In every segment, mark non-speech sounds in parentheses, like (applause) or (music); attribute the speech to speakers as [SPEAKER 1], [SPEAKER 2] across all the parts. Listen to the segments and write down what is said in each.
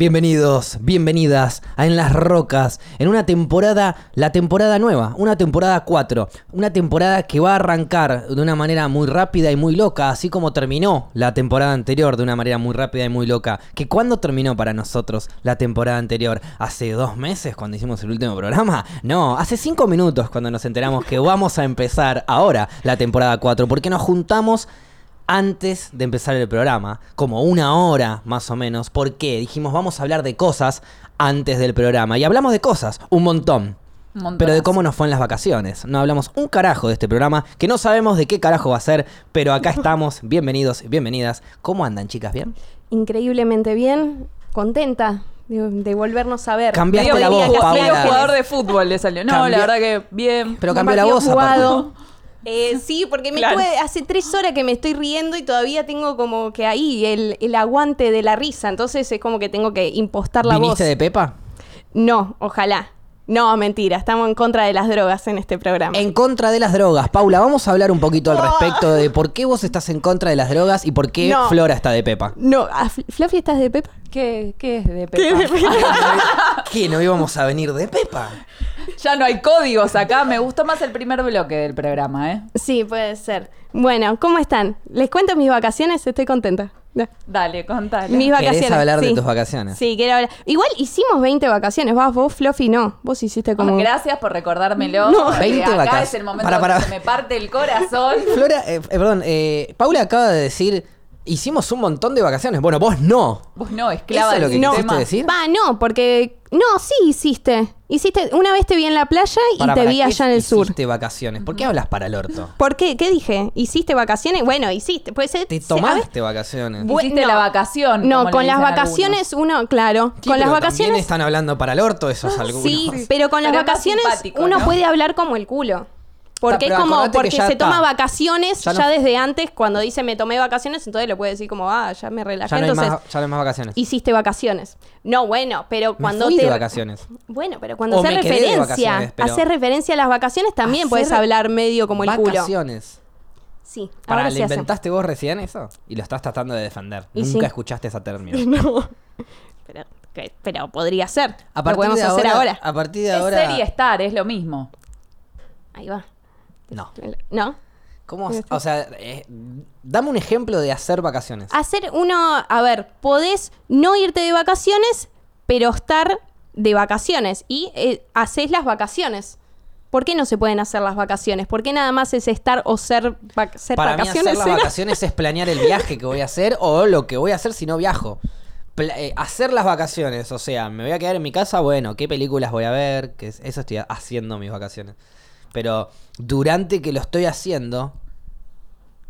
[SPEAKER 1] Bienvenidos, bienvenidas a En las Rocas, en una temporada, la temporada nueva, una temporada 4, una temporada que va a arrancar de una manera muy rápida y muy loca, así como terminó la temporada anterior de una manera muy rápida y muy loca. ¿Que cuándo terminó para nosotros la temporada anterior? ¿Hace dos meses cuando hicimos el último programa? No, hace cinco minutos cuando nos enteramos que vamos a empezar ahora la temporada 4, porque nos juntamos antes de empezar el programa, como una hora más o menos, porque dijimos vamos a hablar de cosas antes del programa. Y hablamos de cosas, un montón.
[SPEAKER 2] Montonazo.
[SPEAKER 1] Pero de cómo nos fue en las vacaciones. No hablamos un carajo de este programa, que no sabemos de qué carajo va a ser, pero acá estamos. Bienvenidos, bienvenidas. ¿Cómo andan, chicas? ¿Bien?
[SPEAKER 3] increíblemente bien, contenta de, de volvernos a ver.
[SPEAKER 1] Cambiaste
[SPEAKER 2] Medio
[SPEAKER 1] la voz,
[SPEAKER 2] medio
[SPEAKER 1] Paula.
[SPEAKER 2] jugador de fútbol le salió. No,
[SPEAKER 1] Cambió-
[SPEAKER 2] la verdad que bien.
[SPEAKER 1] Pero
[SPEAKER 3] Un
[SPEAKER 1] cambió la
[SPEAKER 3] partido
[SPEAKER 1] voz. aparte.
[SPEAKER 2] (laughs)
[SPEAKER 3] jugado. Eh, sí, porque me
[SPEAKER 2] Claro.
[SPEAKER 3] puede- hace tres horas que me estoy riendo y todavía tengo como que ahí el, el aguante de la risa. Entonces es como que tengo que impostar la voz.
[SPEAKER 1] ¿Viniste de Pepa?
[SPEAKER 3] No, ojalá. No, mentira, estamos en contra de las drogas en este programa.
[SPEAKER 1] En contra de las drogas. Paula, vamos a hablar un poquito al respecto de por qué vos estás en contra de las drogas y por qué
[SPEAKER 3] No.
[SPEAKER 1] Flora está de
[SPEAKER 3] (laughs)
[SPEAKER 1] Pepa.
[SPEAKER 3] No, a Fl- ¿Fluffy estás de Pepa?
[SPEAKER 2] ¿Qué, qué es de
[SPEAKER 3] ¿Qué
[SPEAKER 2] Pepa?
[SPEAKER 1] ¿Qué? ¿No íbamos a venir de Pepa?
[SPEAKER 2] (laughs) ya no hay códigos acá. Me gustó más el primer bloque del programa, ¿eh?
[SPEAKER 3] (laughs) Sí, puede ser. Bueno, ¿cómo están? ¿Les cuento mis vacaciones? Estoy contenta. No.
[SPEAKER 2] Dale, contale.
[SPEAKER 3] Mis
[SPEAKER 1] ¿Querés
[SPEAKER 3] vacaciones.
[SPEAKER 1] hablar de
[SPEAKER 3] sí.
[SPEAKER 1] tus vacaciones?
[SPEAKER 3] Sí, quiero hablar. Igual hicimos 20 vacaciones. Vas vos, Fluffy, no. Vos hiciste como.
[SPEAKER 2] Ah, Gracias por recordármelo.
[SPEAKER 3] No.
[SPEAKER 2] porque
[SPEAKER 1] 20
[SPEAKER 2] acá
[SPEAKER 1] vacas.
[SPEAKER 2] es el momento
[SPEAKER 1] Para, para.
[SPEAKER 2] que se me parte el corazón. (laughs)
[SPEAKER 1] Flora, eh, eh, perdón, eh, Paula acaba de decir, hicimos un montón de vacaciones. Bueno, vos no.
[SPEAKER 2] Vos no,
[SPEAKER 1] Eso
[SPEAKER 2] esclava
[SPEAKER 1] es lo
[SPEAKER 2] del
[SPEAKER 1] que
[SPEAKER 3] no.
[SPEAKER 2] sistema.
[SPEAKER 1] quisiste decir.
[SPEAKER 3] Va, no, porque. No, sí hiciste. Hiciste. Una vez te vi en la playa y
[SPEAKER 1] Pará,
[SPEAKER 3] te
[SPEAKER 1] pará,
[SPEAKER 3] vi
[SPEAKER 1] ¿qué
[SPEAKER 3] allá en el sur.
[SPEAKER 1] Hiciste vacaciones. ¿Por qué hablas para el orto?
[SPEAKER 3] ¿Por qué? ¿Qué dije? ¿Hiciste vacaciones? Bueno, hiciste. Puede ser.
[SPEAKER 1] Te
[SPEAKER 3] se- a ver-
[SPEAKER 1] tomaste vacaciones.
[SPEAKER 3] Bu-
[SPEAKER 2] Hiciste
[SPEAKER 3] no.
[SPEAKER 2] la vacación.
[SPEAKER 3] No,
[SPEAKER 2] como le
[SPEAKER 3] con las
[SPEAKER 2] dicen
[SPEAKER 3] vacaciones uno, claro.
[SPEAKER 1] Sí,
[SPEAKER 3] con las
[SPEAKER 1] pero También
[SPEAKER 3] vacaciones.
[SPEAKER 1] están hablando para el orto esos algunos.
[SPEAKER 3] Sí, pero con las
[SPEAKER 2] Pero es más
[SPEAKER 3] vacaciones
[SPEAKER 2] simpático,
[SPEAKER 3] uno
[SPEAKER 2] ¿no?
[SPEAKER 3] puede hablar como el culo. Porque
[SPEAKER 1] pero
[SPEAKER 3] es como,
[SPEAKER 1] acordate que
[SPEAKER 3] porque
[SPEAKER 1] ya
[SPEAKER 3] se
[SPEAKER 1] está.
[SPEAKER 3] toma vacaciones
[SPEAKER 1] Ya
[SPEAKER 3] ya,
[SPEAKER 1] no-
[SPEAKER 3] desde antes, cuando dice me tomé vacaciones, entonces le puede decir como, ah, ya me relajé,
[SPEAKER 1] Ya no, hay
[SPEAKER 3] entonces
[SPEAKER 1] más, ya no hay más vacaciones.
[SPEAKER 3] hiciste vacaciones. No, bueno, pero
[SPEAKER 1] Me
[SPEAKER 3] cuando
[SPEAKER 1] fui
[SPEAKER 3] te...
[SPEAKER 1] de vacaciones.
[SPEAKER 3] Bueno, pero cuando
[SPEAKER 1] O
[SPEAKER 3] hace
[SPEAKER 1] me quedé de vacaciones,
[SPEAKER 3] referencia,
[SPEAKER 1] pero-
[SPEAKER 3] hace referencia a las vacaciones también puedes
[SPEAKER 1] Hacer
[SPEAKER 3] hablar medio como el culo.
[SPEAKER 1] vacaciones.
[SPEAKER 3] Sí,
[SPEAKER 1] Para,
[SPEAKER 3] ahora
[SPEAKER 1] ¿le
[SPEAKER 3] se hace.
[SPEAKER 1] inventaste vos recién eso? Y lo estás tratando de defender.
[SPEAKER 3] Y
[SPEAKER 1] Nunca
[SPEAKER 3] sí.
[SPEAKER 1] escuchaste esa
[SPEAKER 3] (laughs)
[SPEAKER 1] término.
[SPEAKER 3] (laughs) No. Pero, que- pero podría ser.
[SPEAKER 1] A
[SPEAKER 3] Lo
[SPEAKER 1] partir
[SPEAKER 3] podemos
[SPEAKER 1] de
[SPEAKER 3] hacer ahora.
[SPEAKER 1] A partir de
[SPEAKER 2] algunos.
[SPEAKER 1] ahora.
[SPEAKER 2] Es ser y estar, es lo mismo.
[SPEAKER 3] Ahí va.
[SPEAKER 1] No.
[SPEAKER 3] ¿No?
[SPEAKER 1] ¿Cómo? hace- O sea, eh, dame un ejemplo de hacer vacaciones.
[SPEAKER 3] hacer uno, a ver, podés no irte de vacaciones, pero estar de vacaciones y eh, haces las vacaciones. ¿Por qué no se pueden hacer las vacaciones? ¿Por qué nada más es estar o ser, vac- ser
[SPEAKER 1] Para mí hacer
[SPEAKER 3] vacaciones?
[SPEAKER 1] las vacaciones es planear el viaje que voy a hacer o lo que voy a hacer si no viajo. Pla- eh, hacer las vacaciones, o sea, me voy a quedar en mi casa, bueno, qué películas voy a ver, que es- eso estoy ha- haciendo mis vacaciones. Pero durante que lo estoy haciendo,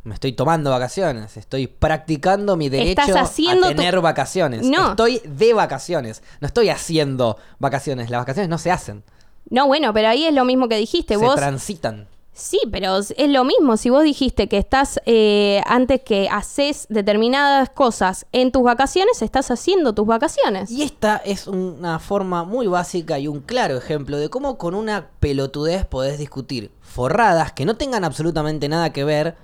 [SPEAKER 1] me estoy tomando vacaciones, estoy practicando mi derecho
[SPEAKER 3] Estás haciendo
[SPEAKER 1] a
[SPEAKER 3] tu-
[SPEAKER 1] tener vacaciones.
[SPEAKER 3] No.
[SPEAKER 1] Estoy de vacaciones, no estoy haciendo vacaciones, las vacaciones no se hacen,
[SPEAKER 3] (laughs) No, bueno, pero ahí es lo mismo que dijiste.
[SPEAKER 1] se
[SPEAKER 3] vos
[SPEAKER 1] transitan.
[SPEAKER 3] Sí, pero es lo mismo. Si vos dijiste que estás, eh, antes que haces determinadas cosas en tus vacaciones, estás haciendo tus vacaciones.
[SPEAKER 1] Y esta es una forma muy básica y un claro ejemplo de cómo con una pelotudez podés discutir forradas que no tengan absolutamente nada que ver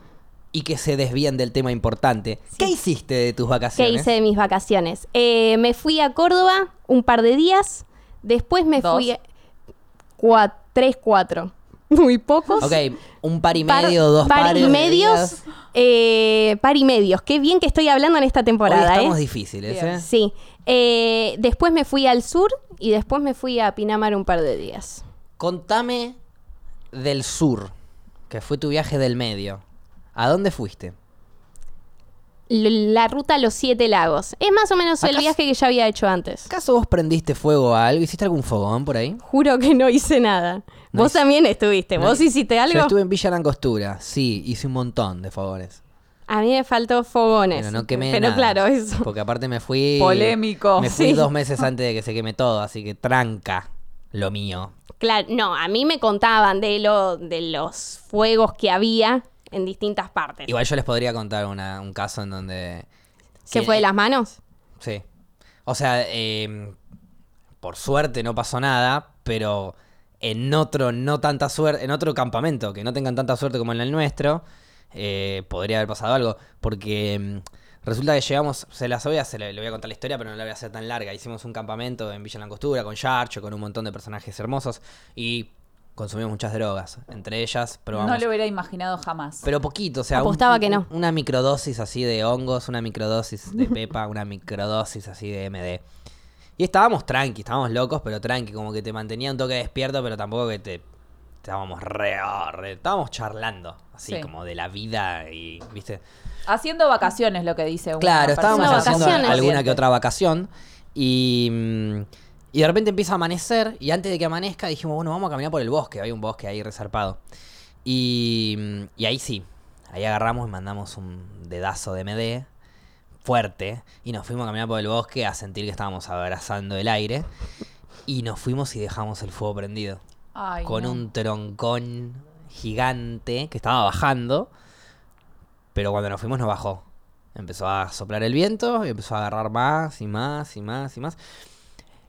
[SPEAKER 1] y que se desvían del tema importante. ¿Qué hiciste de tus
[SPEAKER 3] ¿Qué
[SPEAKER 1] vacaciones?
[SPEAKER 3] hice de mis vacaciones? Eh, me fui a Córdoba un par de días. Después me
[SPEAKER 2] Dos.
[SPEAKER 3] fui. A... cua- tres, cuatro. (laughs) Muy pocos.
[SPEAKER 1] Ok, un par y
[SPEAKER 3] Par-
[SPEAKER 1] medio, dos
[SPEAKER 3] par
[SPEAKER 1] pares
[SPEAKER 3] y
[SPEAKER 1] de
[SPEAKER 3] medios.
[SPEAKER 1] días.
[SPEAKER 3] eh, par y medios. Qué bien que estoy hablando en esta
[SPEAKER 1] Hoy
[SPEAKER 3] temporada,
[SPEAKER 1] estamos
[SPEAKER 3] ¿eh?
[SPEAKER 1] difíciles,
[SPEAKER 2] Bien.
[SPEAKER 1] ¿eh?
[SPEAKER 3] Sí. Eh, después me fui al sur y después me fui a Pinamar un par de días.
[SPEAKER 1] Contame del sur, que fue tu viaje del medio. ¿A dónde fuiste?
[SPEAKER 3] L- la ruta a los siete lagos. Es más o menos el
[SPEAKER 1] Acá-
[SPEAKER 3] viaje que ya había hecho antes.
[SPEAKER 1] ¿Acaso vos prendiste fuego a algo? ¿Hiciste algún fogón por ahí?
[SPEAKER 3] Juro que no hice nada.
[SPEAKER 1] No
[SPEAKER 3] Vos
[SPEAKER 1] hice-
[SPEAKER 3] también estuviste. ¿Vos
[SPEAKER 1] No,
[SPEAKER 3] hiciste algo?
[SPEAKER 1] Yo estuve en Villa Langostura, sí, hice un montón de fogones.
[SPEAKER 3] A mí me faltó fogones.
[SPEAKER 1] Pero no quemé
[SPEAKER 3] Pero
[SPEAKER 1] nada,
[SPEAKER 3] claro, eso.
[SPEAKER 1] Porque aparte me fui.
[SPEAKER 2] Polémico.
[SPEAKER 1] Me fui
[SPEAKER 3] Sí.
[SPEAKER 1] dos
[SPEAKER 3] (laughs)
[SPEAKER 1] meses antes de que se queme todo, así que tranca lo mío.
[SPEAKER 3] Claro, no, a mí me contaban de lo de los fuegos que había en distintas partes.
[SPEAKER 1] Igual yo les podría contar una- un caso en donde.
[SPEAKER 3] ¿Se
[SPEAKER 1] que-
[SPEAKER 3] fue de las manos?
[SPEAKER 1] Sí. O sea, eh, por suerte no pasó nada, pero en otro, no tanta suerte, en otro campamento, que no tengan tanta suerte como en el nuestro, eh, podría haber pasado algo. Porque mm, Resulta que llegamos, se las voy a hacer, le voy a contar la historia, pero no la voy a hacer tan larga. Hicimos un campamento en Villa Langostura con Yarcho, con un montón de personajes hermosos y consumimos muchas drogas. Entre ellas probamos.
[SPEAKER 2] No lo hubiera imaginado jamás.
[SPEAKER 1] Pero poquito, o sea.
[SPEAKER 3] Apostaba que no.
[SPEAKER 1] Una microdosis así de hongos, una microdosis
[SPEAKER 3] (laughs)
[SPEAKER 1] de pepa, una microdosis así de MD. Y estábamos tranqui, estábamos locos, pero tranqui, como que te mantenía un toque despierto, pero tampoco que te. Estábamos re, re- Estábamos charlando, así
[SPEAKER 2] Sí.
[SPEAKER 1] como de la vida y, viste.
[SPEAKER 2] Haciendo vacaciones, lo que dice una
[SPEAKER 1] Claro, estábamos
[SPEAKER 2] persona
[SPEAKER 1] haciendo
[SPEAKER 3] vacaciones.
[SPEAKER 1] alguna que otra vacación y, mm, y de repente empieza a amanecer y antes de que amanezca dijimos, bueno, vamos a caminar por el bosque, hay un bosque ahí resarpado. Y, mm, y ahí sí, ahí agarramos y mandamos un dedazo de MD fuerte y nos fuimos a caminar por el bosque a sentir que estábamos abrazando el aire y nos fuimos y dejamos el fuego prendido
[SPEAKER 2] Ay,
[SPEAKER 1] con
[SPEAKER 2] no.
[SPEAKER 1] un troncón gigante que estaba bajando, pero cuando nos fuimos nos bajó. Empezó a soplar el viento y empezó a agarrar más y más y más y más.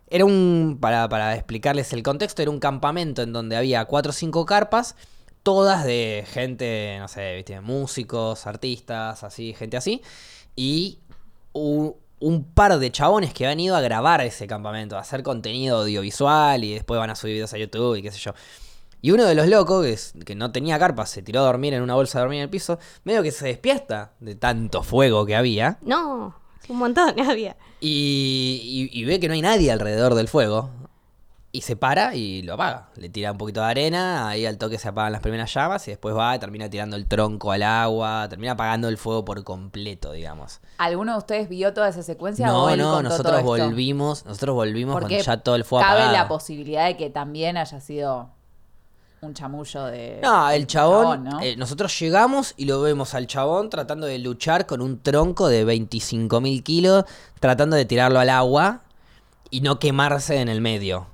[SPEAKER 1] Era un, para, para explicarles el contexto, era un campamento en donde había cuatro o cinco carpas, todas de gente, no sé, ¿viste? músicos, artistas, así, gente así, y un, un par de chabones que han ido a grabar ese campamento, a hacer contenido audiovisual y después van a subir videos a YouTube y qué sé yo. Y uno de los locos, que, es- que no tenía carpa, se tiró a dormir en una bolsa de dormir en el piso, medio que se despierta de tanto fuego que había.
[SPEAKER 3] No, es un montón, (laughs) nadie.
[SPEAKER 1] Y, y- y ve que no hay nadie alrededor del fuego. Y se para y lo apaga. Le tira un poquito de arena, ahí al toque se apagan las primeras llamas y después va y termina tirando el tronco al agua, termina apagando el fuego por completo, digamos.
[SPEAKER 2] ¿Alguno de ustedes vio toda esa secuencia? o
[SPEAKER 1] No,
[SPEAKER 2] él
[SPEAKER 1] no,
[SPEAKER 2] contó
[SPEAKER 1] nosotros
[SPEAKER 2] todo esto?
[SPEAKER 1] volvimos, nosotros volvimos
[SPEAKER 2] Porque
[SPEAKER 1] cuando ya todo el fuego
[SPEAKER 2] cabe
[SPEAKER 1] apagado.
[SPEAKER 2] la posibilidad de que también haya sido un chamullo de...
[SPEAKER 1] No, el chabón,
[SPEAKER 2] eh, chabón, ¿no?
[SPEAKER 1] eh, nosotros llegamos y lo vemos al chabón tratando de luchar con un tronco de 25 mil kilos, tratando de tirarlo al agua y no quemarse en el medio.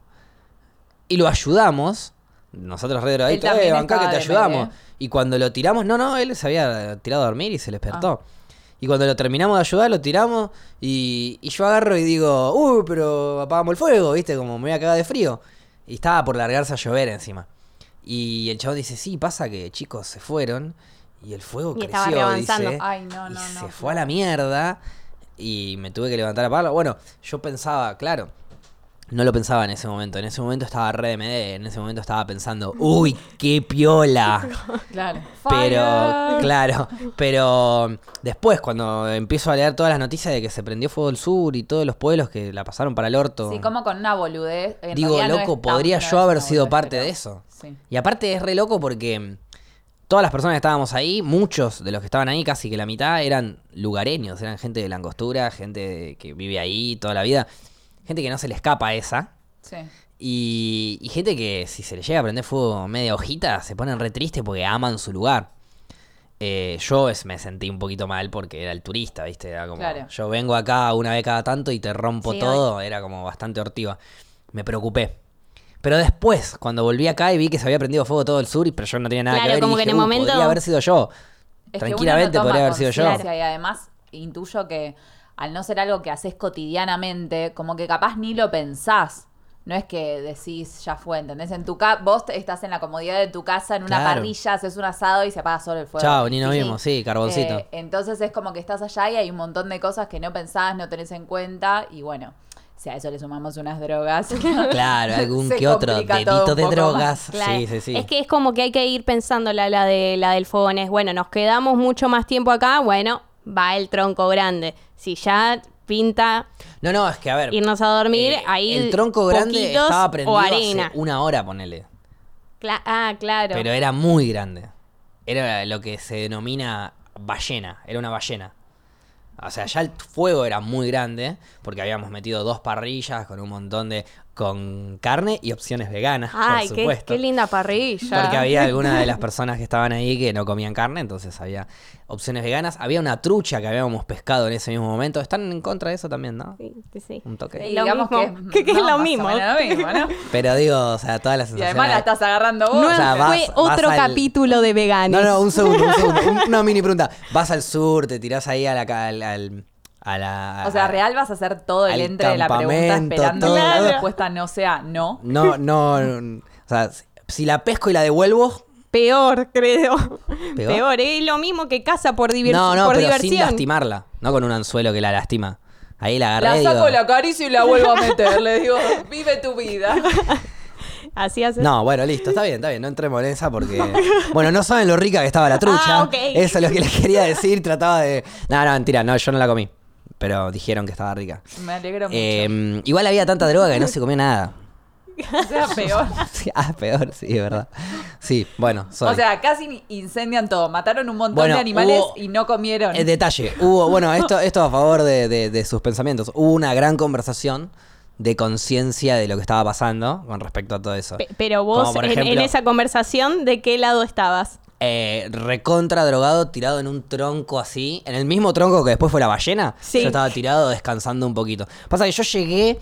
[SPEAKER 1] Y lo ayudamos, nosotros re drogadictos,
[SPEAKER 2] Él
[SPEAKER 1] eh,
[SPEAKER 2] también
[SPEAKER 1] bancá que
[SPEAKER 2] estaba
[SPEAKER 1] te
[SPEAKER 2] de medio,
[SPEAKER 1] ayudamos.
[SPEAKER 2] ¿eh?
[SPEAKER 1] Y cuando lo tiramos, no, no, él se había tirado a dormir y se le despertó. Y cuando lo terminamos de ayudar, lo tiramos y, y yo agarro y digo, uy, pero apagamos el fuego, ¿viste? Como me voy a cagar de frío. Y estaba por largarse a llover encima. Y el chabón dice, sí, pasa que chicos se fueron y el fuego
[SPEAKER 3] Y estaba
[SPEAKER 1] creció,
[SPEAKER 3] reavanzando.
[SPEAKER 1] dice,
[SPEAKER 2] Ay, no,
[SPEAKER 1] y
[SPEAKER 2] no,
[SPEAKER 1] se
[SPEAKER 2] no,
[SPEAKER 1] fue a la mierda y me tuve que levantar a apagarlo. Bueno, yo pensaba, claro, no lo pensaba en ese momento. En ese momento estaba re MD, en ese momento estaba pensando, uy, qué
[SPEAKER 2] (laughs)
[SPEAKER 1] piola.
[SPEAKER 2] Claro.
[SPEAKER 1] Pero,
[SPEAKER 2] Fire.
[SPEAKER 1] claro, pero después cuando empiezo a leer todas las noticias de que se prendió fuego el sur y todos los pueblos que la pasaron para el orto.
[SPEAKER 2] Sí, como con una boludez. En
[SPEAKER 1] Digo,
[SPEAKER 2] realidad no
[SPEAKER 1] loco,
[SPEAKER 2] es tan-
[SPEAKER 1] podría
[SPEAKER 2] no
[SPEAKER 1] yo
[SPEAKER 2] es una
[SPEAKER 1] haber sido
[SPEAKER 2] boludez,
[SPEAKER 1] parte
[SPEAKER 2] pero-
[SPEAKER 1] de eso.
[SPEAKER 2] Sí.
[SPEAKER 1] Y aparte es re loco porque mm, todas las personas que estábamos ahí, muchos de los que estaban ahí, casi que la mitad, eran lugareños, eran gente de Langostura, gente de- que vive ahí toda la vida, gente que no se le escapa esa.
[SPEAKER 2] Sí.
[SPEAKER 1] Y, y gente que si se le llega a prender fuego media hojita, se ponen re tristes porque aman su lugar. Eh, yo es- me sentí un poquito mal porque era el turista, ¿viste? Era como,
[SPEAKER 2] Claro.
[SPEAKER 1] yo vengo acá una vez cada tanto y te rompo
[SPEAKER 3] Sí,
[SPEAKER 1] todo. Era como bastante hortiva. Me preocupé. Pero después, cuando volví acá y vi que se había prendido fuego todo el sur, y- pero yo no tenía nada
[SPEAKER 3] Claro,
[SPEAKER 1] que ver, y
[SPEAKER 3] como que
[SPEAKER 1] dije,
[SPEAKER 3] en
[SPEAKER 1] "Uh,
[SPEAKER 3] el momento-
[SPEAKER 1] podría haber sido
[SPEAKER 3] (laughs)
[SPEAKER 1] yo.
[SPEAKER 2] Es que uno
[SPEAKER 1] Tranquilamente
[SPEAKER 2] no toma
[SPEAKER 1] podría haber sido yo.
[SPEAKER 2] conciencia Y además intuyo que al no ser algo que haces cotidianamente, como que capaz ni lo pensás. No es que decís, ya fue, ¿entendés? En tu ca vos estás en la comodidad de tu casa, en una
[SPEAKER 1] Claro.
[SPEAKER 2] parrilla, haces un asado y se apaga solo el fuego.
[SPEAKER 1] Chao, ni nos
[SPEAKER 3] Sí, sí.
[SPEAKER 1] vimos, sí, carboncito.
[SPEAKER 2] Eh, entonces es como que estás allá y hay un montón de cosas que no pensás, no tenés en cuenta. Y bueno, si a eso le sumamos unas drogas. (laughs)
[SPEAKER 1] claro, algún
[SPEAKER 2] se
[SPEAKER 1] que otro
[SPEAKER 2] complica todo
[SPEAKER 1] dedito
[SPEAKER 2] un
[SPEAKER 1] de
[SPEAKER 2] poco
[SPEAKER 1] drogas.
[SPEAKER 3] Claro.
[SPEAKER 1] Sí, sí, sí.
[SPEAKER 3] Es que es como que hay que ir pensando la, la, de, la del fogón. Es bueno, nos quedamos mucho más tiempo acá, bueno, va el tronco grande. Si ya pinta
[SPEAKER 1] No, no, es que a ver.
[SPEAKER 3] irnos a dormir,
[SPEAKER 1] Eh,
[SPEAKER 3] ahí
[SPEAKER 1] El tronco grande
[SPEAKER 3] poquitos
[SPEAKER 1] estaba prendido
[SPEAKER 3] o arena.
[SPEAKER 1] hace una hora, ponele.
[SPEAKER 3] Cla- ah, claro.
[SPEAKER 1] Pero era muy grande. Era lo que se denomina ballena. Era una ballena. O sea, ya el fuego era muy grande porque habíamos metido dos parrillas con un montón de... con carne y opciones veganas,
[SPEAKER 3] Ay,
[SPEAKER 1] por
[SPEAKER 3] qué,
[SPEAKER 1] supuesto.
[SPEAKER 3] qué linda parrilla.
[SPEAKER 1] Porque había
[SPEAKER 3] (laughs)
[SPEAKER 1] algunas de las personas que estaban ahí que no comían carne, entonces había opciones veganas. Había una trucha que habíamos pescado en ese mismo momento. Están en contra de eso también, ¿no?
[SPEAKER 3] Sí, sí, sí.
[SPEAKER 1] Un toque.
[SPEAKER 3] Lo mismo. Que- que es lo
[SPEAKER 2] más o
[SPEAKER 3] mismo.
[SPEAKER 2] menos lo mismo, ¿no?
[SPEAKER 1] Pero digo, o sea, todas las
[SPEAKER 2] Y
[SPEAKER 1] sensaciones...
[SPEAKER 2] además la estás agarrando vos.
[SPEAKER 1] No, o sea, vas-
[SPEAKER 3] Fue
[SPEAKER 1] vas
[SPEAKER 3] otro
[SPEAKER 1] al-
[SPEAKER 3] capítulo de veganos.
[SPEAKER 1] No, no, un segundo, un
[SPEAKER 2] (laughs)
[SPEAKER 1] segundo. Un- una mini pregunta. Vas al sur, te tirás ahí a la. ca- al- al- a la
[SPEAKER 2] O sea, real vas a hacer todo el
[SPEAKER 1] Al
[SPEAKER 2] entre de la pregunta
[SPEAKER 1] campamento,
[SPEAKER 2] esperando que
[SPEAKER 1] todo.
[SPEAKER 2] la respuesta no sea no.
[SPEAKER 1] No, no. O sea, si la pesco y la devuelvo,
[SPEAKER 3] Peor, creo.
[SPEAKER 1] ¿Peor?
[SPEAKER 3] ¿Peor? es lo mismo que casa por, divers-
[SPEAKER 1] No, no,
[SPEAKER 3] por
[SPEAKER 1] pero sin
[SPEAKER 3] diversión.
[SPEAKER 1] lastimarla. No con un anzuelo que la lastima. Ahí la agarré.
[SPEAKER 2] La
[SPEAKER 1] y
[SPEAKER 2] saco,
[SPEAKER 1] digo,
[SPEAKER 2] la acaricio y la vuelvo a meter. Le digo, vive tu vida.
[SPEAKER 3] Así hace.
[SPEAKER 1] No, bueno, listo, está bien, está bien, no entremos en esa porque. (laughs) Bueno, no saben lo rica que estaba la trucha.
[SPEAKER 3] Ah, ok.
[SPEAKER 1] Eso es lo que les quería decir, trataba de. No, no, mentira, no, yo no la comí. Pero dijeron que estaba rica.
[SPEAKER 2] Me alegro mucho.
[SPEAKER 1] Eh, igual había tanta droga que no se comió nada.
[SPEAKER 2] O sea, peor.
[SPEAKER 1] (laughs) Sí, ah, peor, sí, es verdad. Sí, bueno, soy.
[SPEAKER 2] O sea, casi ni- incendian todo. Mataron un montón
[SPEAKER 1] Bueno,
[SPEAKER 2] de animales
[SPEAKER 1] hubo-
[SPEAKER 2] y no comieron.
[SPEAKER 1] Eh, detalle, hubo, bueno, esto, esto a favor de, de- de sus pensamientos. Hubo una gran conversación de conciencia de lo que estaba pasando con respecto a todo eso.
[SPEAKER 3] Pe- Pero
[SPEAKER 1] Como
[SPEAKER 3] vos,
[SPEAKER 1] por
[SPEAKER 3] en- en,
[SPEAKER 1] ejemplo-
[SPEAKER 3] esa conversación, ¿de qué lado estabas?
[SPEAKER 1] eh, recontra drogado, tirado en un tronco así, en el mismo tronco que después fue la ballena.
[SPEAKER 3] Sí.
[SPEAKER 1] Yo estaba tirado descansando un poquito. Pasa que yo llegué,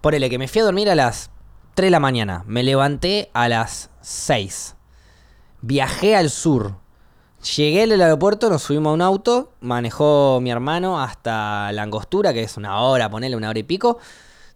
[SPEAKER 1] ponele que me fui a dormir a las 3 de la mañana, me levanté a las 6. Viajé al sur. Llegué al aeropuerto, nos subimos a un auto, manejó mi hermano hasta la angostura, que es una hora, ponele una hora y pico.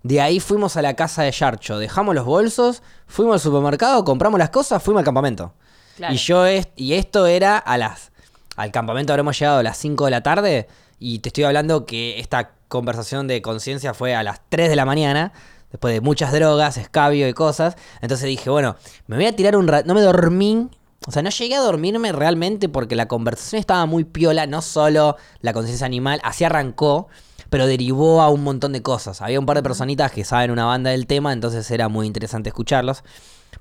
[SPEAKER 1] De ahí fuimos a la casa de Yarcho, dejamos los bolsos, fuimos al supermercado, compramos las cosas, fuimos al campamento.
[SPEAKER 2] Claro.
[SPEAKER 1] Y yo es, y esto era a las al campamento habremos llegado a las 5 de la tarde y te estoy hablando que esta conversación de conciencia fue a las 3 de la mañana, después de muchas drogas, escabio y cosas. Entonces dije, bueno, me voy a tirar un rato, no me dormí. O sea, no llegué a dormirme realmente porque la conversación estaba muy piola, no solo la conciencia animal, así arrancó, pero derivó a un montón de cosas. Había un par de personitas que saben una banda del tema, entonces era muy interesante escucharlos.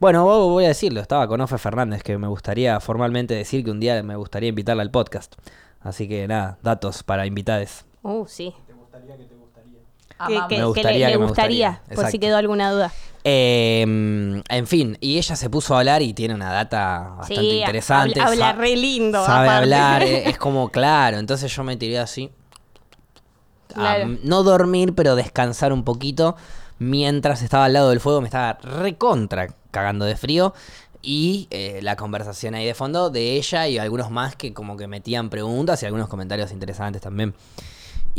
[SPEAKER 1] Bueno, vo- voy a decirlo, estaba con Ofe Fernández, que me gustaría formalmente decir que un día me gustaría invitarla al podcast. Así que nada, datos para invitades.
[SPEAKER 3] Uh, sí. Que,
[SPEAKER 2] Amamos.
[SPEAKER 3] que-
[SPEAKER 1] Me
[SPEAKER 3] que
[SPEAKER 1] gustaría
[SPEAKER 3] le,
[SPEAKER 1] que
[SPEAKER 3] le
[SPEAKER 1] me
[SPEAKER 3] gustaría,
[SPEAKER 1] gustaría.
[SPEAKER 3] por si
[SPEAKER 1] Exacto.
[SPEAKER 3] quedó alguna duda.
[SPEAKER 1] Eh, en fin, y ella se puso a hablar y tiene una data bastante
[SPEAKER 3] sí,
[SPEAKER 1] interesante.
[SPEAKER 3] Habla, habla
[SPEAKER 1] sa-
[SPEAKER 3] re lindo.
[SPEAKER 1] Sabe
[SPEAKER 3] aparte. (laughs)
[SPEAKER 1] hablar, eh, es como claro. Entonces yo me tiré así. a
[SPEAKER 2] Claro.
[SPEAKER 1] m- no dormir, pero descansar un poquito. Mientras estaba al lado del fuego, me estaba recontra cagando de frío. Y eh, la conversación ahí de fondo de ella y algunos más que como que metían preguntas y algunos comentarios interesantes también.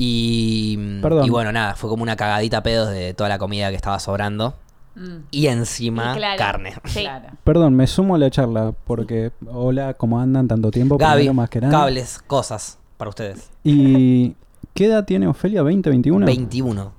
[SPEAKER 1] Y,
[SPEAKER 4] Perdón.
[SPEAKER 1] y bueno, nada, fue como una cagadita a pedos de toda la comida que estaba sobrando.
[SPEAKER 2] Mm,
[SPEAKER 1] Y
[SPEAKER 3] Y
[SPEAKER 1] encima
[SPEAKER 3] claro,
[SPEAKER 1] carne.
[SPEAKER 3] sí.
[SPEAKER 2] Claro.
[SPEAKER 4] Perdón, me sumo a la charla porque hola, ¿cómo andan tanto tiempo?
[SPEAKER 1] Gaby,
[SPEAKER 4] Primero más que nada.
[SPEAKER 1] cables, cosas para ustedes.
[SPEAKER 4] ¿Y qué edad tiene Ofelia? ¿20, 21?
[SPEAKER 1] 21.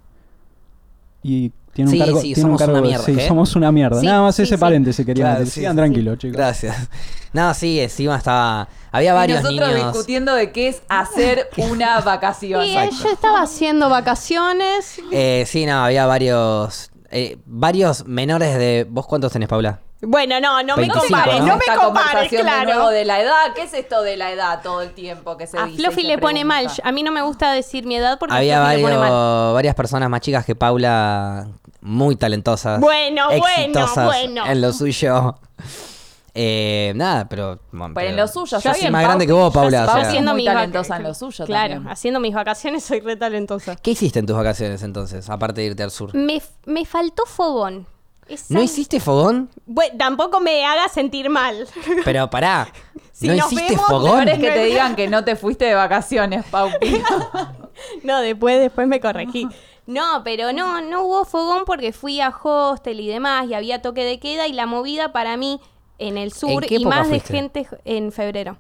[SPEAKER 4] Y tiene un
[SPEAKER 1] Sí,
[SPEAKER 4] cargo,
[SPEAKER 1] sí,
[SPEAKER 4] tiene un
[SPEAKER 1] somos una
[SPEAKER 4] cargo-
[SPEAKER 1] mierda, ¿eh?
[SPEAKER 4] sí,
[SPEAKER 1] ¿qué?
[SPEAKER 4] somos una mierda.
[SPEAKER 3] Sí,
[SPEAKER 4] Nada más
[SPEAKER 3] sí,
[SPEAKER 4] ese
[SPEAKER 3] sí.
[SPEAKER 4] paréntesis quería
[SPEAKER 1] Claro,
[SPEAKER 4] decir.
[SPEAKER 1] sí,
[SPEAKER 4] Sigan
[SPEAKER 1] sí.
[SPEAKER 4] tranquilos, chicos.
[SPEAKER 1] Gracias. No, sí, encima estaba. Había
[SPEAKER 2] Y
[SPEAKER 1] varios
[SPEAKER 2] nosotros
[SPEAKER 1] niños.
[SPEAKER 2] discutiendo de qué es
[SPEAKER 1] (laughs)
[SPEAKER 2] hacer una vacación.
[SPEAKER 3] Y ella estaba haciendo vacaciones.
[SPEAKER 1] Eh, sí, no, había varios. eh, varios menores de. ¿Vos cuántos tenés, Paula?
[SPEAKER 3] Bueno, no, no me
[SPEAKER 1] 25,
[SPEAKER 3] compares,
[SPEAKER 1] ¿no?
[SPEAKER 3] no,
[SPEAKER 2] Esta
[SPEAKER 3] me compares,
[SPEAKER 2] conversación de nuevo
[SPEAKER 3] claro.
[SPEAKER 2] de la edad. ¿Qué es esto de la edad todo el tiempo que se
[SPEAKER 3] A
[SPEAKER 2] dice? y
[SPEAKER 3] Fluffy
[SPEAKER 2] se
[SPEAKER 3] le pone mal.
[SPEAKER 2] pregunta?
[SPEAKER 3] A mí no me gusta decir mi edad porque
[SPEAKER 1] había
[SPEAKER 3] a Fluffy le pone mal.
[SPEAKER 1] varios, varias personas más chicas que Paula, muy talentosas.
[SPEAKER 3] Bueno, bueno,
[SPEAKER 1] exitosas
[SPEAKER 3] bueno.
[SPEAKER 1] En lo suyo. (laughs) Eh, nada, pero. bueno,
[SPEAKER 2] Pero en lo suyo, está
[SPEAKER 1] Yo soy
[SPEAKER 2] bien,
[SPEAKER 1] más
[SPEAKER 2] Pau-
[SPEAKER 1] grande que vos,
[SPEAKER 2] yo
[SPEAKER 1] Paula.
[SPEAKER 2] soy-
[SPEAKER 1] o
[SPEAKER 2] Pau
[SPEAKER 1] sea.
[SPEAKER 2] siendo- muy
[SPEAKER 3] vac-
[SPEAKER 2] talentosa
[SPEAKER 3] (laughs)
[SPEAKER 2] en lo suyo
[SPEAKER 3] Claro,
[SPEAKER 2] también.
[SPEAKER 3] haciendo mis vacaciones soy re talentosa.
[SPEAKER 1] ¿Qué hiciste en tus vacaciones entonces, aparte de irte al sur?
[SPEAKER 3] Me, f- me faltó fogón. Esa-
[SPEAKER 1] ¿No hiciste fogón?
[SPEAKER 3] Bueno, tampoco me haga sentir mal. (laughs)
[SPEAKER 1] Pero
[SPEAKER 2] (laughs)
[SPEAKER 1] pará.
[SPEAKER 3] Si
[SPEAKER 1] ¿No
[SPEAKER 3] nos
[SPEAKER 1] hiciste
[SPEAKER 3] vemos,
[SPEAKER 1] fogón?
[SPEAKER 2] Peor es que te digan que no te fuiste de vacaciones, Pau. (laughs)
[SPEAKER 3] No, después, después me corregí. No, pero no, no hubo fogón porque fui a hostel y demás y había toque de queda y la movida para mí en el sur
[SPEAKER 1] ¿En qué
[SPEAKER 3] y
[SPEAKER 1] época
[SPEAKER 3] más
[SPEAKER 1] fuiste?
[SPEAKER 3] de gente en febrero.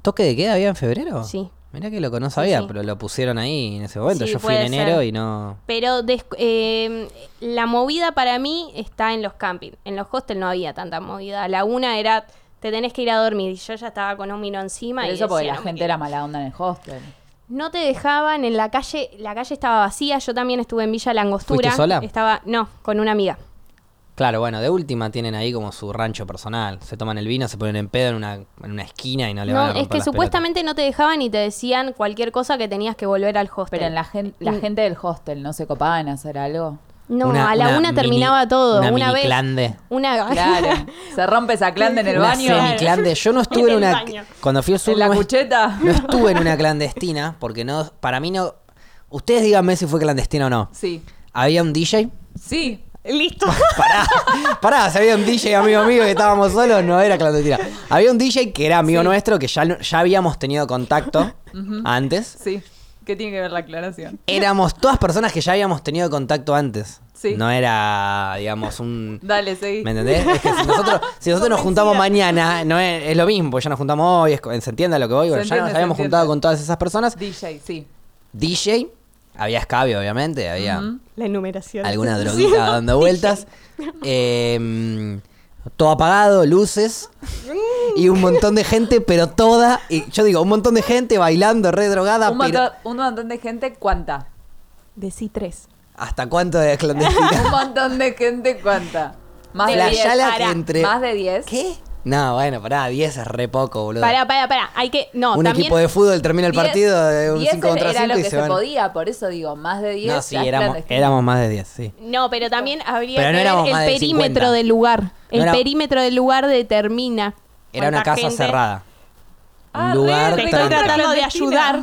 [SPEAKER 1] ¿Toque de queda había en febrero?
[SPEAKER 3] Sí.
[SPEAKER 1] Mirá que loco, no sabía,
[SPEAKER 3] sí.
[SPEAKER 1] pero lo pusieron ahí en ese momento.
[SPEAKER 3] Sí,
[SPEAKER 1] Yo fui en
[SPEAKER 3] puede ser.
[SPEAKER 1] enero y no.
[SPEAKER 3] Pero des- eh, la movida para mí está en los campings. En los hostels no había tanta movida. La una era, te tenés que ir a dormir. Y yo ya estaba con un mino encima. y
[SPEAKER 2] eso porque
[SPEAKER 3] decía,
[SPEAKER 2] la
[SPEAKER 3] "No me
[SPEAKER 2] gente era mala onda en el hostel.
[SPEAKER 3] No te dejaban en la calle, la calle estaba vacía, yo también estuve en Villa Langostura.
[SPEAKER 1] ¿Fuiste sola?
[SPEAKER 3] Estaba, no, con una amiga.
[SPEAKER 1] Claro, bueno, de última tienen ahí como su rancho personal. Se toman el vino, se ponen en pedo en una, en una esquina y no Ah, le van a
[SPEAKER 3] No,
[SPEAKER 1] romper
[SPEAKER 3] es que
[SPEAKER 1] las
[SPEAKER 3] supuestamente no te dejaban y te decían cualquier cosa que tenías que volver al hostel.
[SPEAKER 2] Pero en la, gen- la gente del hostel no se copaba en hacer algo.
[SPEAKER 3] No,
[SPEAKER 1] Una-
[SPEAKER 3] a la
[SPEAKER 1] una
[SPEAKER 3] una,
[SPEAKER 1] mini-
[SPEAKER 3] terminaba todo,
[SPEAKER 1] una
[SPEAKER 3] una,
[SPEAKER 1] mini
[SPEAKER 3] vez.
[SPEAKER 1] clande.
[SPEAKER 3] Una
[SPEAKER 2] (laughs) Claro. Se rompe esa clan en el
[SPEAKER 1] pelotas.
[SPEAKER 2] baño.
[SPEAKER 1] Una semiclande. Yo
[SPEAKER 2] (laughs)
[SPEAKER 1] no estuve en
[SPEAKER 3] En el
[SPEAKER 1] una.
[SPEAKER 3] baño.
[SPEAKER 1] Cuando fui al sur
[SPEAKER 2] En la
[SPEAKER 1] no, es-
[SPEAKER 2] (laughs) cucheta.
[SPEAKER 1] no estuve en una clandestina, porque no. Para mí no. Ustedes díganme si fue clandestina o no.
[SPEAKER 2] Sí.
[SPEAKER 1] Había un DJ.
[SPEAKER 2] Sí.
[SPEAKER 3] Listo.
[SPEAKER 1] Pará, pará, si había un DJ amigo mío que estábamos solos, no era clandestina. Había un DJ que era amigo nuestro, que ya, ya habíamos tenido contacto antes.
[SPEAKER 2] Sí. ¿Qué tiene que ver la aclaración?
[SPEAKER 1] Éramos todas personas que ya habíamos tenido contacto antes.
[SPEAKER 2] Sí.
[SPEAKER 1] No era, digamos, un...
[SPEAKER 2] Dale, seguí.
[SPEAKER 1] ¿Me entendés? Es que si nosotros, si nosotros nos juntamos mañana, no es, es lo mismo, porque ya nos juntamos hoy, es co- se entiende a lo que voy,
[SPEAKER 2] Se
[SPEAKER 1] bueno, ya
[SPEAKER 2] entiende,
[SPEAKER 1] nos
[SPEAKER 2] se
[SPEAKER 1] habíamos
[SPEAKER 2] entiende.
[SPEAKER 1] juntado con todas esas personas.
[SPEAKER 2] DJ, sí.
[SPEAKER 1] DJ, había escabio, obviamente, había
[SPEAKER 2] Ujú.
[SPEAKER 3] (laughs) La (laughs) enumeración.
[SPEAKER 1] alguna droguita dando vueltas. Eh, todo apagado, luces y un montón de gente, pero toda, y yo digo, un montón de gente bailando, re drogada,
[SPEAKER 2] Un
[SPEAKER 1] pero
[SPEAKER 2] montón, un montón de gente, ¿cuánta?
[SPEAKER 3] Decí tres.
[SPEAKER 1] ¿hasta cuánto de clandestina?
[SPEAKER 2] Un montón de gente, ¿cuánta? (laughs) Más de
[SPEAKER 1] La
[SPEAKER 2] 10.
[SPEAKER 1] Yala
[SPEAKER 2] pará.
[SPEAKER 1] que entre-
[SPEAKER 2] Más de 10.
[SPEAKER 1] ¿Qué? No, bueno, pará, 10 es re poco, boludo.
[SPEAKER 3] Pará, pará, pará. Hay que. No,
[SPEAKER 1] un
[SPEAKER 3] también.
[SPEAKER 1] equipo de fútbol termina el
[SPEAKER 2] 10,
[SPEAKER 1] partido de un
[SPEAKER 2] 10
[SPEAKER 1] 5 contra
[SPEAKER 2] era
[SPEAKER 1] 5
[SPEAKER 2] lo
[SPEAKER 1] y se,
[SPEAKER 2] que se,
[SPEAKER 1] van.
[SPEAKER 2] podía, por eso digo, más de 10.
[SPEAKER 1] no, sí,
[SPEAKER 2] ya es
[SPEAKER 1] éramos,
[SPEAKER 2] clandestino.
[SPEAKER 1] éramos más de 10, sí.
[SPEAKER 3] No, pero también habría
[SPEAKER 1] Pero no
[SPEAKER 3] que
[SPEAKER 1] éramos
[SPEAKER 3] ver
[SPEAKER 1] más
[SPEAKER 3] el
[SPEAKER 1] de 50.
[SPEAKER 3] perímetro del lugar. El
[SPEAKER 1] No era-
[SPEAKER 3] perímetro del lugar determina.
[SPEAKER 1] Era una
[SPEAKER 3] cuánta
[SPEAKER 1] casa
[SPEAKER 3] gente-
[SPEAKER 1] cerrada.
[SPEAKER 2] Ah,
[SPEAKER 1] un lugar
[SPEAKER 2] re,
[SPEAKER 3] Te
[SPEAKER 2] re
[SPEAKER 3] estoy
[SPEAKER 1] tranca.
[SPEAKER 3] tratando de ayudar.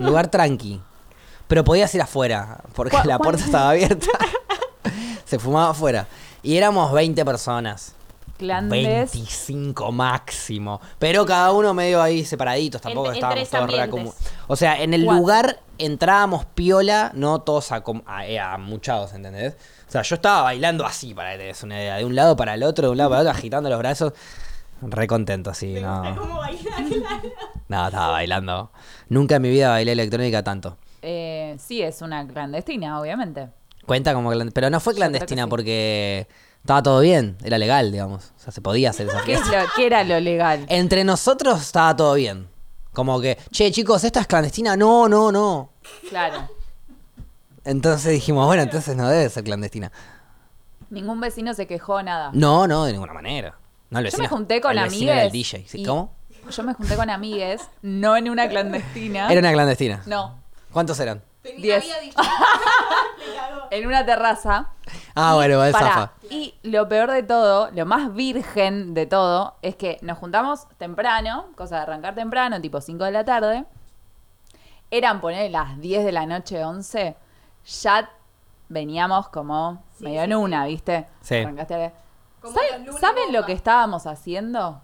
[SPEAKER 1] Un (laughs) lugar tranqui. Pero podías ir afuera, porque
[SPEAKER 3] ¿Cuál-
[SPEAKER 1] la
[SPEAKER 3] cuál-
[SPEAKER 1] puerta estaba abierta. (laughs) Se fumaba afuera. Y éramos 20 personas.
[SPEAKER 2] Clandes.
[SPEAKER 1] 25 máximo. Pero cada uno medio ahí separaditos, tampoco
[SPEAKER 3] En- en
[SPEAKER 1] estábamos
[SPEAKER 3] tres
[SPEAKER 1] todos re
[SPEAKER 3] ambientes.
[SPEAKER 1] acomu- O sea, en el
[SPEAKER 2] Cuatro.
[SPEAKER 1] lugar entrábamos piola, no todos acom- a- eh, amuchados, ¿entendés? O sea, yo estaba bailando así, para que te des una idea, de un lado para el otro, de un lado para el otro, agitando los brazos. Re contento, sí, no. (laughs) No, estaba bailando. Nunca en mi vida bailé electrónica tanto.
[SPEAKER 2] Eh, sí, es una clandestina, obviamente.
[SPEAKER 1] Cuenta como clandestina. Pero no fue
[SPEAKER 2] creo que
[SPEAKER 1] clandestina
[SPEAKER 2] sí.
[SPEAKER 1] porque estaba todo bien, era legal, digamos. O sea, se podía hacer esa
[SPEAKER 2] ¿Qué,
[SPEAKER 1] fiesta.
[SPEAKER 2] es lo- qué era lo legal?
[SPEAKER 1] Entre nosotros estaba todo bien. Como que, che, chicos, esta es clandestina. No, no, no.
[SPEAKER 2] Claro.
[SPEAKER 1] Entonces dijimos, bueno, entonces no debe ser clandestina.
[SPEAKER 2] Ningún vecino se quejó, nada.
[SPEAKER 1] No, no, de ninguna manera. No, el
[SPEAKER 2] Yo
[SPEAKER 1] vecino,
[SPEAKER 2] me junté con
[SPEAKER 1] el vecino
[SPEAKER 2] amigues.
[SPEAKER 1] era el DJ. ¿sí?
[SPEAKER 2] y-
[SPEAKER 1] ¿Cómo?
[SPEAKER 2] Yo me junté con amigues, no en una clandestina.
[SPEAKER 1] Era una clandestina.
[SPEAKER 2] ¿Ah? No,
[SPEAKER 1] ¿Cuántos eran?
[SPEAKER 2] Diez. (laughs) en una terraza.
[SPEAKER 1] Ah, bueno, va de
[SPEAKER 2] Pará,
[SPEAKER 1] zafa.
[SPEAKER 2] Y lo peor de todo, lo más virgen de todo, es que nos juntamos temprano, cosa de arrancar temprano, tipo 5 de la tarde. Eran poner las 10 de la noche, 11. Ya veníamos como medio en una, ¿viste?
[SPEAKER 1] Sí.
[SPEAKER 2] Arrancaste a-
[SPEAKER 5] Como
[SPEAKER 2] ¿Saben-
[SPEAKER 5] la luna
[SPEAKER 2] ¿Saben
[SPEAKER 5] bomba.
[SPEAKER 2] lo que estábamos haciendo?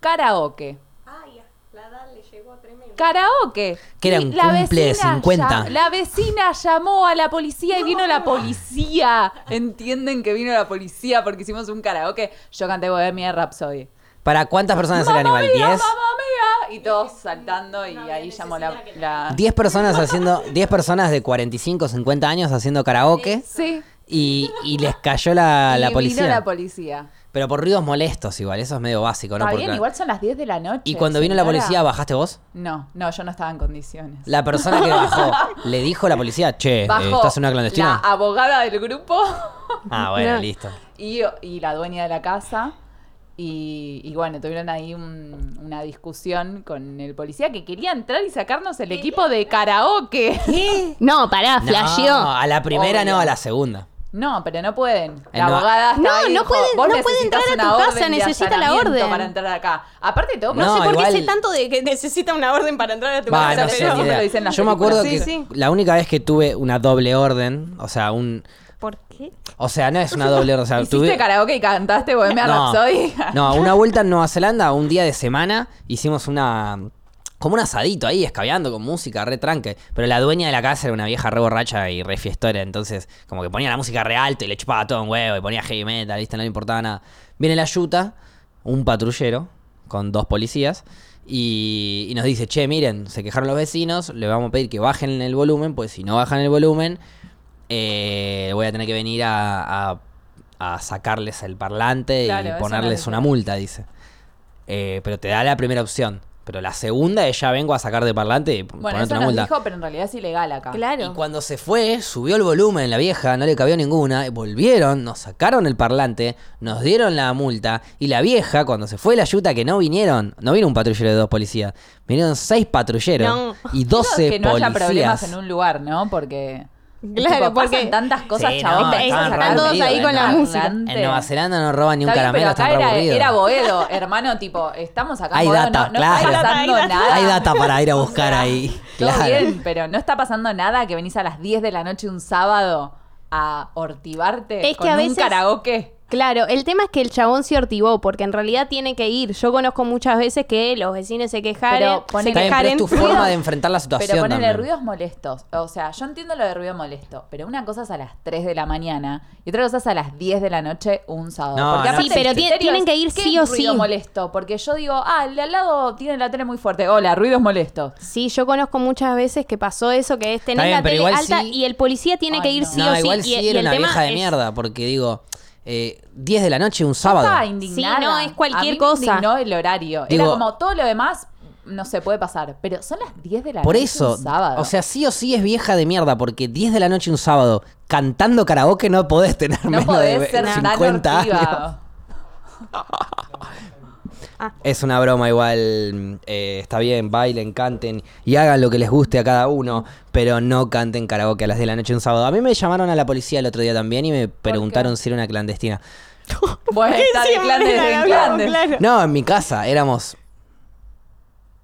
[SPEAKER 2] Karaoke.
[SPEAKER 5] Ay, Ah, la dale, llegó tremendo.
[SPEAKER 2] Karaoke.
[SPEAKER 1] Que era
[SPEAKER 2] Y
[SPEAKER 1] un
[SPEAKER 2] la
[SPEAKER 1] cumple de
[SPEAKER 2] vecina
[SPEAKER 1] 50.
[SPEAKER 2] llam- la vecina llamó a la policía y vino la policía. Entienden que vino la policía porque hicimos un karaoke. Yo canté Bohemia Rhapsody.
[SPEAKER 1] ¿Para cuántas personas
[SPEAKER 2] ¡Mamma
[SPEAKER 1] era Aníbal?
[SPEAKER 2] mía,
[SPEAKER 1] ¿10?
[SPEAKER 2] mamma mía! Y todos saltando y ahí llamó la... la-
[SPEAKER 1] 10 personas haciendo, 10 personas de 45, 50 años haciendo karaoke
[SPEAKER 2] Sí.
[SPEAKER 1] y, y les cayó la,
[SPEAKER 2] y
[SPEAKER 1] la policía.
[SPEAKER 2] vino la policía.
[SPEAKER 1] Pero por ruidos molestos igual, eso es medio básico, ¿no?
[SPEAKER 2] Está
[SPEAKER 1] Porque-
[SPEAKER 2] bien, igual son las 10 de la noche.
[SPEAKER 1] Y cuando vino la
[SPEAKER 2] señora.
[SPEAKER 1] policía, ¿bajaste vos?
[SPEAKER 2] No, no, yo no estaba en condiciones.
[SPEAKER 1] La persona que bajó le dijo a la policía, che, eh,
[SPEAKER 2] Bajó
[SPEAKER 1] ¿estás en una clandestina?
[SPEAKER 2] La abogada del grupo.
[SPEAKER 1] Ah, bueno,
[SPEAKER 3] No.
[SPEAKER 1] listo.
[SPEAKER 2] y, y la dueña de la casa. Y, y bueno, tuvieron ahí un- una discusión con el policía que quería entrar y sacarnos el equipo de karaoke.
[SPEAKER 3] No, pará,
[SPEAKER 1] No,
[SPEAKER 3] flasheó.
[SPEAKER 1] a la primera
[SPEAKER 2] Obvio.
[SPEAKER 1] no, a la segunda.
[SPEAKER 2] (laughs) No, pero no pueden. La
[SPEAKER 1] Eh, no.
[SPEAKER 2] abogada está
[SPEAKER 3] No,
[SPEAKER 2] ahí y
[SPEAKER 3] no
[SPEAKER 2] dijo,
[SPEAKER 3] pueden-
[SPEAKER 2] "Vos
[SPEAKER 3] no puede
[SPEAKER 2] necesitas
[SPEAKER 3] entrar a
[SPEAKER 2] una
[SPEAKER 3] tu casa,
[SPEAKER 2] orden de
[SPEAKER 3] necesita la
[SPEAKER 2] allanamiento
[SPEAKER 3] orden".
[SPEAKER 2] para entrar acá. Aparte de todo,
[SPEAKER 3] No,
[SPEAKER 1] No,
[SPEAKER 3] sé por qué
[SPEAKER 1] igual-
[SPEAKER 3] sé tanto de que necesita una orden para entrar a tu
[SPEAKER 1] Va,
[SPEAKER 3] casa.
[SPEAKER 1] no sé,
[SPEAKER 3] pero-
[SPEAKER 1] ni idea.
[SPEAKER 2] lo dicen las
[SPEAKER 1] Yo me acuerdo que
[SPEAKER 3] películas. Sí, sí.
[SPEAKER 1] la única vez que tuve una doble orden, o sea, un...
[SPEAKER 3] ¿Por qué?
[SPEAKER 1] O sea, no es una doble orden, o sea,
[SPEAKER 2] ¿Hiciste
[SPEAKER 1] tuve...
[SPEAKER 2] karaoke y cantaste Bohemia Rhapsody?
[SPEAKER 1] no, una vuelta en Nueva Zelanda, un día de semana, hicimos una. Como un asadito ahí, escabeando con música, re tranque. Pero la dueña de la casa era una vieja re borracha y re fiestora. Entonces, como que ponía la música re alto y le chupaba todo un huevo y ponía heavy metal, ¿viste? No le importaba nada. Viene la yuta, un patrullero con dos policías y, y nos dice: Che, miren, se quejaron los vecinos, le vamos a pedir que bajen el volumen, pues si no bajan el volumen, eh, voy a tener que venir a, a- a sacarles el parlante
[SPEAKER 2] Claro,
[SPEAKER 1] y
[SPEAKER 2] eso
[SPEAKER 1] ponerles
[SPEAKER 2] no
[SPEAKER 1] una
[SPEAKER 2] lo sé.
[SPEAKER 1] multa, dice. Eh, pero te da la primera opción. Pero la segunda es ya vengo a sacar de parlante y p-
[SPEAKER 2] (laughs) Bueno,
[SPEAKER 1] ponerte
[SPEAKER 2] eso
[SPEAKER 1] una
[SPEAKER 2] nos
[SPEAKER 1] multa.
[SPEAKER 2] dijo, pero en realidad es ilegal acá.
[SPEAKER 1] Y
[SPEAKER 3] Claro.
[SPEAKER 1] cuando se fue, subió el volumen la vieja, no le cabió ninguna, y volvieron, nos sacaron el parlante, nos dieron la multa, y la vieja, cuando se fue la yuta, que no vinieron, no vino un patrullero de dos policías, vinieron seis patrulleros
[SPEAKER 3] No.
[SPEAKER 1] y
[SPEAKER 2] Creo
[SPEAKER 1] 12
[SPEAKER 2] (laughs) que no
[SPEAKER 1] policías.
[SPEAKER 2] haya problemas en un lugar, ¿no? Porque.
[SPEAKER 3] Claro,
[SPEAKER 2] tipo, pasan
[SPEAKER 3] porque-
[SPEAKER 2] tantas cosas,
[SPEAKER 1] Sí, no,
[SPEAKER 2] chavos. que
[SPEAKER 1] estaban
[SPEAKER 2] sacan
[SPEAKER 1] re
[SPEAKER 2] el
[SPEAKER 3] todos
[SPEAKER 1] aburridos,
[SPEAKER 3] ahí con la
[SPEAKER 1] en-
[SPEAKER 3] música.
[SPEAKER 2] parlante.
[SPEAKER 1] En Nueva Zelanda no roban ni un
[SPEAKER 2] Está bien,
[SPEAKER 1] caramelo, están
[SPEAKER 2] pero
[SPEAKER 1] re
[SPEAKER 2] acá era,
[SPEAKER 1] aburridos.
[SPEAKER 2] era Boedo, hermano, tipo, estamos acá. en
[SPEAKER 1] Hay
[SPEAKER 2] Boedo,
[SPEAKER 1] data,
[SPEAKER 2] no, no
[SPEAKER 1] claro.
[SPEAKER 2] está pasando nada.
[SPEAKER 1] Hay data para ir a buscar ahí.
[SPEAKER 2] (laughs) Todo
[SPEAKER 1] Claro.
[SPEAKER 2] bien, pero no está pasando nada que venís a las 10 de la noche un sábado a ortivarte
[SPEAKER 3] Es que
[SPEAKER 2] con
[SPEAKER 3] a
[SPEAKER 2] un
[SPEAKER 3] veces-
[SPEAKER 2] karaoke.
[SPEAKER 3] Claro, el tema es que el chabón se hortivó, porque en realidad tiene que ir. Yo conozco muchas veces que los vecinos se quejaron,
[SPEAKER 2] Pero ponele-
[SPEAKER 3] se
[SPEAKER 2] Está
[SPEAKER 1] También, pero es
[SPEAKER 3] quejaron.
[SPEAKER 1] tu forma de enfrentar la situación.
[SPEAKER 2] Pero ponele
[SPEAKER 1] también.
[SPEAKER 2] ruidos molestos. O sea, yo entiendo lo de ruido molesto, pero una cosa es a las 3 de la mañana y otra cosa es a las 10 de la noche un sábado.
[SPEAKER 1] No,
[SPEAKER 2] Porque
[SPEAKER 1] no.
[SPEAKER 2] aparte
[SPEAKER 1] Sí, pero
[SPEAKER 2] el
[SPEAKER 3] ti-
[SPEAKER 2] criterio
[SPEAKER 3] tienen
[SPEAKER 2] es,
[SPEAKER 3] que ir
[SPEAKER 2] ¿qué
[SPEAKER 3] sí o
[SPEAKER 2] ruido
[SPEAKER 3] sí?
[SPEAKER 2] molesto? Porque yo digo, ah, el de al lado tiene la tele muy fuerte. Hola, ruidos molestos.
[SPEAKER 3] Sí, yo conozco muchas veces que pasó eso, que es tener
[SPEAKER 1] bien,
[SPEAKER 3] la
[SPEAKER 1] pero
[SPEAKER 3] tele
[SPEAKER 1] igual
[SPEAKER 3] alta
[SPEAKER 1] sí-
[SPEAKER 3] y el policía tiene
[SPEAKER 2] Ay,
[SPEAKER 3] que ir
[SPEAKER 2] no.
[SPEAKER 3] sí
[SPEAKER 1] no,
[SPEAKER 3] o sí.
[SPEAKER 1] igual
[SPEAKER 3] y, e-
[SPEAKER 1] sí
[SPEAKER 3] y
[SPEAKER 1] era
[SPEAKER 3] el
[SPEAKER 1] una
[SPEAKER 3] tema
[SPEAKER 1] vieja de
[SPEAKER 3] es- (laughs)
[SPEAKER 1] mierda, porque digo, eh, 10 de la noche, un sábado.
[SPEAKER 2] Estaba indignada.
[SPEAKER 3] Sí, no, es cualquier
[SPEAKER 2] A mí me
[SPEAKER 3] cosa.
[SPEAKER 2] indignó el horario.
[SPEAKER 1] Digo-
[SPEAKER 2] Era como todo lo demás no se puede pasar. Pero son las 10 de la
[SPEAKER 1] Por
[SPEAKER 2] noche.
[SPEAKER 1] eso,
[SPEAKER 2] un sábado.
[SPEAKER 1] o sea, sí o sí es vieja de mierda, porque 10 de la noche un sábado, cantando karaoke no podés tener
[SPEAKER 2] no
[SPEAKER 1] menos de
[SPEAKER 2] podés ser tan
[SPEAKER 1] 50 años. (laughs)
[SPEAKER 2] hortiva.
[SPEAKER 1] Es una broma igual, eh, está bien, bailen, canten y hagan lo que les guste a cada uno, pero no canten karaoke a las 10 de la noche un sábado. A mí me llamaron a la policía el otro día también y me preguntaron si era una clandestina.
[SPEAKER 2] Bueno, está de
[SPEAKER 3] Siempre
[SPEAKER 2] clandes
[SPEAKER 3] la
[SPEAKER 2] en
[SPEAKER 3] hablamos,
[SPEAKER 2] clandes.
[SPEAKER 3] claro.
[SPEAKER 1] No, en mi casa, éramos...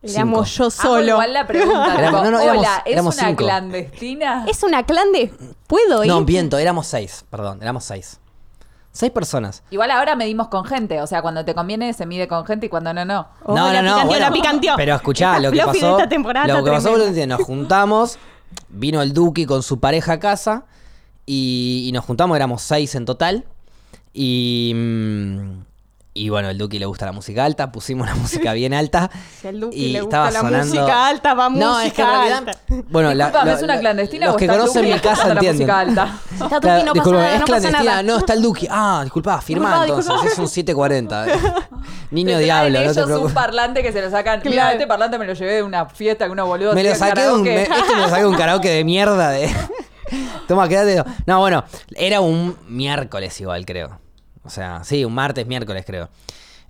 [SPEAKER 3] Éramos
[SPEAKER 1] cinco.
[SPEAKER 3] yo
[SPEAKER 2] Hago
[SPEAKER 3] solo.
[SPEAKER 2] igual la pregunta. tipo,
[SPEAKER 1] Éramos- no, no, éramos-
[SPEAKER 2] Hola, ¿es
[SPEAKER 1] éramos
[SPEAKER 2] una
[SPEAKER 1] cinco.
[SPEAKER 2] clandestina?
[SPEAKER 3] (laughs) Es una clande. ¿Puedo ir?
[SPEAKER 1] No, viento, éramos seis, perdón, éramos seis. Seis personas.
[SPEAKER 2] Igual ahora medimos con gente. O sea, cuando te conviene se mide con gente y cuando no, no.
[SPEAKER 3] Oh, la picanteó, la picanteó.
[SPEAKER 1] Pero escuchá,
[SPEAKER 3] Esta
[SPEAKER 1] lo que
[SPEAKER 3] Fluffy de
[SPEAKER 1] pasó.
[SPEAKER 3] esta temporada
[SPEAKER 1] lo
[SPEAKER 3] está
[SPEAKER 1] que pasó,
[SPEAKER 3] tremenda.
[SPEAKER 1] boludo, nos juntamos, vino el Duki con su pareja a casa y, y nos juntamos, éramos seis en total. Y. mm, Y bueno, el Duki le gusta la música alta, pusimos la música bien alta.
[SPEAKER 3] (laughs) Si al Duki
[SPEAKER 1] y
[SPEAKER 3] le gusta
[SPEAKER 1] estaba
[SPEAKER 3] la
[SPEAKER 1] sonando-
[SPEAKER 3] música alta, va
[SPEAKER 1] No, es que en
[SPEAKER 3] música
[SPEAKER 1] realidad.
[SPEAKER 3] alta.
[SPEAKER 1] Bueno, la-
[SPEAKER 2] Disculpame,
[SPEAKER 1] lo-
[SPEAKER 2] ¿es una
[SPEAKER 1] lo-
[SPEAKER 2] clandestina
[SPEAKER 1] Los
[SPEAKER 2] o
[SPEAKER 1] que
[SPEAKER 2] está
[SPEAKER 1] conocen
[SPEAKER 2] Duki
[SPEAKER 1] mi casa
[SPEAKER 2] escuchando la
[SPEAKER 1] entienden.
[SPEAKER 2] música alta?
[SPEAKER 1] (laughs)
[SPEAKER 3] Está Duki,
[SPEAKER 1] Claro,
[SPEAKER 3] no pasa
[SPEAKER 1] disculpa,
[SPEAKER 3] nada,
[SPEAKER 1] es
[SPEAKER 3] no pasa
[SPEAKER 1] clandestina,
[SPEAKER 3] nada.
[SPEAKER 1] no, está el Duki. Ah, disculpa, firmá
[SPEAKER 3] Disculpa,
[SPEAKER 1] entonces,
[SPEAKER 3] disculpa.
[SPEAKER 1] es un
[SPEAKER 3] (laughs)
[SPEAKER 1] 740. Niño
[SPEAKER 2] Te traen
[SPEAKER 1] diablo, no te
[SPEAKER 2] ellos
[SPEAKER 1] preocupes.
[SPEAKER 2] un parlante que se lo sacan. Mira,
[SPEAKER 3] Claro.
[SPEAKER 2] este parlante me lo llevé de una fiesta que unos boludos.
[SPEAKER 1] Me lo
[SPEAKER 2] hacían
[SPEAKER 1] saqué de un, me-
[SPEAKER 2] karaoke.
[SPEAKER 1] este me lo saqué de un karaoke de mierda de. (laughs) Toma, quédate. No, bueno, era un miércoles igual, creo. O sea, sí, un martes, miércoles, creo.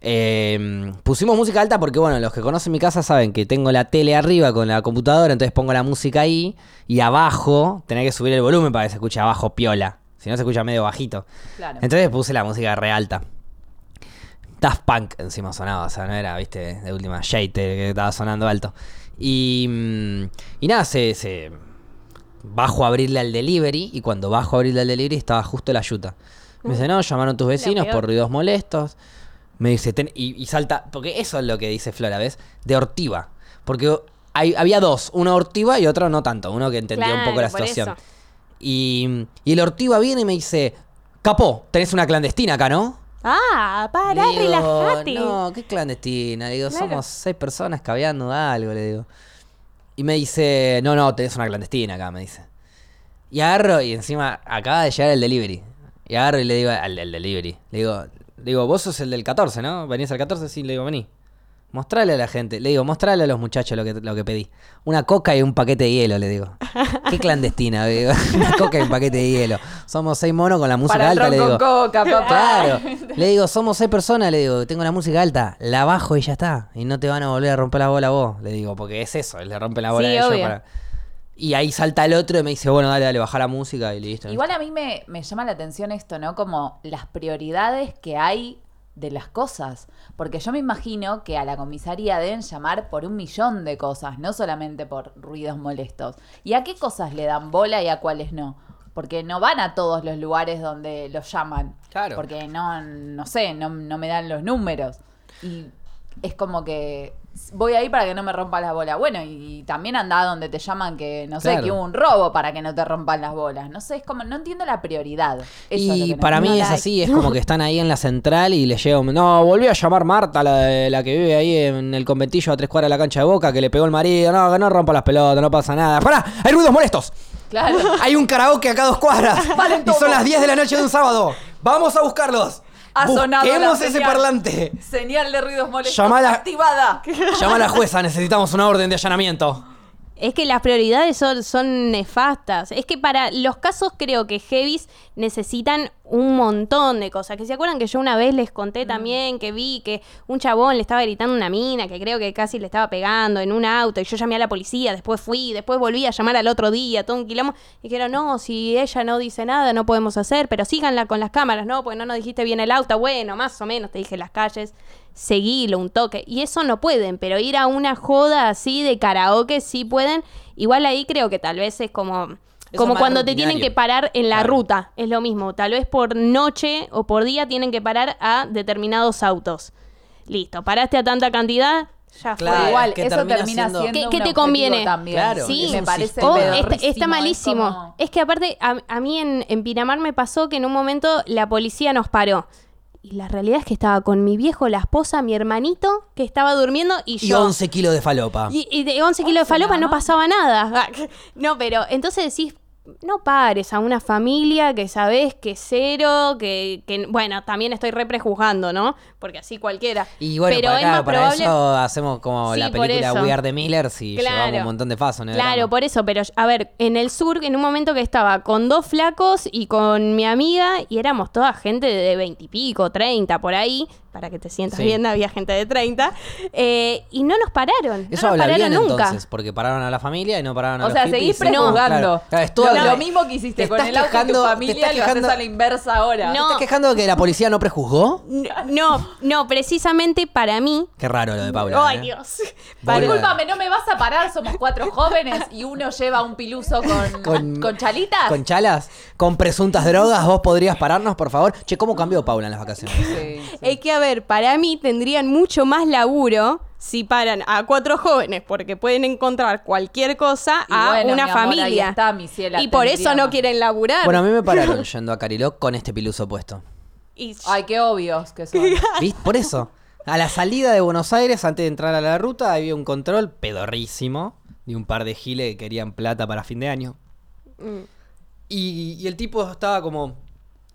[SPEAKER 1] Eh, pusimos música alta porque, bueno, los que conocen mi casa saben que tengo la tele arriba con la computadora, entonces pongo la música ahí y abajo tenés que subir el volumen para que se escuche abajo piola. Si no, se escucha medio bajito.
[SPEAKER 2] Claro.
[SPEAKER 1] Entonces puse la música re alta. Daft Punk encima sonaba, o sea, no era, viste, de última Shater que estaba sonando alto. Y, mm, y nada, se, se- bajo a abrirle al delivery y cuando bajo a abrirle al delivery estaba justo la yuta. Me dice, no, llamaron tus vecinos
[SPEAKER 3] peor.
[SPEAKER 1] por ruidos molestos. Me dice, "Ten-" y, y salta, porque eso es lo que dice Flora, ¿ves? De ortiva. Porque hay- había dos, uno ortiva y otro no tanto, uno que entendía un poco la
[SPEAKER 3] Claro, por
[SPEAKER 1] situación.
[SPEAKER 3] eso.
[SPEAKER 1] Y, y el Ortiva viene y me dice, Capó, tenés una clandestina acá, ¿no?
[SPEAKER 3] Ah, pará,
[SPEAKER 1] Le digo,
[SPEAKER 3] relájate.
[SPEAKER 1] No, qué clandestina. Le digo,
[SPEAKER 3] Claro.
[SPEAKER 1] somos seis personas caveando de algo, le digo. Y me dice, no, no, tenés una clandestina acá, me dice. Y agarro, y encima acaba de llegar el delivery. Y agarro y le digo al, al delivery. Le digo, le digo, vos sos el del 14, ¿no? ¿Venís al 14? Sí, le digo, vení. Mostrale a la gente, le digo, mostrale a los muchachos lo que, lo que pedí. Una coca y un paquete de hielo, le digo. Qué clandestina, le digo. (laughs) Una coca y un paquete de hielo. Somos seis monos con la música
[SPEAKER 2] Para el
[SPEAKER 1] alta, le
[SPEAKER 2] ron
[SPEAKER 1] digo.
[SPEAKER 2] con coca, (laughs) papá.
[SPEAKER 1] Ah, Claro. Le digo, somos seis personas, le digo, tengo la música alta, la bajo y ya está. Y no te van a volver a romper la bola a vos. Le digo, porque es eso, le rompen la bola a
[SPEAKER 3] Sí,
[SPEAKER 1] ellos
[SPEAKER 3] obvio.
[SPEAKER 1] para- Y ahí salta el otro y me dice, bueno, dale, dale, baja la música y listo.
[SPEAKER 2] Igual a mí me, me llama la atención esto, ¿no? Como las prioridades que hay de las cosas. Porque yo me imagino que a la comisaría deben llamar por un millón de cosas, no solamente por ruidos molestos. ¿Y a qué cosas le dan bola y a cuáles no? Porque no van a todos los lugares donde los llaman.
[SPEAKER 1] Claro.
[SPEAKER 2] Porque no, no sé, no, no me dan los números. Y es como que voy ahí para que no me rompa la bola. Bueno, y, también anda donde te llaman que, no sé,
[SPEAKER 1] Claro.
[SPEAKER 2] que hubo un robo para que no te rompan las bolas. No sé, es como, no entiendo la prioridad. Eso es lo
[SPEAKER 1] y
[SPEAKER 2] que no
[SPEAKER 1] para
[SPEAKER 2] entiendo.
[SPEAKER 1] mí
[SPEAKER 3] no
[SPEAKER 1] es
[SPEAKER 3] la hay.
[SPEAKER 1] así,
[SPEAKER 2] (laughs)
[SPEAKER 1] es como que están ahí en la central y le llega un... No, volví a llamar Marta, la, de- la que vive ahí en el conventillo a tres cuadras de la cancha de Boca, que le pegó el marido. No, que no rompa las pelotas, no pasa nada. ¡Pará! ¡Hay ruidos molestos!
[SPEAKER 2] Claro. (laughs)
[SPEAKER 1] Hay un karaoke acá a dos cuadras.
[SPEAKER 2] Paren
[SPEAKER 1] y
[SPEAKER 2] todo.
[SPEAKER 1] son las 10 de la noche de un sábado. Vamos a buscarlos.
[SPEAKER 2] Ha sonado la
[SPEAKER 1] Busquemos ese
[SPEAKER 2] señal.
[SPEAKER 1] parlante.
[SPEAKER 2] Señal de ruidos molestos
[SPEAKER 1] Llamala.
[SPEAKER 2] activada.
[SPEAKER 1] Llama a la jueza, necesitamos una orden de allanamiento.
[SPEAKER 3] Es que las prioridades son, son nefastas. Es que para los casos creo que heavies necesitan un montón de cosas. Que se acuerdan que yo una vez les conté también que vi que un chabón le estaba gritando a una mina, que creo que casi le estaba pegando en un auto, y yo llamé a la policía, después fui, después volví a llamar al otro día, todo un quilombo. Y dijeron, no, si ella no dice nada, no podemos hacer, pero síganla con las cámaras, no, pues no nos dijiste bien el auto, bueno, más o menos, te dije las calles seguilo un toque. Y eso no pueden, pero ir a una joda así de karaoke sí pueden. Igual ahí creo que tal vez es como
[SPEAKER 2] Eso
[SPEAKER 3] Como
[SPEAKER 2] es más
[SPEAKER 3] cuando te tienen
[SPEAKER 1] rutinario.
[SPEAKER 3] que parar en la
[SPEAKER 1] Claro.
[SPEAKER 3] ruta, es lo mismo. Tal vez por noche o por día tienen que parar a determinados autos. Listo, paraste a tanta cantidad, ya fue.
[SPEAKER 1] Claro,
[SPEAKER 2] Pero igual,
[SPEAKER 1] es que
[SPEAKER 2] eso
[SPEAKER 1] termina
[SPEAKER 2] termina,
[SPEAKER 1] siendo-
[SPEAKER 2] siendo.
[SPEAKER 3] ¿Qué-
[SPEAKER 2] un
[SPEAKER 3] qué te
[SPEAKER 2] objetivo
[SPEAKER 3] conviene?
[SPEAKER 2] También.
[SPEAKER 1] Claro,
[SPEAKER 2] sí,
[SPEAKER 1] es
[SPEAKER 2] me
[SPEAKER 1] un
[SPEAKER 2] parece
[SPEAKER 1] sistema.
[SPEAKER 3] Oh,
[SPEAKER 1] Pero
[SPEAKER 3] está,
[SPEAKER 2] pedorrísimo,
[SPEAKER 3] está malísimo.
[SPEAKER 2] Es
[SPEAKER 3] Es,
[SPEAKER 2] como-
[SPEAKER 3] que aparte, a, a mí en, en Pinamar me pasó que en un momento la policía nos paró. Y la realidad es que estaba con mi viejo, la esposa, mi hermanito, que estaba durmiendo y
[SPEAKER 1] Y
[SPEAKER 3] yo.
[SPEAKER 1] 11 kilos de falopa.
[SPEAKER 3] Y, y de 11 kilos de
[SPEAKER 2] 11
[SPEAKER 3] falopa
[SPEAKER 2] nada
[SPEAKER 3] no
[SPEAKER 2] más.
[SPEAKER 3] pasaba nada. (laughs) No, pero entonces decís, no pares a una familia que sabés que es cero, que, que- bueno, también estoy re prejuzgando, ¿no? Porque así cualquiera.
[SPEAKER 1] Y bueno,
[SPEAKER 3] pero
[SPEAKER 1] para,
[SPEAKER 3] es
[SPEAKER 1] claro,
[SPEAKER 3] más
[SPEAKER 1] para
[SPEAKER 3] probable...
[SPEAKER 1] eso hacemos como
[SPEAKER 3] Sí,
[SPEAKER 1] la
[SPEAKER 3] por
[SPEAKER 1] película
[SPEAKER 3] eso.
[SPEAKER 1] We Are the Millers y
[SPEAKER 3] Claro.
[SPEAKER 1] llevamos un montón de pasos. ¿no?
[SPEAKER 3] Claro,
[SPEAKER 1] Drama.
[SPEAKER 3] por eso, pero a ver, en el sur, en un momento que estaba con dos flacos y con mi amiga, y éramos toda gente de veintipico, treinta, por ahí, para que te sientas
[SPEAKER 1] Sí.
[SPEAKER 3] bien, había gente de treinta, eh, y no nos pararon,
[SPEAKER 1] Eso
[SPEAKER 3] no nos
[SPEAKER 1] habla
[SPEAKER 3] pararon
[SPEAKER 1] bien
[SPEAKER 3] nunca.
[SPEAKER 1] entonces, porque pararon a la familia y no pararon a
[SPEAKER 2] O
[SPEAKER 1] los
[SPEAKER 2] sea,
[SPEAKER 1] hippies.
[SPEAKER 2] seguís
[SPEAKER 1] y no,
[SPEAKER 2] prejuzgando.
[SPEAKER 1] claro. Claro, es todo
[SPEAKER 2] Lo,
[SPEAKER 1] al
[SPEAKER 2] lo
[SPEAKER 1] revés.
[SPEAKER 2] mismo que hiciste
[SPEAKER 1] Te
[SPEAKER 2] con
[SPEAKER 1] estás
[SPEAKER 2] el auto de tu
[SPEAKER 1] quejando- te
[SPEAKER 2] familia,
[SPEAKER 1] estás
[SPEAKER 2] lo haces
[SPEAKER 1] quejando-
[SPEAKER 2] a la inversa ahora.
[SPEAKER 1] ¿Te
[SPEAKER 3] No.
[SPEAKER 1] estás quejando de que la policía no prejuzgó?
[SPEAKER 3] No, no, precisamente para mí.
[SPEAKER 1] Qué raro lo de Paula.
[SPEAKER 3] ¡Ay,
[SPEAKER 1] ¿eh?
[SPEAKER 3] Dios!
[SPEAKER 1] Boluda.
[SPEAKER 2] Disculpame, no me vas a parar, somos cuatro jóvenes y uno lleva un piluso con,
[SPEAKER 1] Con-
[SPEAKER 2] con, chalitas.
[SPEAKER 1] ¿Con chalas? ¿Con presuntas drogas? ¿Vos podrías pararnos, por favor? Che, ¿cómo cambió Paula en las vacaciones?
[SPEAKER 2] Sí, sí.
[SPEAKER 3] (laughs) Es que, a ver, para mí tendrían mucho más laburo si paran a cuatro jóvenes, porque pueden encontrar cualquier cosa
[SPEAKER 2] Y
[SPEAKER 3] a
[SPEAKER 2] bueno,
[SPEAKER 3] Ah, una
[SPEAKER 2] mi amor, ahí
[SPEAKER 3] familia.
[SPEAKER 2] está, mi ciela,
[SPEAKER 3] y por eso
[SPEAKER 2] tendría
[SPEAKER 3] no
[SPEAKER 2] más.
[SPEAKER 3] quieren laburar.
[SPEAKER 1] Bueno, a mí me pararon yendo a Cariló con este piluso puesto.
[SPEAKER 3] Y-
[SPEAKER 2] Ay, qué obvios que
[SPEAKER 3] (laughs)
[SPEAKER 2] son.
[SPEAKER 1] ¿Viste? Por eso. A la salida de Buenos Aires, antes de entrar a la ruta, había un control pedorrísimo de un par de giles que querían plata para fin de año. Y, y el tipo estaba como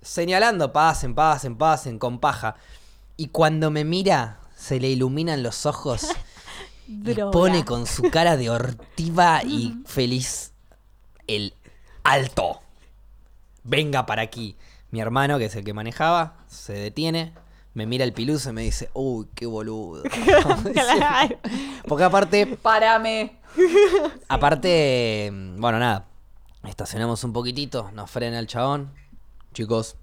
[SPEAKER 1] señalando, pasen, pasen, pasen, con paja. Y cuando me mira, se le iluminan los ojos y
[SPEAKER 3] Droga. (laughs)
[SPEAKER 1] pone con su cara de hortiva y feliz el alto. Venga para aquí. Mi hermano, que es el que manejaba, se detiene, me mira el piluso y me dice, uy, qué boludo.
[SPEAKER 3] (laughs)
[SPEAKER 1] (laughs)
[SPEAKER 3] Claro.
[SPEAKER 1] Porque aparte,
[SPEAKER 2] Párame.
[SPEAKER 1] aparte, mm, bueno, nada, estacionamos un poquitito, nos frena el chabón. Chicos,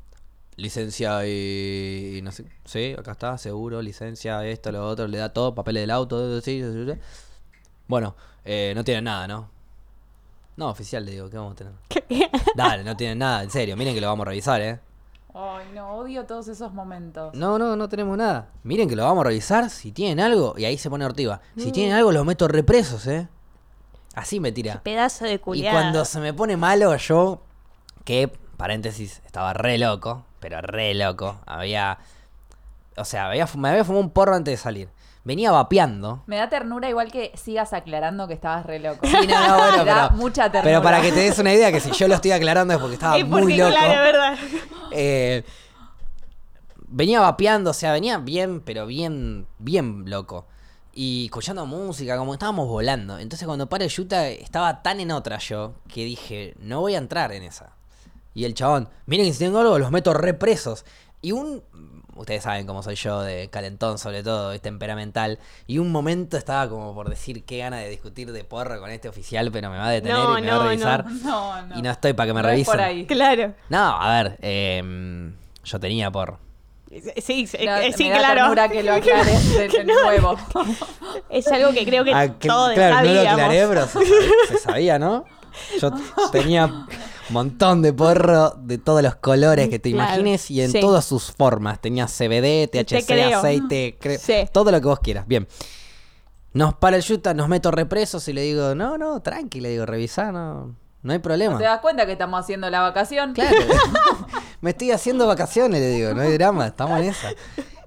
[SPEAKER 1] licencia y, y no sé, sí, acá está, seguro, licencia, esto, lo otro, le da todo, papeles del auto, todo, sí, sí, sí, sí. Bueno, eh, no tienen nada, ¿no? No, oficial, le digo, ¿qué vamos a tener? Dale, no tienen nada, en serio, miren que lo vamos a revisar, ¿eh?
[SPEAKER 2] Ay, no, odio todos esos momentos.
[SPEAKER 1] No, no, no tenemos nada. Miren que lo vamos a revisar. Si tienen algo, y ahí se pone Ortiva. Si tienen algo, los meto represos, ¿eh? Así me tira.
[SPEAKER 3] Pedazo de
[SPEAKER 1] Y
[SPEAKER 3] culiado.
[SPEAKER 1] cuando se me pone malo, yo, que, paréntesis, estaba re loco, pero re loco. Había. O sea, había, fu- me había fumado un porro antes de salir. Venía
[SPEAKER 2] (laughs)
[SPEAKER 1] vapeando.
[SPEAKER 2] Me da ternura igual que sigas aclarando que estabas re loco.
[SPEAKER 1] Sí, no, no, bueno,
[SPEAKER 2] Me (laughs) da
[SPEAKER 1] pero-
[SPEAKER 2] mucha ternura.
[SPEAKER 1] Pero para que te des una idea, que si yo lo estoy aclarando es porque
[SPEAKER 3] (laughs)
[SPEAKER 1] estaba
[SPEAKER 3] Es porque,
[SPEAKER 1] muy loco.
[SPEAKER 3] claro, es verdad.
[SPEAKER 1] Eh, venía vapeando, o sea, venía bien, pero bien, bien loco. Y escuchando música, como estábamos volando. Entonces cuando para Yuta estaba tan en otra yo que dije, no voy a entrar en esa. Y el chabón, miren que si tengo algo, los meto represos. Y un. Ustedes saben cómo soy yo, de calentón sobre todo, y temperamental. Y un momento estaba como por decir qué gana de discutir de porro con este oficial, pero me va a detener
[SPEAKER 3] No,
[SPEAKER 1] y me
[SPEAKER 3] no,
[SPEAKER 1] va
[SPEAKER 3] no.
[SPEAKER 1] a revisar.
[SPEAKER 2] (laughs) No, no.
[SPEAKER 1] Y no estoy para que me
[SPEAKER 2] No es
[SPEAKER 1] revisen.
[SPEAKER 2] por ahí.
[SPEAKER 3] Claro.
[SPEAKER 1] No, a ver, em, yo tenía por.
[SPEAKER 3] Sí, sí,
[SPEAKER 2] No,
[SPEAKER 3] eh, sí,
[SPEAKER 2] me da
[SPEAKER 3] claro.
[SPEAKER 2] ternura
[SPEAKER 3] (laughs)
[SPEAKER 2] que lo aclares de, de nuevo.
[SPEAKER 3] Es algo que creo que
[SPEAKER 1] Ah, que-
[SPEAKER 3] todos
[SPEAKER 1] claro, no lo
[SPEAKER 3] sabíamos.
[SPEAKER 1] aclaré, pero se sabía, se sabía, ¿no? Yo
[SPEAKER 3] (laughs)
[SPEAKER 1] tenía un montón de porro de todos los colores que te
[SPEAKER 3] Claro,
[SPEAKER 1] imagines y en
[SPEAKER 3] sí.
[SPEAKER 1] todas sus formas. Tenía CBD, THC,
[SPEAKER 3] creo.
[SPEAKER 1] aceite, cre-
[SPEAKER 3] Sí.
[SPEAKER 1] todo lo que vos quieras. Bien. Nos para el yuta, nos meto represos y le digo, no, no, tranqui, le digo, revisá, no, no hay problema.
[SPEAKER 2] ¿Te das cuenta que estamos haciendo la vacación?
[SPEAKER 1] Claro. (laughs) Me estoy haciendo vacaciones, le digo, no hay drama, estamos en esa.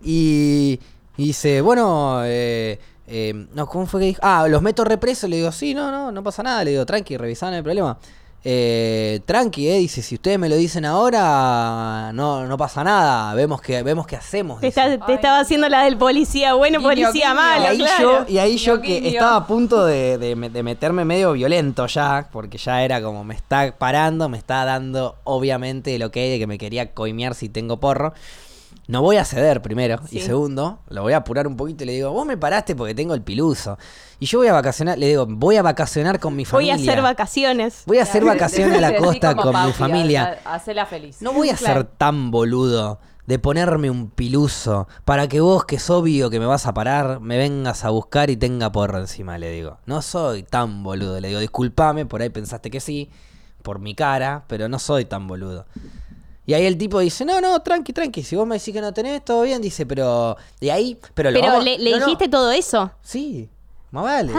[SPEAKER 1] Y, y dice, bueno, eh, eh, no, ¿cómo fue que dijo? Ah, los meto represos, le digo, sí, no, no, no pasa nada, le digo, tranqui, revisá, no hay problema. Eh, tranqui, eh, dice, si ustedes me lo dicen ahora, no, no pasa nada, vemos que, vemos qué hacemos.
[SPEAKER 3] Te,
[SPEAKER 1] dice.
[SPEAKER 3] está- te estaba haciendo la del policía bueno,
[SPEAKER 2] Guiño,
[SPEAKER 3] policía
[SPEAKER 2] guiño.
[SPEAKER 1] Y
[SPEAKER 3] malo,
[SPEAKER 1] ahí
[SPEAKER 3] claro.
[SPEAKER 1] yo, y ahí yo que
[SPEAKER 2] Guiño.
[SPEAKER 1] estaba a punto de, de me- de meterme medio violento ya, porque ya era como me está parando, me está dando obviamente lo que hay de que me quería coimear si tengo porro. No voy a ceder primero. Y
[SPEAKER 3] Sí.
[SPEAKER 1] segundo, lo voy a apurar un poquito y le digo, vos me paraste porque tengo el piluso. Y yo voy a vacacionar, le digo, voy a vacacionar con mi
[SPEAKER 3] Voy a
[SPEAKER 1] familia.
[SPEAKER 3] hacer vacaciones.
[SPEAKER 1] Voy a hacer vacaciones a
[SPEAKER 2] (laughs)
[SPEAKER 3] (laughs)
[SPEAKER 1] la
[SPEAKER 2] Sentí
[SPEAKER 1] costa
[SPEAKER 2] como
[SPEAKER 1] con mi
[SPEAKER 2] Pauti,
[SPEAKER 1] familia.
[SPEAKER 2] ha- Hacela feliz.
[SPEAKER 1] No voy a ser tan boludo de ponerme un piluso para que vos, que es obvio que me vas a parar, me vengas a buscar y tenga porro encima, le digo. No soy tan boludo, le digo, disculpame, por ahí pensaste que sí, por mi cara, pero no soy tan boludo. Y ahí el tipo dice, no, no, tranqui, tranqui, si vos me decís que no tenés, todo bien, dice, pero... Y ahí, pero... lo
[SPEAKER 3] Pero
[SPEAKER 1] vamos-
[SPEAKER 3] le, le
[SPEAKER 1] no, no.
[SPEAKER 3] dijiste todo eso. Ah,
[SPEAKER 1] Sí, más vale.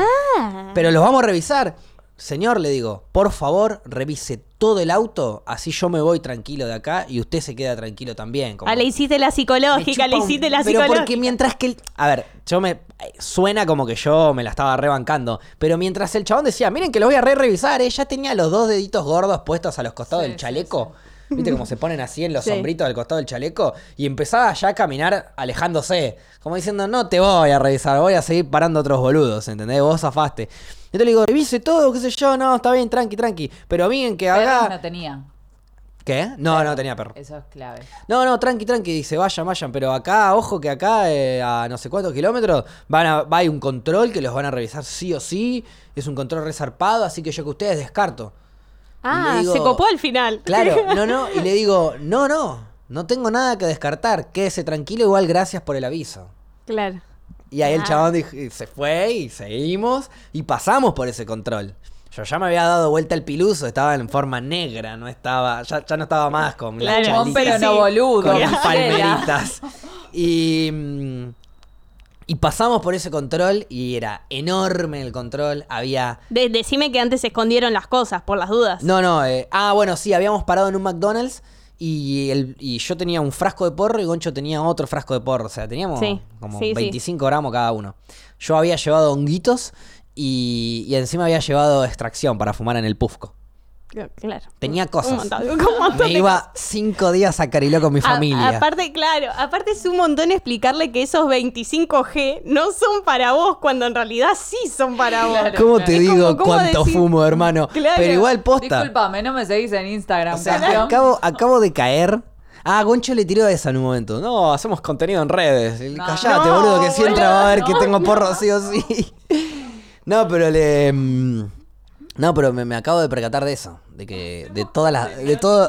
[SPEAKER 1] Pero los vamos a revisar. Señor, le digo, por favor, revise todo el auto, así yo me voy tranquilo de acá y usted se queda tranquilo también. como-
[SPEAKER 3] Ah, le hiciste la
[SPEAKER 1] Me
[SPEAKER 3] psicológica, le
[SPEAKER 1] chupa un-
[SPEAKER 3] hiciste la
[SPEAKER 1] Pero
[SPEAKER 3] psicológica.
[SPEAKER 1] porque mientras que el... A ver, yo me... Suena como que yo me la estaba rebancando, pero mientras el chabón decía, miren que lo voy a re-revisar, ¿eh? ya tenía los dos deditos gordos puestos a los costados
[SPEAKER 2] Sí,
[SPEAKER 1] del
[SPEAKER 2] sí,
[SPEAKER 1] chaleco. ¿Viste cómo se ponen así en los
[SPEAKER 3] Sí.
[SPEAKER 1] sombritos del costado del chaleco? Y empezaba ya a caminar alejándose, como diciendo, no te voy a revisar, voy a seguir parando otros boludos, ¿entendés? Vos zafaste. Entonces le digo, revise todo, qué sé yo, no, está bien, tranqui, tranqui. Pero miren que
[SPEAKER 2] Perros no
[SPEAKER 1] haga...
[SPEAKER 2] tenía.
[SPEAKER 1] ¿Qué? No, no tenía perro.
[SPEAKER 2] Eso es clave.
[SPEAKER 1] No, no, tranqui, tranqui, dice, vayan, vayan, pero acá, ojo que acá, eh, a no sé cuántos kilómetros, van a, va a ir un control que los van a revisar sí o sí, es un control resarpado, así que yo que ustedes descarto. Y
[SPEAKER 3] Ah,
[SPEAKER 1] le digo-
[SPEAKER 3] se copó al final.
[SPEAKER 1] Claro, no, no, y le digo, no, no, no tengo nada que descartar, quédese tranquilo, igual gracias por el aviso.
[SPEAKER 3] claro.
[SPEAKER 1] Y ahí el
[SPEAKER 3] Ah.
[SPEAKER 1] chabón dij- se fue y seguimos y pasamos por ese control. Yo ya me había dado vuelta el piluso, estaba en forma negra, no estaba, ya, ya no estaba más con la
[SPEAKER 3] Claro,
[SPEAKER 2] Chon,
[SPEAKER 1] chalita
[SPEAKER 2] pero
[SPEAKER 3] sí,
[SPEAKER 2] no
[SPEAKER 3] sí.
[SPEAKER 2] boludo.
[SPEAKER 1] con
[SPEAKER 2] Miguela.
[SPEAKER 1] las
[SPEAKER 3] (laughs)
[SPEAKER 1] palmeritas. Y, mm, y pasamos por ese control y era enorme el control. Había.
[SPEAKER 3] De- decime que antes se escondieron las cosas, por las dudas.
[SPEAKER 1] No, no. eh, ah, bueno, sí, habíamos parado en un McDonald's y, el, y yo tenía un frasco de porro y Goncho tenía otro frasco de porro. O sea, teníamos
[SPEAKER 3] Sí,
[SPEAKER 1] como
[SPEAKER 3] sí, sí.
[SPEAKER 1] 25 gramos cada uno. Yo había llevado honguitos y, y encima había llevado extracción para fumar en el Pufco.
[SPEAKER 3] Claro.
[SPEAKER 1] Tenía cosas.
[SPEAKER 3] Un montón, un montón
[SPEAKER 1] Me
[SPEAKER 3] de
[SPEAKER 1] iba cinco días a Cariló con mi
[SPEAKER 3] A-
[SPEAKER 1] familia.
[SPEAKER 3] aparte, claro, aparte es un montón explicarle que esos 25G no son para vos, cuando en realidad sí son para vos.
[SPEAKER 2] (laughs) Claro.
[SPEAKER 1] ¿Cómo te
[SPEAKER 3] Es
[SPEAKER 1] digo
[SPEAKER 3] como, ¿cómo
[SPEAKER 1] cuánto
[SPEAKER 3] decir?
[SPEAKER 1] fumo, hermano?
[SPEAKER 3] Claro.
[SPEAKER 1] Pero igual posta.
[SPEAKER 2] Disculpame, no me seguís en Instagram,
[SPEAKER 1] O sea,
[SPEAKER 2] campeón.
[SPEAKER 1] acabo, acabo de caer. Ah, Goncho le tiró esa en un momento. No, hacemos contenido en redes. El-
[SPEAKER 2] No.
[SPEAKER 1] Callate,
[SPEAKER 3] No,
[SPEAKER 1] boludo, que siempre
[SPEAKER 3] boludo,
[SPEAKER 1] va a ver que
[SPEAKER 3] no,
[SPEAKER 1] tengo porro sí o sí. No, pero le. mm, No, pero me, me acabo de percatar de eso. De que. De todas las. De todo.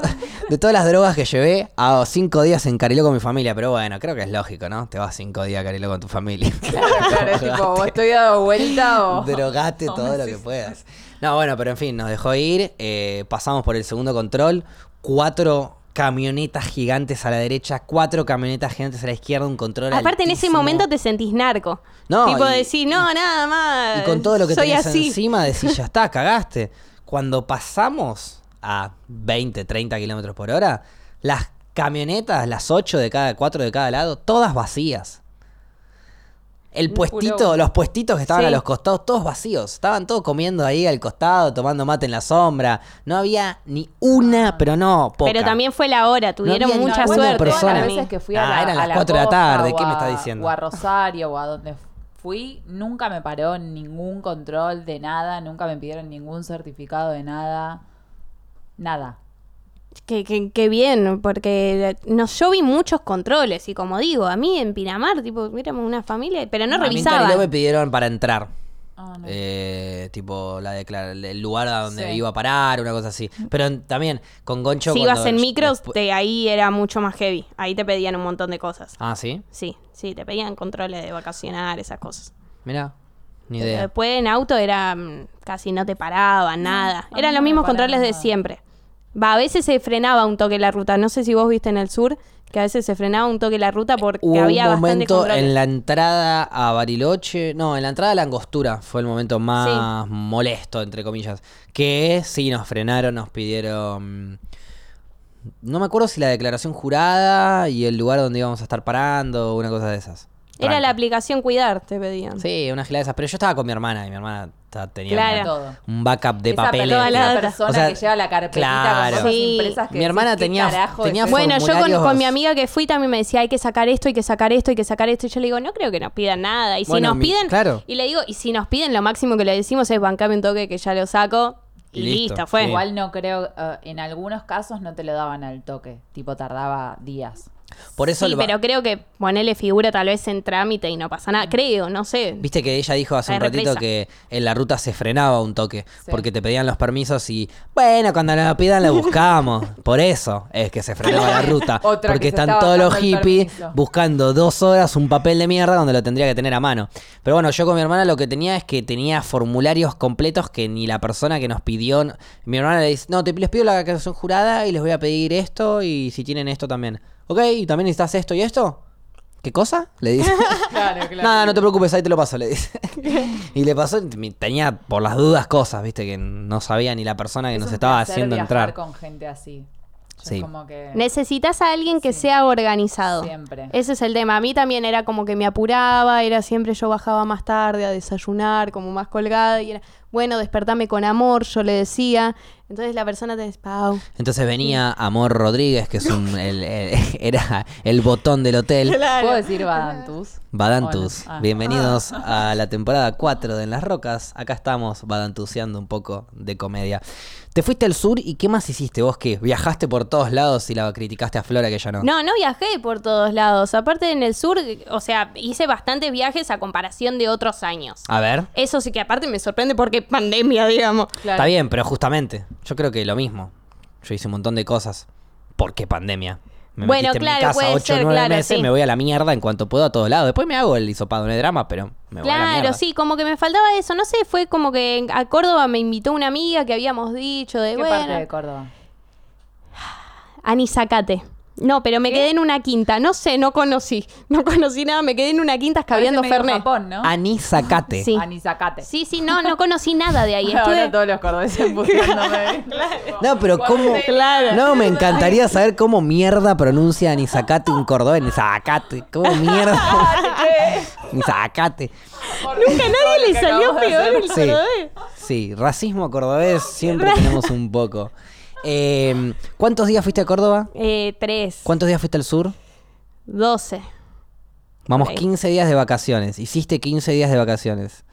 [SPEAKER 1] De todas las drogas que llevé a cinco días en Cariló con mi familia. Pero bueno, creo que es lógico, ¿no? Te vas cinco días a Cariló con tu familia.
[SPEAKER 2] Claro,
[SPEAKER 1] (laughs)
[SPEAKER 2] es tipo, o estoy dado vuelta o.
[SPEAKER 1] Drogate
[SPEAKER 2] o
[SPEAKER 1] todo
[SPEAKER 2] me
[SPEAKER 1] lo que
[SPEAKER 2] haces-
[SPEAKER 1] puedas. No, bueno, pero en fin, nos dejó ir. eh, pasamos por el segundo control. Cuatro camionetas gigantes a la derecha, cuatro camionetas gigantes a la izquierda, un control
[SPEAKER 3] Aparte, en ese
[SPEAKER 1] altísimo.
[SPEAKER 3] momento te sentís narco.
[SPEAKER 1] No,
[SPEAKER 3] tipo
[SPEAKER 1] y-
[SPEAKER 3] decir, no, nada más.
[SPEAKER 1] Y con todo lo que
[SPEAKER 3] Ah, soy
[SPEAKER 1] tenés
[SPEAKER 3] así.
[SPEAKER 1] encima decís, ya
[SPEAKER 3] (laughs)
[SPEAKER 1] está, cagaste. Cuando pasamos a 20, 30 kilómetros por hora, las camionetas, las ocho de cada, cuatro de cada lado, todas vacías. El
[SPEAKER 2] Un
[SPEAKER 1] puestito,
[SPEAKER 2] puro-
[SPEAKER 1] los puestitos que estaban a
[SPEAKER 3] Sí.
[SPEAKER 1] los costados, todos vacíos. Estaban todos comiendo ahí al costado, tomando mate en la sombra. No había ni una, pero no, poca.
[SPEAKER 3] Ah. Pero también fue la hora, tuvieron
[SPEAKER 1] había
[SPEAKER 3] mucha
[SPEAKER 1] ninguna
[SPEAKER 3] suerte.
[SPEAKER 1] persona.
[SPEAKER 3] para
[SPEAKER 2] Todas las
[SPEAKER 3] mí.
[SPEAKER 2] veces que fui
[SPEAKER 1] Ah,
[SPEAKER 2] a la,
[SPEAKER 1] eran
[SPEAKER 2] a
[SPEAKER 1] las cuatro de la
[SPEAKER 2] costa
[SPEAKER 1] tarde,
[SPEAKER 2] o
[SPEAKER 1] ¿qué me
[SPEAKER 2] a-
[SPEAKER 1] estás diciendo?
[SPEAKER 2] O a Rosario o a donde fui, nunca me paró ningún control de nada, nunca me pidieron ningún certificado de nada. Nada.
[SPEAKER 3] Que, que- que bien, porque no, yo vi muchos controles y como digo, a mí en Pinamar, tipo, éramos una familia, pero no
[SPEAKER 1] A mí en
[SPEAKER 3] revisaba.
[SPEAKER 1] Cariló me pidieron para entrar.
[SPEAKER 2] Ah, no.
[SPEAKER 1] Eh, tipo la declara- el lugar a donde
[SPEAKER 2] Sí.
[SPEAKER 1] iba a parar, una cosa así. Pero en- también con Goncho.
[SPEAKER 3] Mm. Si ibas
[SPEAKER 1] cuando-
[SPEAKER 3] en micros,
[SPEAKER 1] despu-
[SPEAKER 3] te- ahí era mucho más heavy. Ahí te pedían un montón de cosas.
[SPEAKER 1] Ah, sí.
[SPEAKER 3] Sí, sí, te pedían controles de vacacionar, esas cosas.
[SPEAKER 1] Mira, ni
[SPEAKER 3] Pero
[SPEAKER 1] idea.
[SPEAKER 3] Después en auto era mm, casi no te paraban,
[SPEAKER 2] a
[SPEAKER 3] nada.
[SPEAKER 2] mí
[SPEAKER 3] Eran
[SPEAKER 2] no
[SPEAKER 3] los
[SPEAKER 2] me
[SPEAKER 3] mismos
[SPEAKER 2] pararon
[SPEAKER 3] controles de
[SPEAKER 2] nada.
[SPEAKER 3] siempre. Va, a veces se frenaba un toque la ruta. No sé si vos viste en el sur que a veces se frenaba un toque la ruta porque
[SPEAKER 1] Hubo
[SPEAKER 3] había
[SPEAKER 1] un
[SPEAKER 3] bastante
[SPEAKER 1] momento
[SPEAKER 3] controles.
[SPEAKER 1] en la entrada a Bariloche, no, en la entrada a la Angostura fue el momento más molesto, entre comillas. Que sí, nos frenaron, nos pidieron. No me acuerdo si la declaración jurada y el lugar donde íbamos a estar parando, una cosa de esas.
[SPEAKER 3] Era la
[SPEAKER 1] Tranca.
[SPEAKER 3] aplicación Cuidar, te pedían.
[SPEAKER 1] Sí, una gilada de esas. Pero yo estaba con mi hermana y mi hermana ta- tenía
[SPEAKER 3] Claro.
[SPEAKER 1] una-
[SPEAKER 2] Todo.
[SPEAKER 1] un backup de
[SPEAKER 2] Esa
[SPEAKER 1] papeles.
[SPEAKER 2] persona,
[SPEAKER 1] digamos.
[SPEAKER 2] esa persona
[SPEAKER 1] O sea,
[SPEAKER 2] que lleva la carpetita
[SPEAKER 1] claro.
[SPEAKER 2] con cosas
[SPEAKER 3] Sí.
[SPEAKER 2] impresas que
[SPEAKER 1] Mi hermana
[SPEAKER 2] decís, ¿qué
[SPEAKER 1] tenía-
[SPEAKER 2] carajo
[SPEAKER 1] tenía
[SPEAKER 2] es esto?
[SPEAKER 3] Bueno, yo con,
[SPEAKER 1] formularios-
[SPEAKER 3] con mi amiga que fui también me decía, hay que sacar esto, hay que sacar esto, hay que sacar esto. Y yo le digo, no creo que nos pidan nada. Y si
[SPEAKER 1] Bueno,
[SPEAKER 3] nos
[SPEAKER 1] mi-
[SPEAKER 3] piden,
[SPEAKER 1] claro.
[SPEAKER 3] y le digo, y si nos piden, lo máximo que le decimos es bancame un toque que ya lo saco. Y,
[SPEAKER 1] Y listo,
[SPEAKER 3] listo, fue.
[SPEAKER 1] sí.
[SPEAKER 3] (laughs)
[SPEAKER 2] Igual no creo, eh, en algunos casos no te lo daban al toque, tipo tardaba días.
[SPEAKER 1] Por eso
[SPEAKER 3] sí,
[SPEAKER 1] el ba-
[SPEAKER 3] pero creo que ponerle figura tal vez en trámite y no pasa nada. Creo, no sé.
[SPEAKER 1] Viste que ella dijo hace
[SPEAKER 3] Hay
[SPEAKER 1] un ratito
[SPEAKER 3] represa.
[SPEAKER 1] que en la ruta se frenaba un toque,
[SPEAKER 2] Sí.
[SPEAKER 1] porque te pedían los permisos y, bueno, cuando nos lo pidan lo
[SPEAKER 2] (laughs)
[SPEAKER 1] buscamos. Por eso es que se frenaba la ruta.
[SPEAKER 2] Otra que
[SPEAKER 1] porque
[SPEAKER 2] se
[SPEAKER 1] están
[SPEAKER 2] estaba
[SPEAKER 1] todos los
[SPEAKER 2] dando el
[SPEAKER 1] hippies
[SPEAKER 2] permiso.
[SPEAKER 1] buscando dos horas un papel de mierda donde lo tendría que tener a mano. Pero bueno, yo con mi hermana lo que tenía es que tenía formularios completos que ni la persona que nos pidió... Mi hermana le dice, no, te, les pido la declaración jurada y les voy a pedir esto y si tienen esto también. Ok, ¿y también necesitas esto y esto? ¿Qué cosa? Le dice.
[SPEAKER 2] Claro, claro.
[SPEAKER 1] Nada, no te preocupes, ahí te lo paso, le dice. (laughs) y le pasó, y tenía por las dudas cosas, viste, que no sabía ni la persona que
[SPEAKER 2] Es
[SPEAKER 1] nos
[SPEAKER 2] un
[SPEAKER 1] estaba
[SPEAKER 2] placer
[SPEAKER 1] haciendo
[SPEAKER 2] viajar
[SPEAKER 1] entrar.
[SPEAKER 2] con gente así. Yo
[SPEAKER 1] Sí.
[SPEAKER 2] Es como que.
[SPEAKER 3] Necesitas a alguien que sea organizado.
[SPEAKER 2] Siempre.
[SPEAKER 3] Ese es el tema. A mí también era como que me apuraba, era siempre yo bajaba más tarde a desayunar, como más colgada, y era, bueno, despertame con amor, yo le decía. Entonces la persona te dice, Pau.
[SPEAKER 1] Entonces venía Amor Rodríguez, que es
[SPEAKER 2] (laughs)
[SPEAKER 1] un, el- el- era el botón del hotel.
[SPEAKER 2] ¿Puedo decir Badantus?
[SPEAKER 1] Badantus,
[SPEAKER 2] Hola. Ah.
[SPEAKER 1] bienvenidos a la temporada 4 de En las Rocas. Acá estamos badantuseando un poco de comedia. Te fuiste al sur y ¿qué más hiciste vos que viajaste por todos lados y la criticaste a Flora que ya no?
[SPEAKER 3] No, no viajé por todos lados. Aparte en el sur, o sea, hice bastantes viajes a comparación de otros años.
[SPEAKER 1] A ver.
[SPEAKER 3] Eso sí que aparte me sorprende porque pandemia, digamos.
[SPEAKER 1] (laughs)
[SPEAKER 2] Claro.
[SPEAKER 1] Está bien, pero justamente, yo creo que lo mismo. Yo hice un montón de cosas. Porque pandemia. Me
[SPEAKER 3] Bueno,
[SPEAKER 1] metiste
[SPEAKER 3] claro,
[SPEAKER 1] en mi casa
[SPEAKER 3] puede
[SPEAKER 1] 8
[SPEAKER 3] ser,
[SPEAKER 1] 9
[SPEAKER 3] claro,
[SPEAKER 1] meses,
[SPEAKER 3] sí.
[SPEAKER 1] me voy a la mierda en cuanto puedo a todos lados. Después me hago el hisopado, no hay drama, pero me voy a la
[SPEAKER 3] Claro,
[SPEAKER 1] mierda.
[SPEAKER 3] sí, como que me faltaba eso. No sé, fue como que en- a Córdoba me invitó una amiga que habíamos dicho de
[SPEAKER 2] ¿Qué
[SPEAKER 3] bueno.
[SPEAKER 2] parte de Córdoba?
[SPEAKER 3] Anizacate. No, pero me quedé en una quinta. No sé, no conocí. (laughs) No conocí nada, me quedé en una quinta escabeando
[SPEAKER 2] Parece medio
[SPEAKER 3] Fernet. Ah,
[SPEAKER 2] Japón, ¿no?
[SPEAKER 1] Anisacate.
[SPEAKER 3] Sí.
[SPEAKER 2] Anisacate.
[SPEAKER 3] Sí, sí, no, no conocí nada de ahí.
[SPEAKER 2] (laughs) Ahora
[SPEAKER 3] Estuve-
[SPEAKER 2] todos los
[SPEAKER 3] (laughs)
[SPEAKER 2] cordobeses buscándome.
[SPEAKER 1] No, pero cómo.
[SPEAKER 3] Claro.
[SPEAKER 1] No, me encantaría saber cómo mierda pronuncia Anisacate un cordobés. Anisacate,
[SPEAKER 3] (laughs)
[SPEAKER 1] cómo mierda. Anisacate.
[SPEAKER 3] Nunca a nadie le
[SPEAKER 2] que
[SPEAKER 3] salió
[SPEAKER 2] acabas de
[SPEAKER 3] peor
[SPEAKER 2] hacer.
[SPEAKER 3] el cordobés.
[SPEAKER 1] Sí, racismo cordobés siempre tenemos un poco. Eh, ¿Cuántos días fuiste a Córdoba?
[SPEAKER 3] Eh, tres.
[SPEAKER 1] ¿Cuántos días fuiste al sur?
[SPEAKER 3] Doce.
[SPEAKER 1] Vamos,
[SPEAKER 3] Ok.
[SPEAKER 1] 15 días de vacaciones. Hiciste 15 días de vacaciones.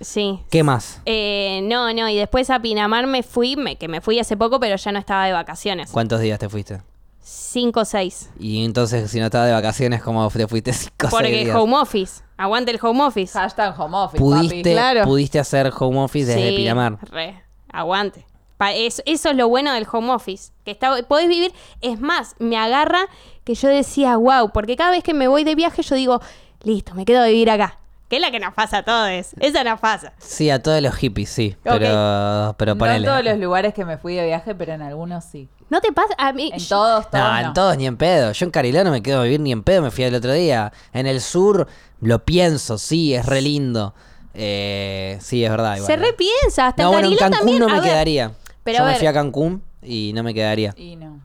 [SPEAKER 3] Sí.
[SPEAKER 1] ¿Qué más?
[SPEAKER 3] Eh, no, no, y después a Pinamar me fui, me- que me fui hace poco, pero ya no estaba de vacaciones.
[SPEAKER 1] ¿Cuántos días te fuiste?
[SPEAKER 3] Cinco o seis.
[SPEAKER 1] Y entonces, si no estabas de vacaciones, ¿cómo te fuiste (laughs) 5
[SPEAKER 3] Porque
[SPEAKER 1] días?
[SPEAKER 3] home office. Aguante el home office.
[SPEAKER 2] Hashtag home office,
[SPEAKER 1] ¿Pudiste,
[SPEAKER 2] papi.
[SPEAKER 3] Claro.
[SPEAKER 1] pudiste hacer home office desde
[SPEAKER 3] Sí,
[SPEAKER 1] Pinamar.
[SPEAKER 3] re. aguante. Pa- es- eso es lo bueno del home office. Que está, podés vivir. Es más, me agarra que yo decía, wow, porque cada vez que me voy de viaje yo digo, listo, me quedo a vivir acá. Que es la que nos pasa a todos. Esa nos pasa.
[SPEAKER 1] Sí, a todos los hippies, sí.
[SPEAKER 3] Ok.
[SPEAKER 1] Pero, pero
[SPEAKER 2] No en
[SPEAKER 1] ponele.
[SPEAKER 2] todos los lugares que me fui de viaje, pero en algunos sí.
[SPEAKER 3] ¿No te pasa? A mí,
[SPEAKER 2] En
[SPEAKER 3] yo-
[SPEAKER 2] todos, todos.
[SPEAKER 1] No, en todos ni en pedo. Yo en Cariló no me quedo a vivir ni en pedo, me fui el otro día. En el sur lo pienso, sí, es re lindo. Eh, sí, es verdad. igual.
[SPEAKER 3] se repiensa. Hasta
[SPEAKER 1] No,
[SPEAKER 3] en
[SPEAKER 1] bueno, en
[SPEAKER 3] Cariló
[SPEAKER 1] Cancún
[SPEAKER 3] también.
[SPEAKER 1] no
[SPEAKER 3] A
[SPEAKER 1] me
[SPEAKER 3] ver,
[SPEAKER 1] quedaría.
[SPEAKER 3] pero
[SPEAKER 1] Yo
[SPEAKER 3] a
[SPEAKER 1] me
[SPEAKER 3] ver.
[SPEAKER 1] fui a Cancún y no me quedaría.
[SPEAKER 2] Y no.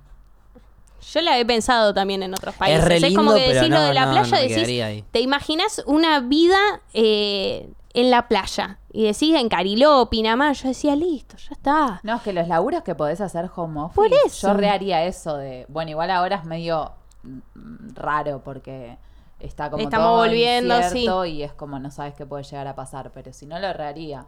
[SPEAKER 3] Yo la he pensado también en otros países.
[SPEAKER 1] re lindo,
[SPEAKER 3] como que
[SPEAKER 1] pero
[SPEAKER 3] decís
[SPEAKER 1] no,
[SPEAKER 3] lo de la
[SPEAKER 1] no,
[SPEAKER 3] playa,
[SPEAKER 1] no me
[SPEAKER 3] decís,
[SPEAKER 1] quedaría ahí.
[SPEAKER 3] te imaginas una vida eh, en la playa. Y decís en Cariló, Pinamar, yo decía, listo, ya está.
[SPEAKER 2] No, es que los laburos que podés hacer home office.
[SPEAKER 3] Por eso.
[SPEAKER 2] Yo reharía eso de. Bueno, igual ahora es medio mm, raro porque está como.
[SPEAKER 3] Estamos
[SPEAKER 2] todo
[SPEAKER 3] volviendo, sí.
[SPEAKER 2] incierto Y es como no sabes qué puede llegar a pasar, pero si no lo reharía.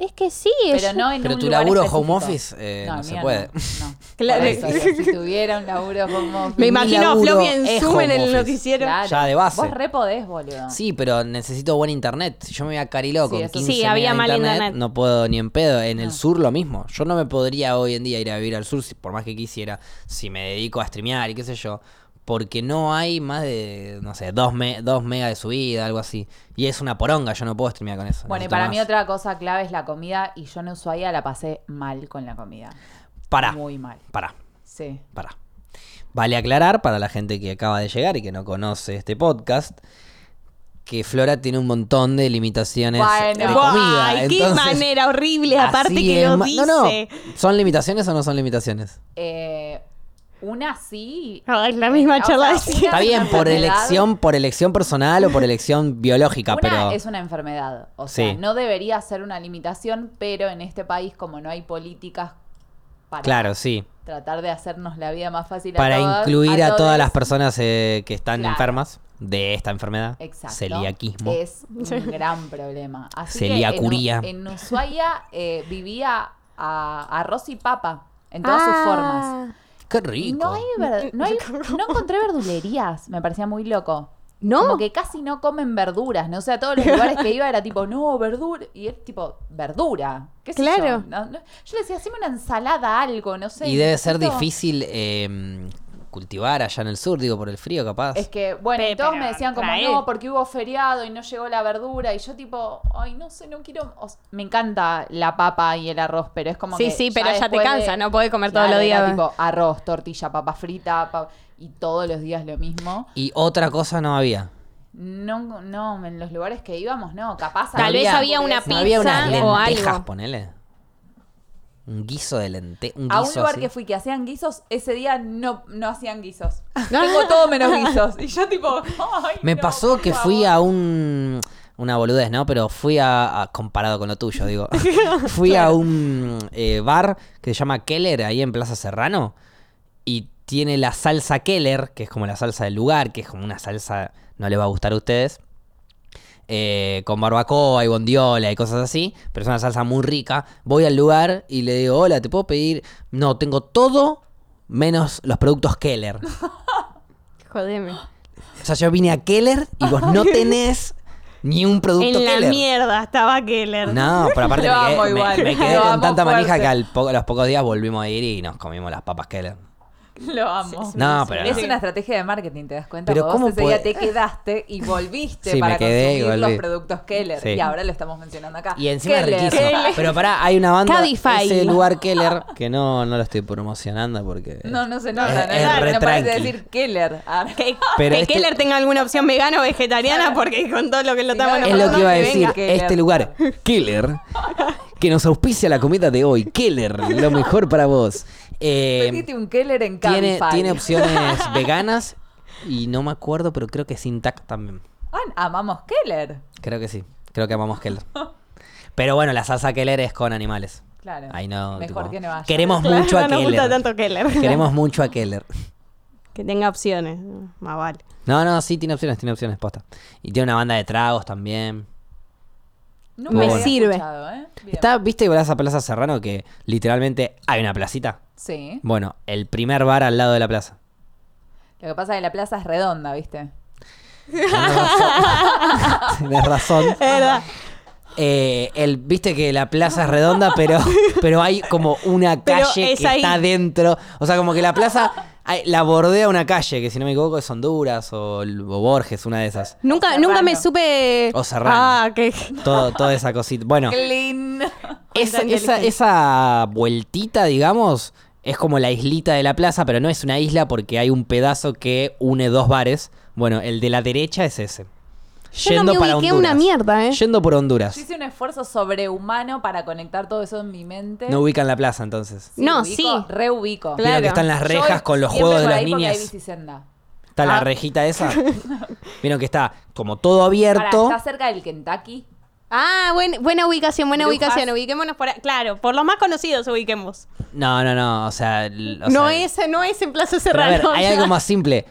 [SPEAKER 3] Es que sí,
[SPEAKER 2] Pero
[SPEAKER 3] yo-
[SPEAKER 2] no en
[SPEAKER 1] Pero
[SPEAKER 2] un
[SPEAKER 1] tu
[SPEAKER 2] lugar
[SPEAKER 1] laburo
[SPEAKER 2] específico.
[SPEAKER 1] home office, eh, no
[SPEAKER 2] el
[SPEAKER 1] se
[SPEAKER 2] mío
[SPEAKER 1] puede.
[SPEAKER 2] no.
[SPEAKER 1] (laughs)
[SPEAKER 3] Claro.
[SPEAKER 2] Por eso, pero si tuviera un laburo home office.
[SPEAKER 3] Me
[SPEAKER 1] Mi
[SPEAKER 3] imagino a
[SPEAKER 1] laburo
[SPEAKER 3] Floppy en
[SPEAKER 1] es
[SPEAKER 3] Zoom
[SPEAKER 1] home
[SPEAKER 3] en el
[SPEAKER 1] office.
[SPEAKER 3] noticiero.
[SPEAKER 2] Claro.
[SPEAKER 1] Ya de base.
[SPEAKER 2] Vos re podés, boludo.
[SPEAKER 1] Sí, pero necesito buen internet. Si yo me voy a Cariló
[SPEAKER 2] Sí,
[SPEAKER 1] con
[SPEAKER 2] eso sí.
[SPEAKER 1] 15
[SPEAKER 3] Sí, había
[SPEAKER 1] megas de
[SPEAKER 3] mal
[SPEAKER 1] internet,
[SPEAKER 3] internet.
[SPEAKER 1] no puedo ni en pedo. En
[SPEAKER 2] Ah.
[SPEAKER 1] el sur lo mismo. Yo no me podría hoy en día ir a vivir al sur, si- por más que quisiera, si me dedico a streamear y qué sé yo. Porque no hay más de, no sé, 2 me, dos megas de subida, algo así. Y es una poronga, yo no puedo streamear con eso.
[SPEAKER 2] Bueno, y
[SPEAKER 1] necesito
[SPEAKER 2] para
[SPEAKER 1] más.
[SPEAKER 2] mí otra cosa clave es la comida. Y yo en Ushuaia la pasé mal con la comida.
[SPEAKER 1] Pará,
[SPEAKER 2] Muy mal.
[SPEAKER 1] pará,
[SPEAKER 2] Sí.
[SPEAKER 1] pará. Vale aclarar para la gente que acaba de llegar y que no conoce este podcast. Que Flora tiene un montón de limitaciones de
[SPEAKER 2] Bueno.
[SPEAKER 1] comida.
[SPEAKER 3] Ay, qué
[SPEAKER 1] Entonces-
[SPEAKER 3] manera horrible, aparte
[SPEAKER 1] Así
[SPEAKER 3] que
[SPEAKER 1] es,
[SPEAKER 3] lo
[SPEAKER 1] ma-
[SPEAKER 3] dice.
[SPEAKER 1] No, no. ¿Son limitaciones o no son limitaciones?
[SPEAKER 2] Eh, una sí.
[SPEAKER 3] Ay, la misma
[SPEAKER 2] Ah, O sea,
[SPEAKER 3] charla de
[SPEAKER 2] una
[SPEAKER 3] siempre.
[SPEAKER 1] Está
[SPEAKER 2] es
[SPEAKER 1] bien,
[SPEAKER 2] una
[SPEAKER 1] por
[SPEAKER 2] enfermedad,
[SPEAKER 1] elección, por elección personal o por
[SPEAKER 2] (laughs)
[SPEAKER 1] elección biológica,
[SPEAKER 2] Una
[SPEAKER 1] pero.
[SPEAKER 2] es una enfermedad. O
[SPEAKER 1] Sí.
[SPEAKER 2] sea, no debería ser una limitación, pero en este país, como no hay políticas para
[SPEAKER 1] Claro, sí.
[SPEAKER 2] tratar de hacernos la vida más fácil a
[SPEAKER 1] Para
[SPEAKER 2] todas,
[SPEAKER 1] incluir a, todas
[SPEAKER 2] todes,
[SPEAKER 1] las personas eh, que están
[SPEAKER 2] Claro.
[SPEAKER 1] enfermas de esta enfermedad.
[SPEAKER 2] Exacto. Eh,
[SPEAKER 1] Celiaquismo.
[SPEAKER 2] Es un gran problema. Así que en-
[SPEAKER 1] Celiacuría.
[SPEAKER 2] en, Ushuaia eh, vivía a arroz y papa en todas sus
[SPEAKER 3] Ah.
[SPEAKER 2] formas.
[SPEAKER 1] Qué rico.
[SPEAKER 2] No hay
[SPEAKER 6] Mm,
[SPEAKER 2] ver- no, hay- no encontré verdulerías, me parecía muy loco.
[SPEAKER 3] No,
[SPEAKER 2] Como que casi no comen verduras, ¿no? O sea, todos los lugares
[SPEAKER 3] (laughs)
[SPEAKER 2] que iba era tipo, no, verdura. Y es tipo, verdura. ¿Qué sé
[SPEAKER 3] Claro.
[SPEAKER 2] yo? No, no. Yo le decía, haceme una ensalada, algo, no sé.
[SPEAKER 1] y debe ser
[SPEAKER 2] Esto-
[SPEAKER 1] difícil eh, cultivar allá en el sur, digo, por el frío capaz.
[SPEAKER 2] Es que, bueno,
[SPEAKER 6] Pe-
[SPEAKER 2] y todos
[SPEAKER 6] pero
[SPEAKER 2] me decían como,
[SPEAKER 6] trae.
[SPEAKER 2] no, porque hubo feriado y no llegó la verdura. Y yo tipo, ay, no sé, no quiero... o s- me encanta la papa y el arroz, pero es como
[SPEAKER 3] Sí,
[SPEAKER 2] que
[SPEAKER 3] sí, pero ya te
[SPEAKER 2] después
[SPEAKER 3] cansa, no podés comer todos
[SPEAKER 2] Claro,
[SPEAKER 3] los
[SPEAKER 2] era
[SPEAKER 3] días.
[SPEAKER 2] tipo arroz, tortilla, papa frita, pa- y todos los días lo mismo.
[SPEAKER 1] Y otra cosa no había.
[SPEAKER 2] No, no, en los lugares que íbamos, no, capaz.
[SPEAKER 3] Tal vez había una
[SPEAKER 1] No había unas
[SPEAKER 3] Pizza o
[SPEAKER 1] lentejas,
[SPEAKER 3] algo.
[SPEAKER 1] ponele. Un guiso de lentejas. Un
[SPEAKER 2] A un
[SPEAKER 1] guiso
[SPEAKER 2] lugar
[SPEAKER 1] así.
[SPEAKER 2] que fui que hacían guisos, ese día no, no hacían
[SPEAKER 3] (laughs)
[SPEAKER 2] guisos.
[SPEAKER 3] Ah.
[SPEAKER 2] Tengo todo menos guisos. Y yo tipo, ay,
[SPEAKER 1] Me
[SPEAKER 2] no,
[SPEAKER 1] pasó
[SPEAKER 2] por
[SPEAKER 1] que
[SPEAKER 2] favor.
[SPEAKER 1] fui a un. Una boludez, ¿no? Pero fui a. a- comparado con lo tuyo,
[SPEAKER 2] (laughs)
[SPEAKER 1] digo. fui a un eh, bar que se llama Keller, ahí en Plaza Serrano. Y tiene la salsa Keller, que es como la salsa del lugar, que es como una salsa. No les va a gustar a ustedes. eh, con barbacoa y bondiola y cosas así, pero es una salsa muy rica. Voy al lugar y le digo, hola, ¿te puedo pedir? No, tengo todo menos los productos Keller.
[SPEAKER 3] Jodeme.
[SPEAKER 1] O sea, yo vine a Keller y vos no tenés ni un (gasps) producto
[SPEAKER 3] En la
[SPEAKER 1] Keller.
[SPEAKER 3] mierda estaba Keller.
[SPEAKER 1] No, pero aparte
[SPEAKER 2] Lo
[SPEAKER 1] me
[SPEAKER 2] amo
[SPEAKER 1] quedé, me-
[SPEAKER 2] igual.
[SPEAKER 1] me
[SPEAKER 2] (laughs)
[SPEAKER 1] quedé
[SPEAKER 2] Lo
[SPEAKER 1] con
[SPEAKER 2] amo
[SPEAKER 1] tanta manija
[SPEAKER 2] fuerte.
[SPEAKER 1] que al po- a los pocos días volvimos a ir y nos comimos las papas Keller.
[SPEAKER 2] Lo amo.
[SPEAKER 1] No, pero
[SPEAKER 2] Es
[SPEAKER 1] no.
[SPEAKER 2] una estrategia de marketing, te das cuenta.
[SPEAKER 1] Pero
[SPEAKER 2] Pero
[SPEAKER 1] ¿cómo
[SPEAKER 2] vos ese día
[SPEAKER 1] puede-
[SPEAKER 2] te quedaste y volviste
[SPEAKER 1] Sí, me
[SPEAKER 2] para
[SPEAKER 1] quedé y
[SPEAKER 2] consumir los
[SPEAKER 1] volví.
[SPEAKER 2] productos Keller.
[SPEAKER 1] Sí.
[SPEAKER 2] Y ahora lo estamos mencionando acá.
[SPEAKER 1] Y encima
[SPEAKER 2] Keller.
[SPEAKER 1] es riquísimo. Pero pará, hay una banda
[SPEAKER 3] Cabify.
[SPEAKER 1] ese lugar Keller que no, no lo estoy promocionando porque
[SPEAKER 2] No, no se nota,
[SPEAKER 1] Es-
[SPEAKER 2] no,
[SPEAKER 1] es
[SPEAKER 2] nada,
[SPEAKER 1] re
[SPEAKER 2] no parece
[SPEAKER 1] tranqui.
[SPEAKER 2] decir Keller. Ah,
[SPEAKER 3] Que,
[SPEAKER 1] Pero
[SPEAKER 3] que
[SPEAKER 1] este-
[SPEAKER 3] Keller tenga alguna opción vegana o vegetariana, porque con todo lo que lo
[SPEAKER 2] Sí,
[SPEAKER 3] estamos
[SPEAKER 2] no,
[SPEAKER 1] es lo que iba a decir.
[SPEAKER 2] venga, Keller.
[SPEAKER 1] Este lugar Keller que nos auspicia la comida de hoy. Keller, lo mejor para vos. Eh,
[SPEAKER 2] Metiste un Keller en
[SPEAKER 1] tiene,
[SPEAKER 2] Cabify.
[SPEAKER 1] tiene opciones
[SPEAKER 2] (laughs)
[SPEAKER 1] veganas y no me acuerdo, pero creo que sin tac también.
[SPEAKER 2] Ah, amamos Keller.
[SPEAKER 1] Creo que sí. Creo que amamos Keller. Pero bueno, la salsa Keller es con animales.
[SPEAKER 2] Claro.
[SPEAKER 1] Ahí no.
[SPEAKER 2] Mejor
[SPEAKER 1] tipo,
[SPEAKER 2] que no haya.
[SPEAKER 1] Queremos
[SPEAKER 3] Claro,
[SPEAKER 1] mucho a
[SPEAKER 3] no nos gusta
[SPEAKER 1] Keller.
[SPEAKER 3] tanto Keller.
[SPEAKER 1] Queremos mucho a Keller.
[SPEAKER 3] (laughs) Que tenga opciones. Más vale.
[SPEAKER 1] No, no, sí, tiene opciones, tiene opciones, posta. Y tiene una banda de tragos también.
[SPEAKER 2] Nunca
[SPEAKER 1] Me
[SPEAKER 2] lo había
[SPEAKER 3] sirve.
[SPEAKER 2] escuchado, ¿eh? Bien.
[SPEAKER 1] Está, ¿viste que vas a Plaza Serrano que literalmente hay una placita?
[SPEAKER 2] Sí.
[SPEAKER 1] Bueno, el primer bar al lado de la plaza.
[SPEAKER 2] Lo que pasa es que la plaza es redonda, ¿viste?
[SPEAKER 1] Tenés razón. (laughs) Tenés razón.
[SPEAKER 3] verdad.
[SPEAKER 1] Eh, el, Viste que la plaza es redonda, pero, pero hay como una
[SPEAKER 3] Pero
[SPEAKER 1] calle
[SPEAKER 3] es
[SPEAKER 1] que
[SPEAKER 3] ahí.
[SPEAKER 1] está dentro. O sea, como que la plaza hay- la bordea una calle, que si no me equivoco es Honduras o, el- o Borges, una de esas.
[SPEAKER 3] Nunca,
[SPEAKER 2] Serrano.
[SPEAKER 3] nunca me supe.
[SPEAKER 1] O Serrano.
[SPEAKER 3] Ah, que.
[SPEAKER 1] Todo, toda esa cosita. Bueno,
[SPEAKER 2] Clean.
[SPEAKER 1] esa, esa, esa vueltita, digamos, es como la islita de la plaza, pero no es una isla porque hay un pedazo que une dos bares. Bueno, el de la derecha es ese.
[SPEAKER 3] Yo no me ubiqué una mierda, ¿eh?
[SPEAKER 1] Yendo por Honduras.
[SPEAKER 2] (laughs) Yo hice un esfuerzo sobrehumano para conectar todo eso en mi mente.
[SPEAKER 1] No ubican la plaza entonces.
[SPEAKER 3] No,
[SPEAKER 2] ubico,
[SPEAKER 3] sí.
[SPEAKER 2] Reubico.
[SPEAKER 3] Claro.
[SPEAKER 1] Vieron que están las
[SPEAKER 2] Yo
[SPEAKER 1] rejas con los
[SPEAKER 2] siempre
[SPEAKER 1] juegos de
[SPEAKER 2] por
[SPEAKER 1] las
[SPEAKER 2] ahí porque hay
[SPEAKER 1] niñas.
[SPEAKER 2] bicisenda.
[SPEAKER 1] Está la
[SPEAKER 3] Ah.
[SPEAKER 1] rejita
[SPEAKER 3] (laughs)
[SPEAKER 1] esa. Vieron que está como todo
[SPEAKER 2] Pará,
[SPEAKER 1] abierto.
[SPEAKER 2] está cerca del Kentucky.
[SPEAKER 3] Ah, buen- buena ubicación, buena
[SPEAKER 2] Brujas.
[SPEAKER 3] ubicación. Ubiquémonos por. Claro, por los más conocidos ubiquemos.
[SPEAKER 1] No, no, no. O sea. l- o
[SPEAKER 3] no,
[SPEAKER 1] sea,
[SPEAKER 3] es, no es en Plaza
[SPEAKER 1] pero
[SPEAKER 3] Serrano.
[SPEAKER 1] a ver, hay
[SPEAKER 3] ya.
[SPEAKER 1] algo más simple.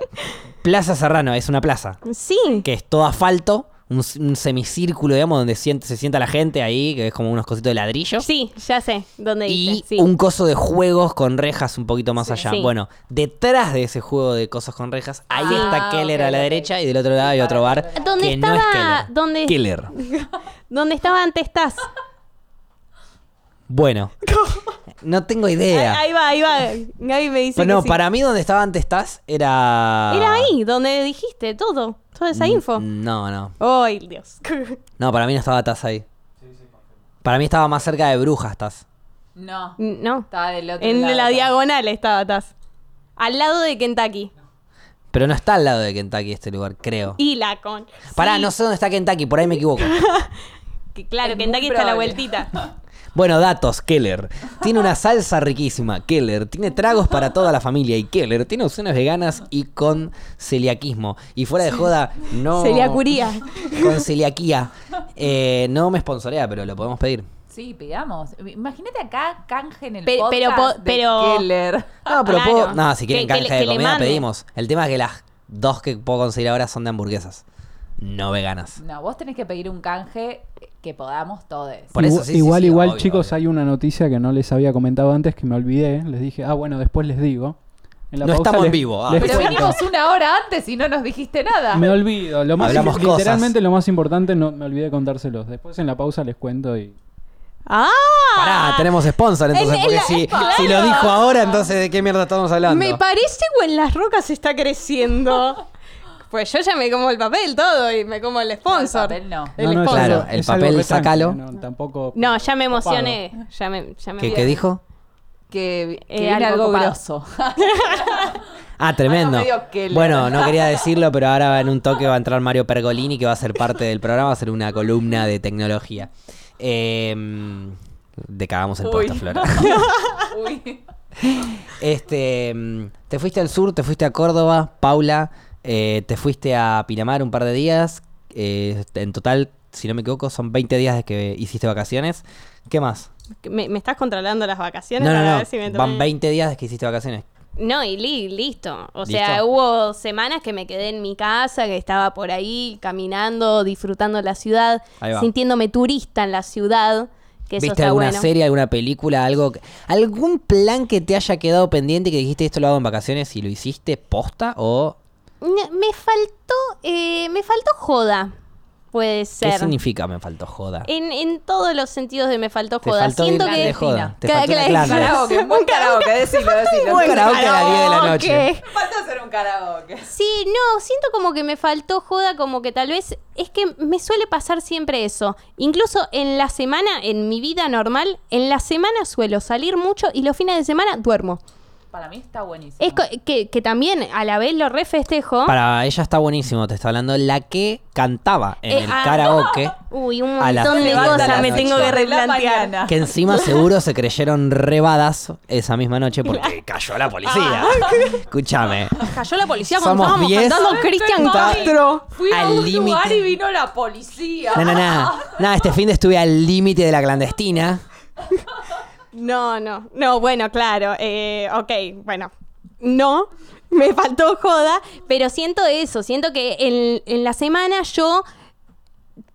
[SPEAKER 1] Plaza Serrano es una plaza
[SPEAKER 3] Sí.
[SPEAKER 1] que es todo asfalto, un, s- un semicírculo, digamos, donde sient- se sienta la gente ahí, que es como unos cositos de ladrillo.
[SPEAKER 3] Sí, ya sé dónde
[SPEAKER 1] Y
[SPEAKER 3] dice. sí.
[SPEAKER 1] un coso de juegos con rejas un poquito más allá.
[SPEAKER 3] Sí.
[SPEAKER 1] Bueno, detrás de ese juego de cosas con rejas, ahí
[SPEAKER 2] Ah,
[SPEAKER 1] está
[SPEAKER 2] ok,
[SPEAKER 1] Keller a la
[SPEAKER 2] ok.
[SPEAKER 1] derecha y del otro lado hay
[SPEAKER 2] para
[SPEAKER 1] otro
[SPEAKER 2] el
[SPEAKER 1] bar.
[SPEAKER 2] otro lado.
[SPEAKER 3] ¿Dónde
[SPEAKER 1] que no es
[SPEAKER 3] estaba-
[SPEAKER 1] Keller.
[SPEAKER 3] dónde-
[SPEAKER 1] Keller.
[SPEAKER 3] ¿Dónde estaba antes estás? (laughs)
[SPEAKER 1] Bueno. No tengo
[SPEAKER 3] Ahí,
[SPEAKER 1] idea.
[SPEAKER 3] ahí va, ahí va. Gaby me dice.
[SPEAKER 1] Pero no,
[SPEAKER 3] que sí.
[SPEAKER 1] para mí donde estaba antes estás era...
[SPEAKER 3] Era ahí donde dijiste todo, toda esa
[SPEAKER 1] Mm,
[SPEAKER 3] info.
[SPEAKER 1] No, no.
[SPEAKER 3] Ay, Dios. (laughs)
[SPEAKER 1] No, para mí no estaba Taz ahí. Para mí estaba más cerca de Brujas Taz.
[SPEAKER 2] No.
[SPEAKER 3] No.
[SPEAKER 2] Estaba del otro
[SPEAKER 3] En
[SPEAKER 2] lado.
[SPEAKER 3] la diagonal estaba Taz. Al lado de Kentucky.
[SPEAKER 1] Pero no está al lado de Kentucky este lugar, creo.
[SPEAKER 3] Y la con.
[SPEAKER 1] Pará,
[SPEAKER 3] Sí,
[SPEAKER 1] no sé dónde está Kentucky, por ahí me
[SPEAKER 3] (laughs)
[SPEAKER 1] equivoco.
[SPEAKER 3] que claro,
[SPEAKER 2] Es
[SPEAKER 3] Kentucky
[SPEAKER 2] muy
[SPEAKER 3] está a la
[SPEAKER 2] probable.
[SPEAKER 3] vueltita.
[SPEAKER 1] Bueno, datos, Keller. Tiene una salsa riquísima, Keller. Tiene tragos para toda la familia y Keller. Tiene opciones veganas y con celiaquismo. Y fuera de joda, (laughs) no...
[SPEAKER 3] Celiacuría.
[SPEAKER 1] Con celiaquía. Eh, no me sponsorea, pero lo podemos pedir.
[SPEAKER 2] Sí, pidamos. Imagínate acá canje en el
[SPEAKER 3] Pe- pero
[SPEAKER 2] podcast
[SPEAKER 3] po-
[SPEAKER 2] de
[SPEAKER 3] pero-
[SPEAKER 2] Keller. (laughs)
[SPEAKER 1] No, pero
[SPEAKER 3] Claro.
[SPEAKER 1] puedo. No, si quieren
[SPEAKER 3] Que- que
[SPEAKER 1] canje
[SPEAKER 3] le-
[SPEAKER 1] de
[SPEAKER 3] que le
[SPEAKER 1] comida,
[SPEAKER 3] mande.
[SPEAKER 1] pedimos. El tema es que las dos que puedo conseguir ahora son de hamburguesas. No veganas.
[SPEAKER 2] No, vos tenés que pedir un canje que podamos todos.
[SPEAKER 1] Por eso
[SPEAKER 4] Igual-
[SPEAKER 1] sí, sí,
[SPEAKER 4] igual,
[SPEAKER 1] sí,
[SPEAKER 4] igual,
[SPEAKER 1] obvio,
[SPEAKER 4] chicos,
[SPEAKER 1] obvio.
[SPEAKER 4] hay una noticia que no les había comentado antes que me olvidé. Les dije, ah, bueno, después les digo. En la
[SPEAKER 1] No
[SPEAKER 4] pausa
[SPEAKER 1] estamos
[SPEAKER 4] les-
[SPEAKER 1] en vivo, ah.
[SPEAKER 4] les
[SPEAKER 2] Pero
[SPEAKER 4] cuento.
[SPEAKER 2] vinimos una hora antes y no nos dijiste nada.
[SPEAKER 4] Me olvido. Lo más
[SPEAKER 1] Hablamos cosas.
[SPEAKER 4] literalmente lo más importante no me olvidé de contárselos. Después en la pausa les cuento y.
[SPEAKER 3] ¡Ah!
[SPEAKER 1] Pará, tenemos sponsor entonces,
[SPEAKER 3] En-
[SPEAKER 1] porque
[SPEAKER 3] en la-
[SPEAKER 1] si,
[SPEAKER 3] claro.
[SPEAKER 1] si lo dijo ahora, entonces de qué mierda estamos hablando.
[SPEAKER 3] Me parece que en las rocas
[SPEAKER 1] (laughs)
[SPEAKER 3] está creciendo. pues yo ya me como el papel todo y me como el sponsor.
[SPEAKER 2] No, el papel no.
[SPEAKER 3] El
[SPEAKER 4] No, no, es
[SPEAKER 3] sponsor.
[SPEAKER 1] Claro,
[SPEAKER 4] algo-
[SPEAKER 1] el
[SPEAKER 4] es algo
[SPEAKER 1] papel,
[SPEAKER 4] re tranqui,
[SPEAKER 1] sácalo.
[SPEAKER 4] No, tampoco.
[SPEAKER 3] No, ya me
[SPEAKER 4] copado.
[SPEAKER 3] emocioné. Ya me, ya me
[SPEAKER 1] ¿Qué, qué dijo?
[SPEAKER 2] Que, que
[SPEAKER 3] Eh,
[SPEAKER 2] viene
[SPEAKER 3] algo
[SPEAKER 2] algo
[SPEAKER 3] copado.
[SPEAKER 2] grosso.
[SPEAKER 1] Ah, tremendo.
[SPEAKER 2] Algo medio que le-
[SPEAKER 1] Bueno, no quería decirlo, pero ahora en un toque va a entrar Mario Pergolini, que va a ser parte del programa, va a ser una columna de tecnología. Eh, decagamos el puesto, Flora.
[SPEAKER 2] (laughs) (laughs) Uy.
[SPEAKER 1] Este, mm, te fuiste al sur, te fuiste a Córdoba, Paula, eh, te fuiste a Pinamar un par de días. eh, en total, si no me equivoco, son 20 días de que hiciste vacaciones. ¿Qué más?
[SPEAKER 3] ¿Me, me estás controlando las vacaciones
[SPEAKER 1] No, no,
[SPEAKER 3] para
[SPEAKER 1] no.
[SPEAKER 3] ver si me tomé-
[SPEAKER 2] eh.
[SPEAKER 1] Van 20 días de que hiciste vacaciones.
[SPEAKER 3] No, y li- listo. O sea,
[SPEAKER 1] ¿Listo?
[SPEAKER 3] hubo semanas que me quedé en mi casa, que estaba por ahí caminando, disfrutando la ciudad,
[SPEAKER 1] Ahí va.
[SPEAKER 3] sintiéndome turista en la ciudad. Que eso
[SPEAKER 1] ¿Viste
[SPEAKER 3] está
[SPEAKER 1] alguna
[SPEAKER 3] bueno.
[SPEAKER 1] serie, alguna película, algo, que- algún plan que te haya quedado pendiente y que dijiste esto lo hago en vacaciones y lo hiciste posta o
[SPEAKER 3] No, Me faltó, eh, me faltó joda. Puede ser.
[SPEAKER 1] qué significa me faltó joda?
[SPEAKER 3] En, en todos los sentidos de me faltó
[SPEAKER 1] Te
[SPEAKER 3] joda.
[SPEAKER 1] faltó
[SPEAKER 3] Siento
[SPEAKER 1] ir
[SPEAKER 3] que.
[SPEAKER 1] de joda, te
[SPEAKER 3] Cada-
[SPEAKER 1] faltó
[SPEAKER 3] cada-
[SPEAKER 1] una glándula.
[SPEAKER 2] Karaoke, un buen karaoke, decilo, decilo.
[SPEAKER 1] Buen
[SPEAKER 3] Ah,
[SPEAKER 1] karaoke a las 10 de la
[SPEAKER 3] karaoke.
[SPEAKER 1] noche.
[SPEAKER 2] Falta hacer un karaoke.
[SPEAKER 3] Sí, no, siento como que me faltó joda, como que tal vez es que me suele pasar siempre eso. Incluso en la semana, en mi vida normal, en la semana suelo salir mucho y los fines de semana duermo.
[SPEAKER 2] Para mí está buenísimo.
[SPEAKER 3] Es co- que, que también a la vez lo refestejo.
[SPEAKER 1] Para ella está buenísimo, te está hablando la que cantaba en
[SPEAKER 3] Eh,
[SPEAKER 1] el
[SPEAKER 3] ah.
[SPEAKER 1] karaoke.
[SPEAKER 3] (laughs) Uy, un
[SPEAKER 1] A las
[SPEAKER 3] montón de
[SPEAKER 1] seis de la
[SPEAKER 3] cosas me
[SPEAKER 1] noche.
[SPEAKER 3] tengo que replantear.
[SPEAKER 2] mañana.
[SPEAKER 1] Que
[SPEAKER 3] (laughs)
[SPEAKER 1] encima seguro se creyeron rebadas esa misma noche porque cayó la policía.
[SPEAKER 2] Ah.
[SPEAKER 1] Escúchame.
[SPEAKER 3] Cayó la policía cuando
[SPEAKER 1] Somos
[SPEAKER 3] estábamos
[SPEAKER 1] diez.
[SPEAKER 3] cantando Cristian
[SPEAKER 2] Mami,
[SPEAKER 3] Castro.
[SPEAKER 2] Fui a
[SPEAKER 1] al
[SPEAKER 2] un lugar
[SPEAKER 1] límite.
[SPEAKER 2] y vino la policía.
[SPEAKER 1] No, no,
[SPEAKER 3] (laughs)
[SPEAKER 1] no. No, este fin de estuve al límite de la clandestina.
[SPEAKER 3] No, no, no, bueno, claro, eh, ok, bueno, no, (laughs) me faltó joda, pero siento eso, siento que en, en la semana yo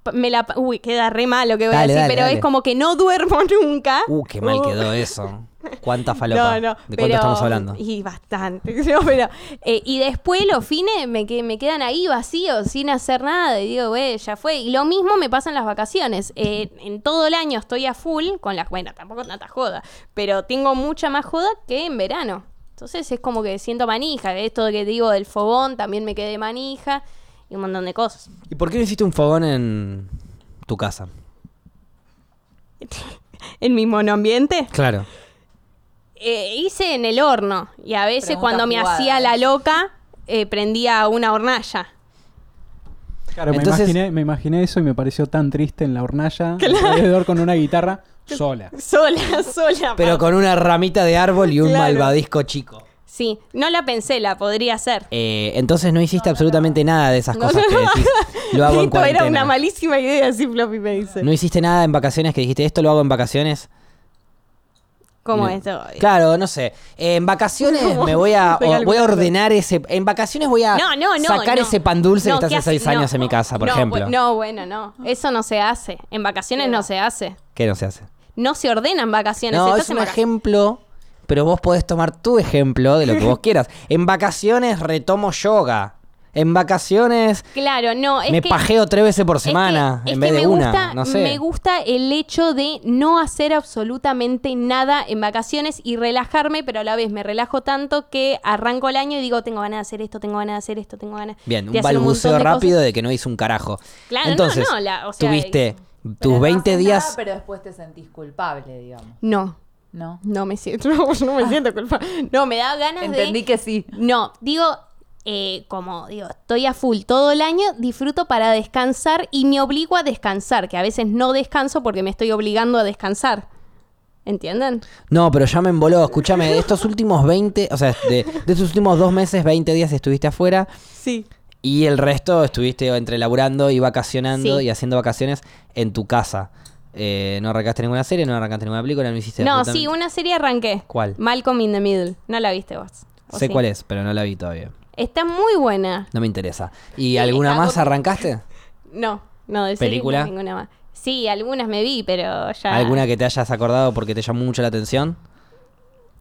[SPEAKER 3] pa- me la... pa- Uy, queda re malo que voy
[SPEAKER 1] Dale,
[SPEAKER 3] a decir,
[SPEAKER 1] dale,
[SPEAKER 3] pero
[SPEAKER 1] dale.
[SPEAKER 3] es como que no duermo (laughs) nunca.
[SPEAKER 1] Uh, qué mal
[SPEAKER 3] Uh.
[SPEAKER 1] quedó eso. ¿Cuánta
[SPEAKER 3] No,
[SPEAKER 1] falopa? ¿De
[SPEAKER 3] no,
[SPEAKER 1] cuánto
[SPEAKER 3] pero-
[SPEAKER 1] estamos hablando?
[SPEAKER 3] (laughs) Y bastante, no, pero... eh, y después los fines me, que, me quedan ahí vacíos, sin hacer nada, y digo, güey, ya fue. Y lo mismo me pasa en las vacaciones. Eh, en todo el año estoy a full con las... Bueno, tampoco tanta joda, pero tengo mucha más joda que en verano. Entonces es como que siento manija. Esto que digo del fogón, también me quedé manija. Y un montón de cosas.
[SPEAKER 1] ¿Y por qué no hiciste un fogón en tu casa?
[SPEAKER 3] ¿En mi monoambiente?
[SPEAKER 1] Claro.
[SPEAKER 3] Eh, hice en el horno y a veces
[SPEAKER 2] Pregunta
[SPEAKER 3] cuando me
[SPEAKER 2] jugada,
[SPEAKER 3] hacía
[SPEAKER 2] eh.
[SPEAKER 3] la loca eh, prendía una hornalla.
[SPEAKER 4] Claro, me,
[SPEAKER 1] Entonces-
[SPEAKER 4] imaginé, me imaginé eso y me pareció tan triste en la hornalla, alrededor con
[SPEAKER 3] (laughs)
[SPEAKER 4] una guitarra sola.
[SPEAKER 3] Sola, (laughs) sola.
[SPEAKER 1] Pero con una ramita de árbol y un
[SPEAKER 3] Claro.
[SPEAKER 1] malvadisco chico.
[SPEAKER 3] Sí, no la pensé, la podría hacer.
[SPEAKER 1] Eh, entonces no hiciste absolutamente nada de esas cosas que decís. Lo
[SPEAKER 3] (laughs)
[SPEAKER 1] hago en
[SPEAKER 3] Esto era una
[SPEAKER 1] cuarentena.
[SPEAKER 3] malísima idea, si Floppy me dice.
[SPEAKER 1] No hiciste nada en vacaciones que dijiste esto lo hago en vacaciones.
[SPEAKER 3] ¿Cómo
[SPEAKER 1] Eh,
[SPEAKER 3] esto?
[SPEAKER 1] Claro, no sé. Eh, en
[SPEAKER 3] (laughs)
[SPEAKER 1] vacaciones
[SPEAKER 3] ¿Cómo?
[SPEAKER 1] me voy a,
[SPEAKER 3] Voy a
[SPEAKER 1] o- voy a
[SPEAKER 3] algún-
[SPEAKER 1] ordenar ese. En vacaciones voy a
[SPEAKER 3] No, no, no.
[SPEAKER 1] sacar
[SPEAKER 3] no.
[SPEAKER 1] ese pan dulce
[SPEAKER 3] No,
[SPEAKER 1] que
[SPEAKER 3] ¿qué
[SPEAKER 1] está hace
[SPEAKER 3] hace?
[SPEAKER 1] seis
[SPEAKER 3] No.
[SPEAKER 1] años en mi casa, por
[SPEAKER 3] No,
[SPEAKER 1] ejemplo.
[SPEAKER 3] bu- No, bueno, no. Eso no se hace. En vacaciones no se hace.
[SPEAKER 1] ¿Qué no se hace?
[SPEAKER 3] No se ordenan vacaciones.
[SPEAKER 1] No,
[SPEAKER 3] estás
[SPEAKER 1] es
[SPEAKER 3] en
[SPEAKER 1] un
[SPEAKER 3] vacaciones.
[SPEAKER 1] ejemplo, pero vos podés tomar tu ejemplo de lo
[SPEAKER 3] (laughs)
[SPEAKER 1] que vos quieras. En vacaciones retomo yoga. En vacaciones
[SPEAKER 3] Claro, no. Es
[SPEAKER 1] me
[SPEAKER 3] que,
[SPEAKER 1] pajeo tres veces por
[SPEAKER 3] es que-
[SPEAKER 1] semana en
[SPEAKER 3] es que
[SPEAKER 1] vez de
[SPEAKER 3] me
[SPEAKER 1] una.
[SPEAKER 3] gusta-
[SPEAKER 1] no sé.
[SPEAKER 3] Me gusta el hecho de no hacer absolutamente nada en vacaciones y relajarme, pero a la vez me relajo tanto que arranco el año y digo, tengo ganas de hacer esto, tengo ganas de hacer esto, tengo ganas
[SPEAKER 1] Bien, un
[SPEAKER 3] de hacer
[SPEAKER 1] balbuceo
[SPEAKER 3] montón de
[SPEAKER 1] rápido
[SPEAKER 3] cosas.
[SPEAKER 1] de que no hice un carajo.
[SPEAKER 3] Claro, no,
[SPEAKER 1] Entonces,
[SPEAKER 3] no, la- o sea,
[SPEAKER 1] tuviste
[SPEAKER 2] Pero
[SPEAKER 1] tus
[SPEAKER 2] no
[SPEAKER 1] 20
[SPEAKER 2] haces
[SPEAKER 1] días.
[SPEAKER 2] nada, pero después te sentís culpable, digamos.
[SPEAKER 3] No,
[SPEAKER 2] ¿No?
[SPEAKER 3] no me siento, (laughs) no, no
[SPEAKER 1] Ah.
[SPEAKER 3] me siento culpable. No, me da ganas
[SPEAKER 2] Entendí
[SPEAKER 3] de...
[SPEAKER 2] que sí.
[SPEAKER 3] No, digo, eh, como digo, estoy a full todo el año, disfruto para descansar y me obligo a descansar, que a veces no descanso porque me estoy obligando a descansar. ¿Entienden?
[SPEAKER 1] No, pero ya me emboló. Escúchame, de estos últimos 20, o sea, de, de estos últimos dos meses, 20 días estuviste afuera
[SPEAKER 3] Sí.
[SPEAKER 1] y el resto estuviste entre laburando y vacacionando
[SPEAKER 3] Sí.
[SPEAKER 1] y haciendo vacaciones en tu casa. Eh, no arrancaste ninguna serie, no arrancaste ninguna película, no hiciste
[SPEAKER 3] No,
[SPEAKER 1] absolutamente-
[SPEAKER 3] sí, una serie arranqué.
[SPEAKER 1] ¿Cuál?
[SPEAKER 3] Malcolm in the Middle. No la viste vos. ¿O
[SPEAKER 1] Sé
[SPEAKER 3] sí?
[SPEAKER 1] cuál es, pero no la vi todavía.
[SPEAKER 3] Está muy buena.
[SPEAKER 1] No me interesa. ¿Y alguna
[SPEAKER 3] está
[SPEAKER 1] más
[SPEAKER 3] con-
[SPEAKER 1] arrancaste?
[SPEAKER 3] No, no, de serie
[SPEAKER 1] ¿Película?
[SPEAKER 3] no, ninguna más. Sí, algunas me vi, pero ya.
[SPEAKER 1] ¿Alguna que te hayas acordado porque te llamó mucho la atención?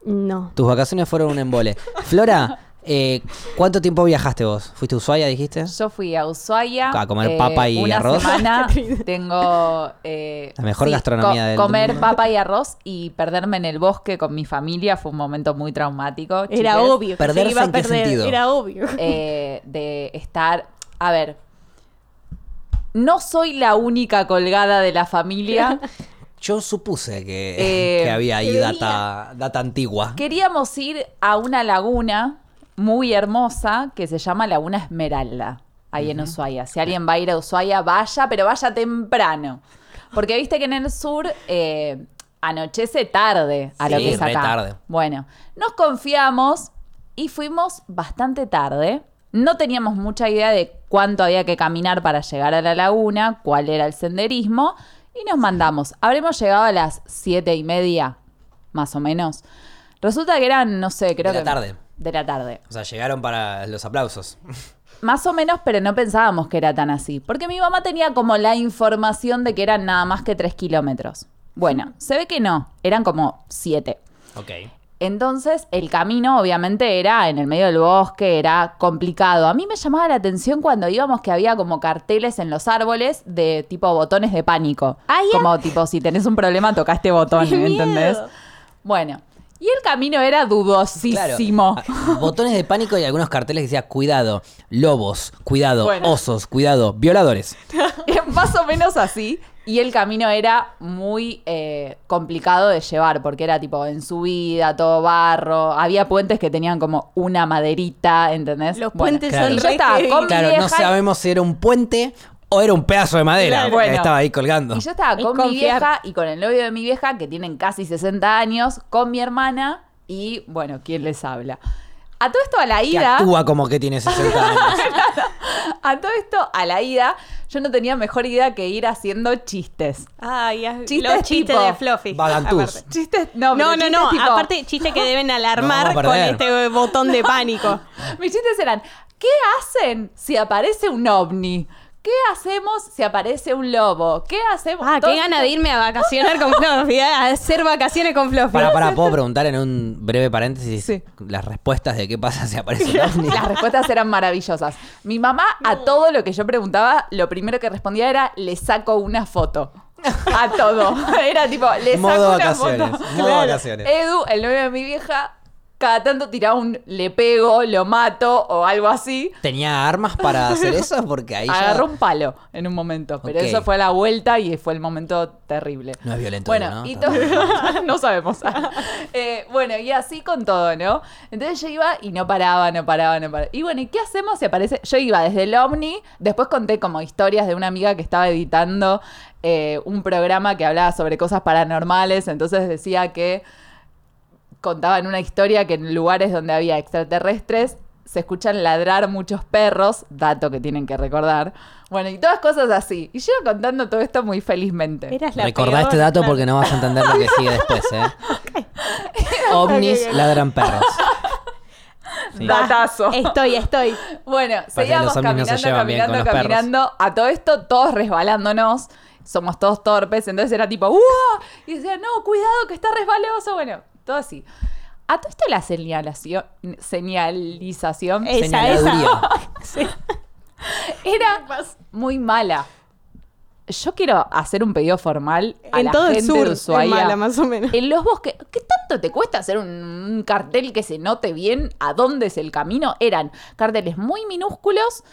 [SPEAKER 3] No.
[SPEAKER 1] Tus vacaciones fueron un embole. Flora, eh, ¿cuánto tiempo viajaste vos? ¿Fuiste a Ushuaia, dijiste?
[SPEAKER 2] Yo fui a Ushuaia. eh,
[SPEAKER 1] A comer papa y
[SPEAKER 2] una
[SPEAKER 1] arroz.
[SPEAKER 6] (laughs)
[SPEAKER 2] Semana tengo. eh,
[SPEAKER 1] La mejor gastronomía del
[SPEAKER 2] Comer
[SPEAKER 1] mundo.
[SPEAKER 2] papa y arroz y perderme en el bosque con mi familia fue un momento muy traumático.
[SPEAKER 6] Era
[SPEAKER 2] chiques.
[SPEAKER 6] obvio. que se
[SPEAKER 1] ¿Perderse
[SPEAKER 6] iba a
[SPEAKER 1] en qué
[SPEAKER 6] perder,
[SPEAKER 1] sentido?
[SPEAKER 6] Era obvio.
[SPEAKER 2] eh, de estar. A ver. No soy la única colgada de la familia.
[SPEAKER 6] (laughs)
[SPEAKER 1] Yo supuse que, (laughs)
[SPEAKER 2] Eh,
[SPEAKER 1] que había ahí
[SPEAKER 6] que
[SPEAKER 1] data, data antigua.
[SPEAKER 2] Queríamos ir a una laguna muy hermosa que se llama Laguna Esmeralda, ahí en Ushuaia. Si alguien va a ir a Ushuaia, vaya, pero vaya temprano. Porque viste que en el sur eh, anochece tarde a lo
[SPEAKER 1] Sí,
[SPEAKER 2] que es
[SPEAKER 1] re
[SPEAKER 2] acá.
[SPEAKER 1] tarde.
[SPEAKER 2] Bueno, nos confiamos y fuimos bastante tarde. No teníamos mucha idea de cuánto había que caminar para llegar a la laguna, cuál era el senderismo, y nos mandamos. Habremos llegado a las siete y media, más o menos. Resulta que eran, no sé, creo
[SPEAKER 1] De la
[SPEAKER 2] que-
[SPEAKER 1] tarde.
[SPEAKER 2] De la tarde.
[SPEAKER 1] O sea, llegaron para los aplausos. (laughs)
[SPEAKER 2] Más o menos, pero no pensábamos que era tan así. Porque mi mamá tenía como la información de que eran nada más que tres kilómetros. Bueno, se ve que no, eran como siete.
[SPEAKER 1] Ok.
[SPEAKER 2] Entonces, el camino obviamente era en el medio del bosque, era complicado. A mí me llamaba la atención cuando íbamos que había como carteles en los árboles de tipo botones de pánico.
[SPEAKER 3] Ay, ya.
[SPEAKER 2] como tipo, si tenés un problema, toca este botón,
[SPEAKER 6] ¡Qué miedo!
[SPEAKER 2] ¿entendés? Bueno, y el camino era
[SPEAKER 1] Claro.
[SPEAKER 2] dudosísimo.
[SPEAKER 1] Ah, Botones de pánico y algunos carteles que decía cuidado, lobos, cuidado,
[SPEAKER 2] Bueno.
[SPEAKER 1] osos, cuidado, violadores.
[SPEAKER 2] (laughs) Más o menos así. Y el camino era muy eh, complicado de llevar, porque era tipo en subida, todo barro. Había puentes que tenían como una maderita, ¿entendés?
[SPEAKER 6] Los
[SPEAKER 2] Bueno,
[SPEAKER 6] puentes
[SPEAKER 1] claro.
[SPEAKER 6] son
[SPEAKER 2] Y yo
[SPEAKER 6] re
[SPEAKER 2] estaba
[SPEAKER 6] heavy.
[SPEAKER 2] con-
[SPEAKER 1] Claro, no
[SPEAKER 2] vieja-
[SPEAKER 1] sabemos si era un puente o era un pedazo de madera
[SPEAKER 2] Claro.
[SPEAKER 1] que
[SPEAKER 2] Bueno.
[SPEAKER 1] estaba ahí colgando.
[SPEAKER 2] Y yo estaba
[SPEAKER 6] Es
[SPEAKER 2] con mi
[SPEAKER 6] confiar.
[SPEAKER 2] vieja y con el novio de mi vieja, que tienen casi 60 años, con mi hermana y, bueno, ¿quién les habla? A todo esto a la
[SPEAKER 1] Que
[SPEAKER 2] ida,
[SPEAKER 1] actúa como que tiene
[SPEAKER 2] (laughs)
[SPEAKER 1] 60 años.
[SPEAKER 2] a todo esto a la ida, yo no tenía mejor idea que ir haciendo chistes.
[SPEAKER 6] Ay,
[SPEAKER 3] ah,
[SPEAKER 6] as-
[SPEAKER 2] Chistes
[SPEAKER 6] los chistes
[SPEAKER 2] tipo
[SPEAKER 6] de Fluffy.
[SPEAKER 1] Vagantús.
[SPEAKER 6] aparte.
[SPEAKER 2] Chistes, no, pero
[SPEAKER 6] No, no,
[SPEAKER 2] chistes
[SPEAKER 6] no.
[SPEAKER 2] tipo-
[SPEAKER 6] Aparte, chiste que deben alarmar
[SPEAKER 1] No,
[SPEAKER 6] con
[SPEAKER 1] perder.
[SPEAKER 6] este botón de (laughs) pánico.
[SPEAKER 2] (laughs) Mis chistes eran, ¿qué hacen si aparece un ovni? ¿Qué hacemos si aparece un lobo? ¿Qué hacemos?
[SPEAKER 3] Ah, qué
[SPEAKER 2] Todos
[SPEAKER 3] gana de irme a vacacionar con Fluffy, ¿eh? a hacer vacaciones con Fluffy.
[SPEAKER 1] Para, para, ¿puedo preguntar en un breve paréntesis
[SPEAKER 2] Sí.
[SPEAKER 1] las respuestas de qué pasa si aparece
[SPEAKER 2] (laughs)
[SPEAKER 1] un ovni?
[SPEAKER 2] (laughs) Las respuestas eran maravillosas. Mi mamá a todo lo que yo preguntaba, lo primero que respondía era, le saco una foto. A todo. (laughs) Era tipo, le saco
[SPEAKER 1] Modo
[SPEAKER 2] una
[SPEAKER 1] vacaciones.
[SPEAKER 2] foto.
[SPEAKER 1] Modo vacaciones.
[SPEAKER 2] Edu, el novio de mi vieja, cada tanto tiraba un le pego, lo mato o algo así.
[SPEAKER 1] ¿Tenía armas para hacer eso? Porque ahí ya-
[SPEAKER 2] Agarró un palo en un momento, pero
[SPEAKER 1] Ok.
[SPEAKER 2] eso fue a la vuelta y fue el momento terrible.
[SPEAKER 1] No es violento,
[SPEAKER 2] Bueno,
[SPEAKER 1] ¿no?
[SPEAKER 2] y to- (laughs) no sabemos. Eh, bueno, y así con todo, ¿no? Entonces yo iba y no paraba, no paraba, no paraba. Y bueno, ¿y qué hacemos si aparece? Yo iba desde el Omni, después conté como historias de una amiga que estaba editando eh, un programa que hablaba sobre cosas paranormales, entonces decía que contaban una historia que en lugares donde había extraterrestres se escuchan ladrar muchos perros, dato que tienen que recordar. Bueno, y todas cosas así. Y yo iba contando todo esto muy felizmente. (laughs)
[SPEAKER 6] Eras la
[SPEAKER 1] Recordá
[SPEAKER 6] peor,
[SPEAKER 1] este dato
[SPEAKER 6] claro.
[SPEAKER 1] porque no vas a entender lo que sigue después, ¿eh? (laughs) Ovnis
[SPEAKER 6] Ok, ok.
[SPEAKER 1] ladran
[SPEAKER 2] (laughs)
[SPEAKER 1] perros. Sí.
[SPEAKER 2] Datazo.
[SPEAKER 6] Estoy, estoy.
[SPEAKER 2] Bueno, seguíamos
[SPEAKER 1] los ovnis no
[SPEAKER 2] caminando,
[SPEAKER 1] se llevan bien
[SPEAKER 2] caminando,
[SPEAKER 1] con los perros.
[SPEAKER 2] caminando. A todo esto, todos resbalándonos. Somos todos torpes. Entonces era tipo, ¡uh! Y decía, no, cuidado, que está resbaloso. Bueno, todo así. A todo esto la señalación, señalización
[SPEAKER 6] Esa,
[SPEAKER 1] Señaladuría.
[SPEAKER 6] esa. Sí. (laughs)
[SPEAKER 2] era muy mala. Yo quiero hacer un pedido formal a
[SPEAKER 6] En
[SPEAKER 2] la
[SPEAKER 6] todo el
[SPEAKER 2] gente
[SPEAKER 6] sur
[SPEAKER 2] de
[SPEAKER 6] es
[SPEAKER 2] Ushuaia.
[SPEAKER 6] mala, más o menos.
[SPEAKER 2] En los bosques, ¿qué tanto te cuesta hacer un, un cartel que se note bien a dónde es el camino? Eran carteles muy minúsculos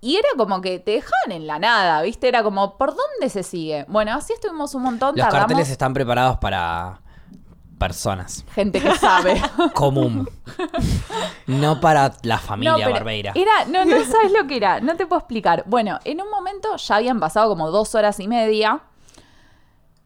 [SPEAKER 2] y era como que te dejaban en la nada, ¿viste? Era como, ¿por dónde se sigue? Bueno, así estuvimos un montón,
[SPEAKER 1] Los
[SPEAKER 2] tardamos.
[SPEAKER 1] carteles están preparados para
[SPEAKER 2] (laughs)
[SPEAKER 1] personas.
[SPEAKER 2] Gente que sabe.
[SPEAKER 1] Común. No para la (laughs) familia
[SPEAKER 2] pero
[SPEAKER 1] Barbeira.
[SPEAKER 2] Era,
[SPEAKER 1] (laughs)
[SPEAKER 2] no, no sabes lo que era, no te puedo explicar. Bueno, en un momento ya habían pasado como dos horas y media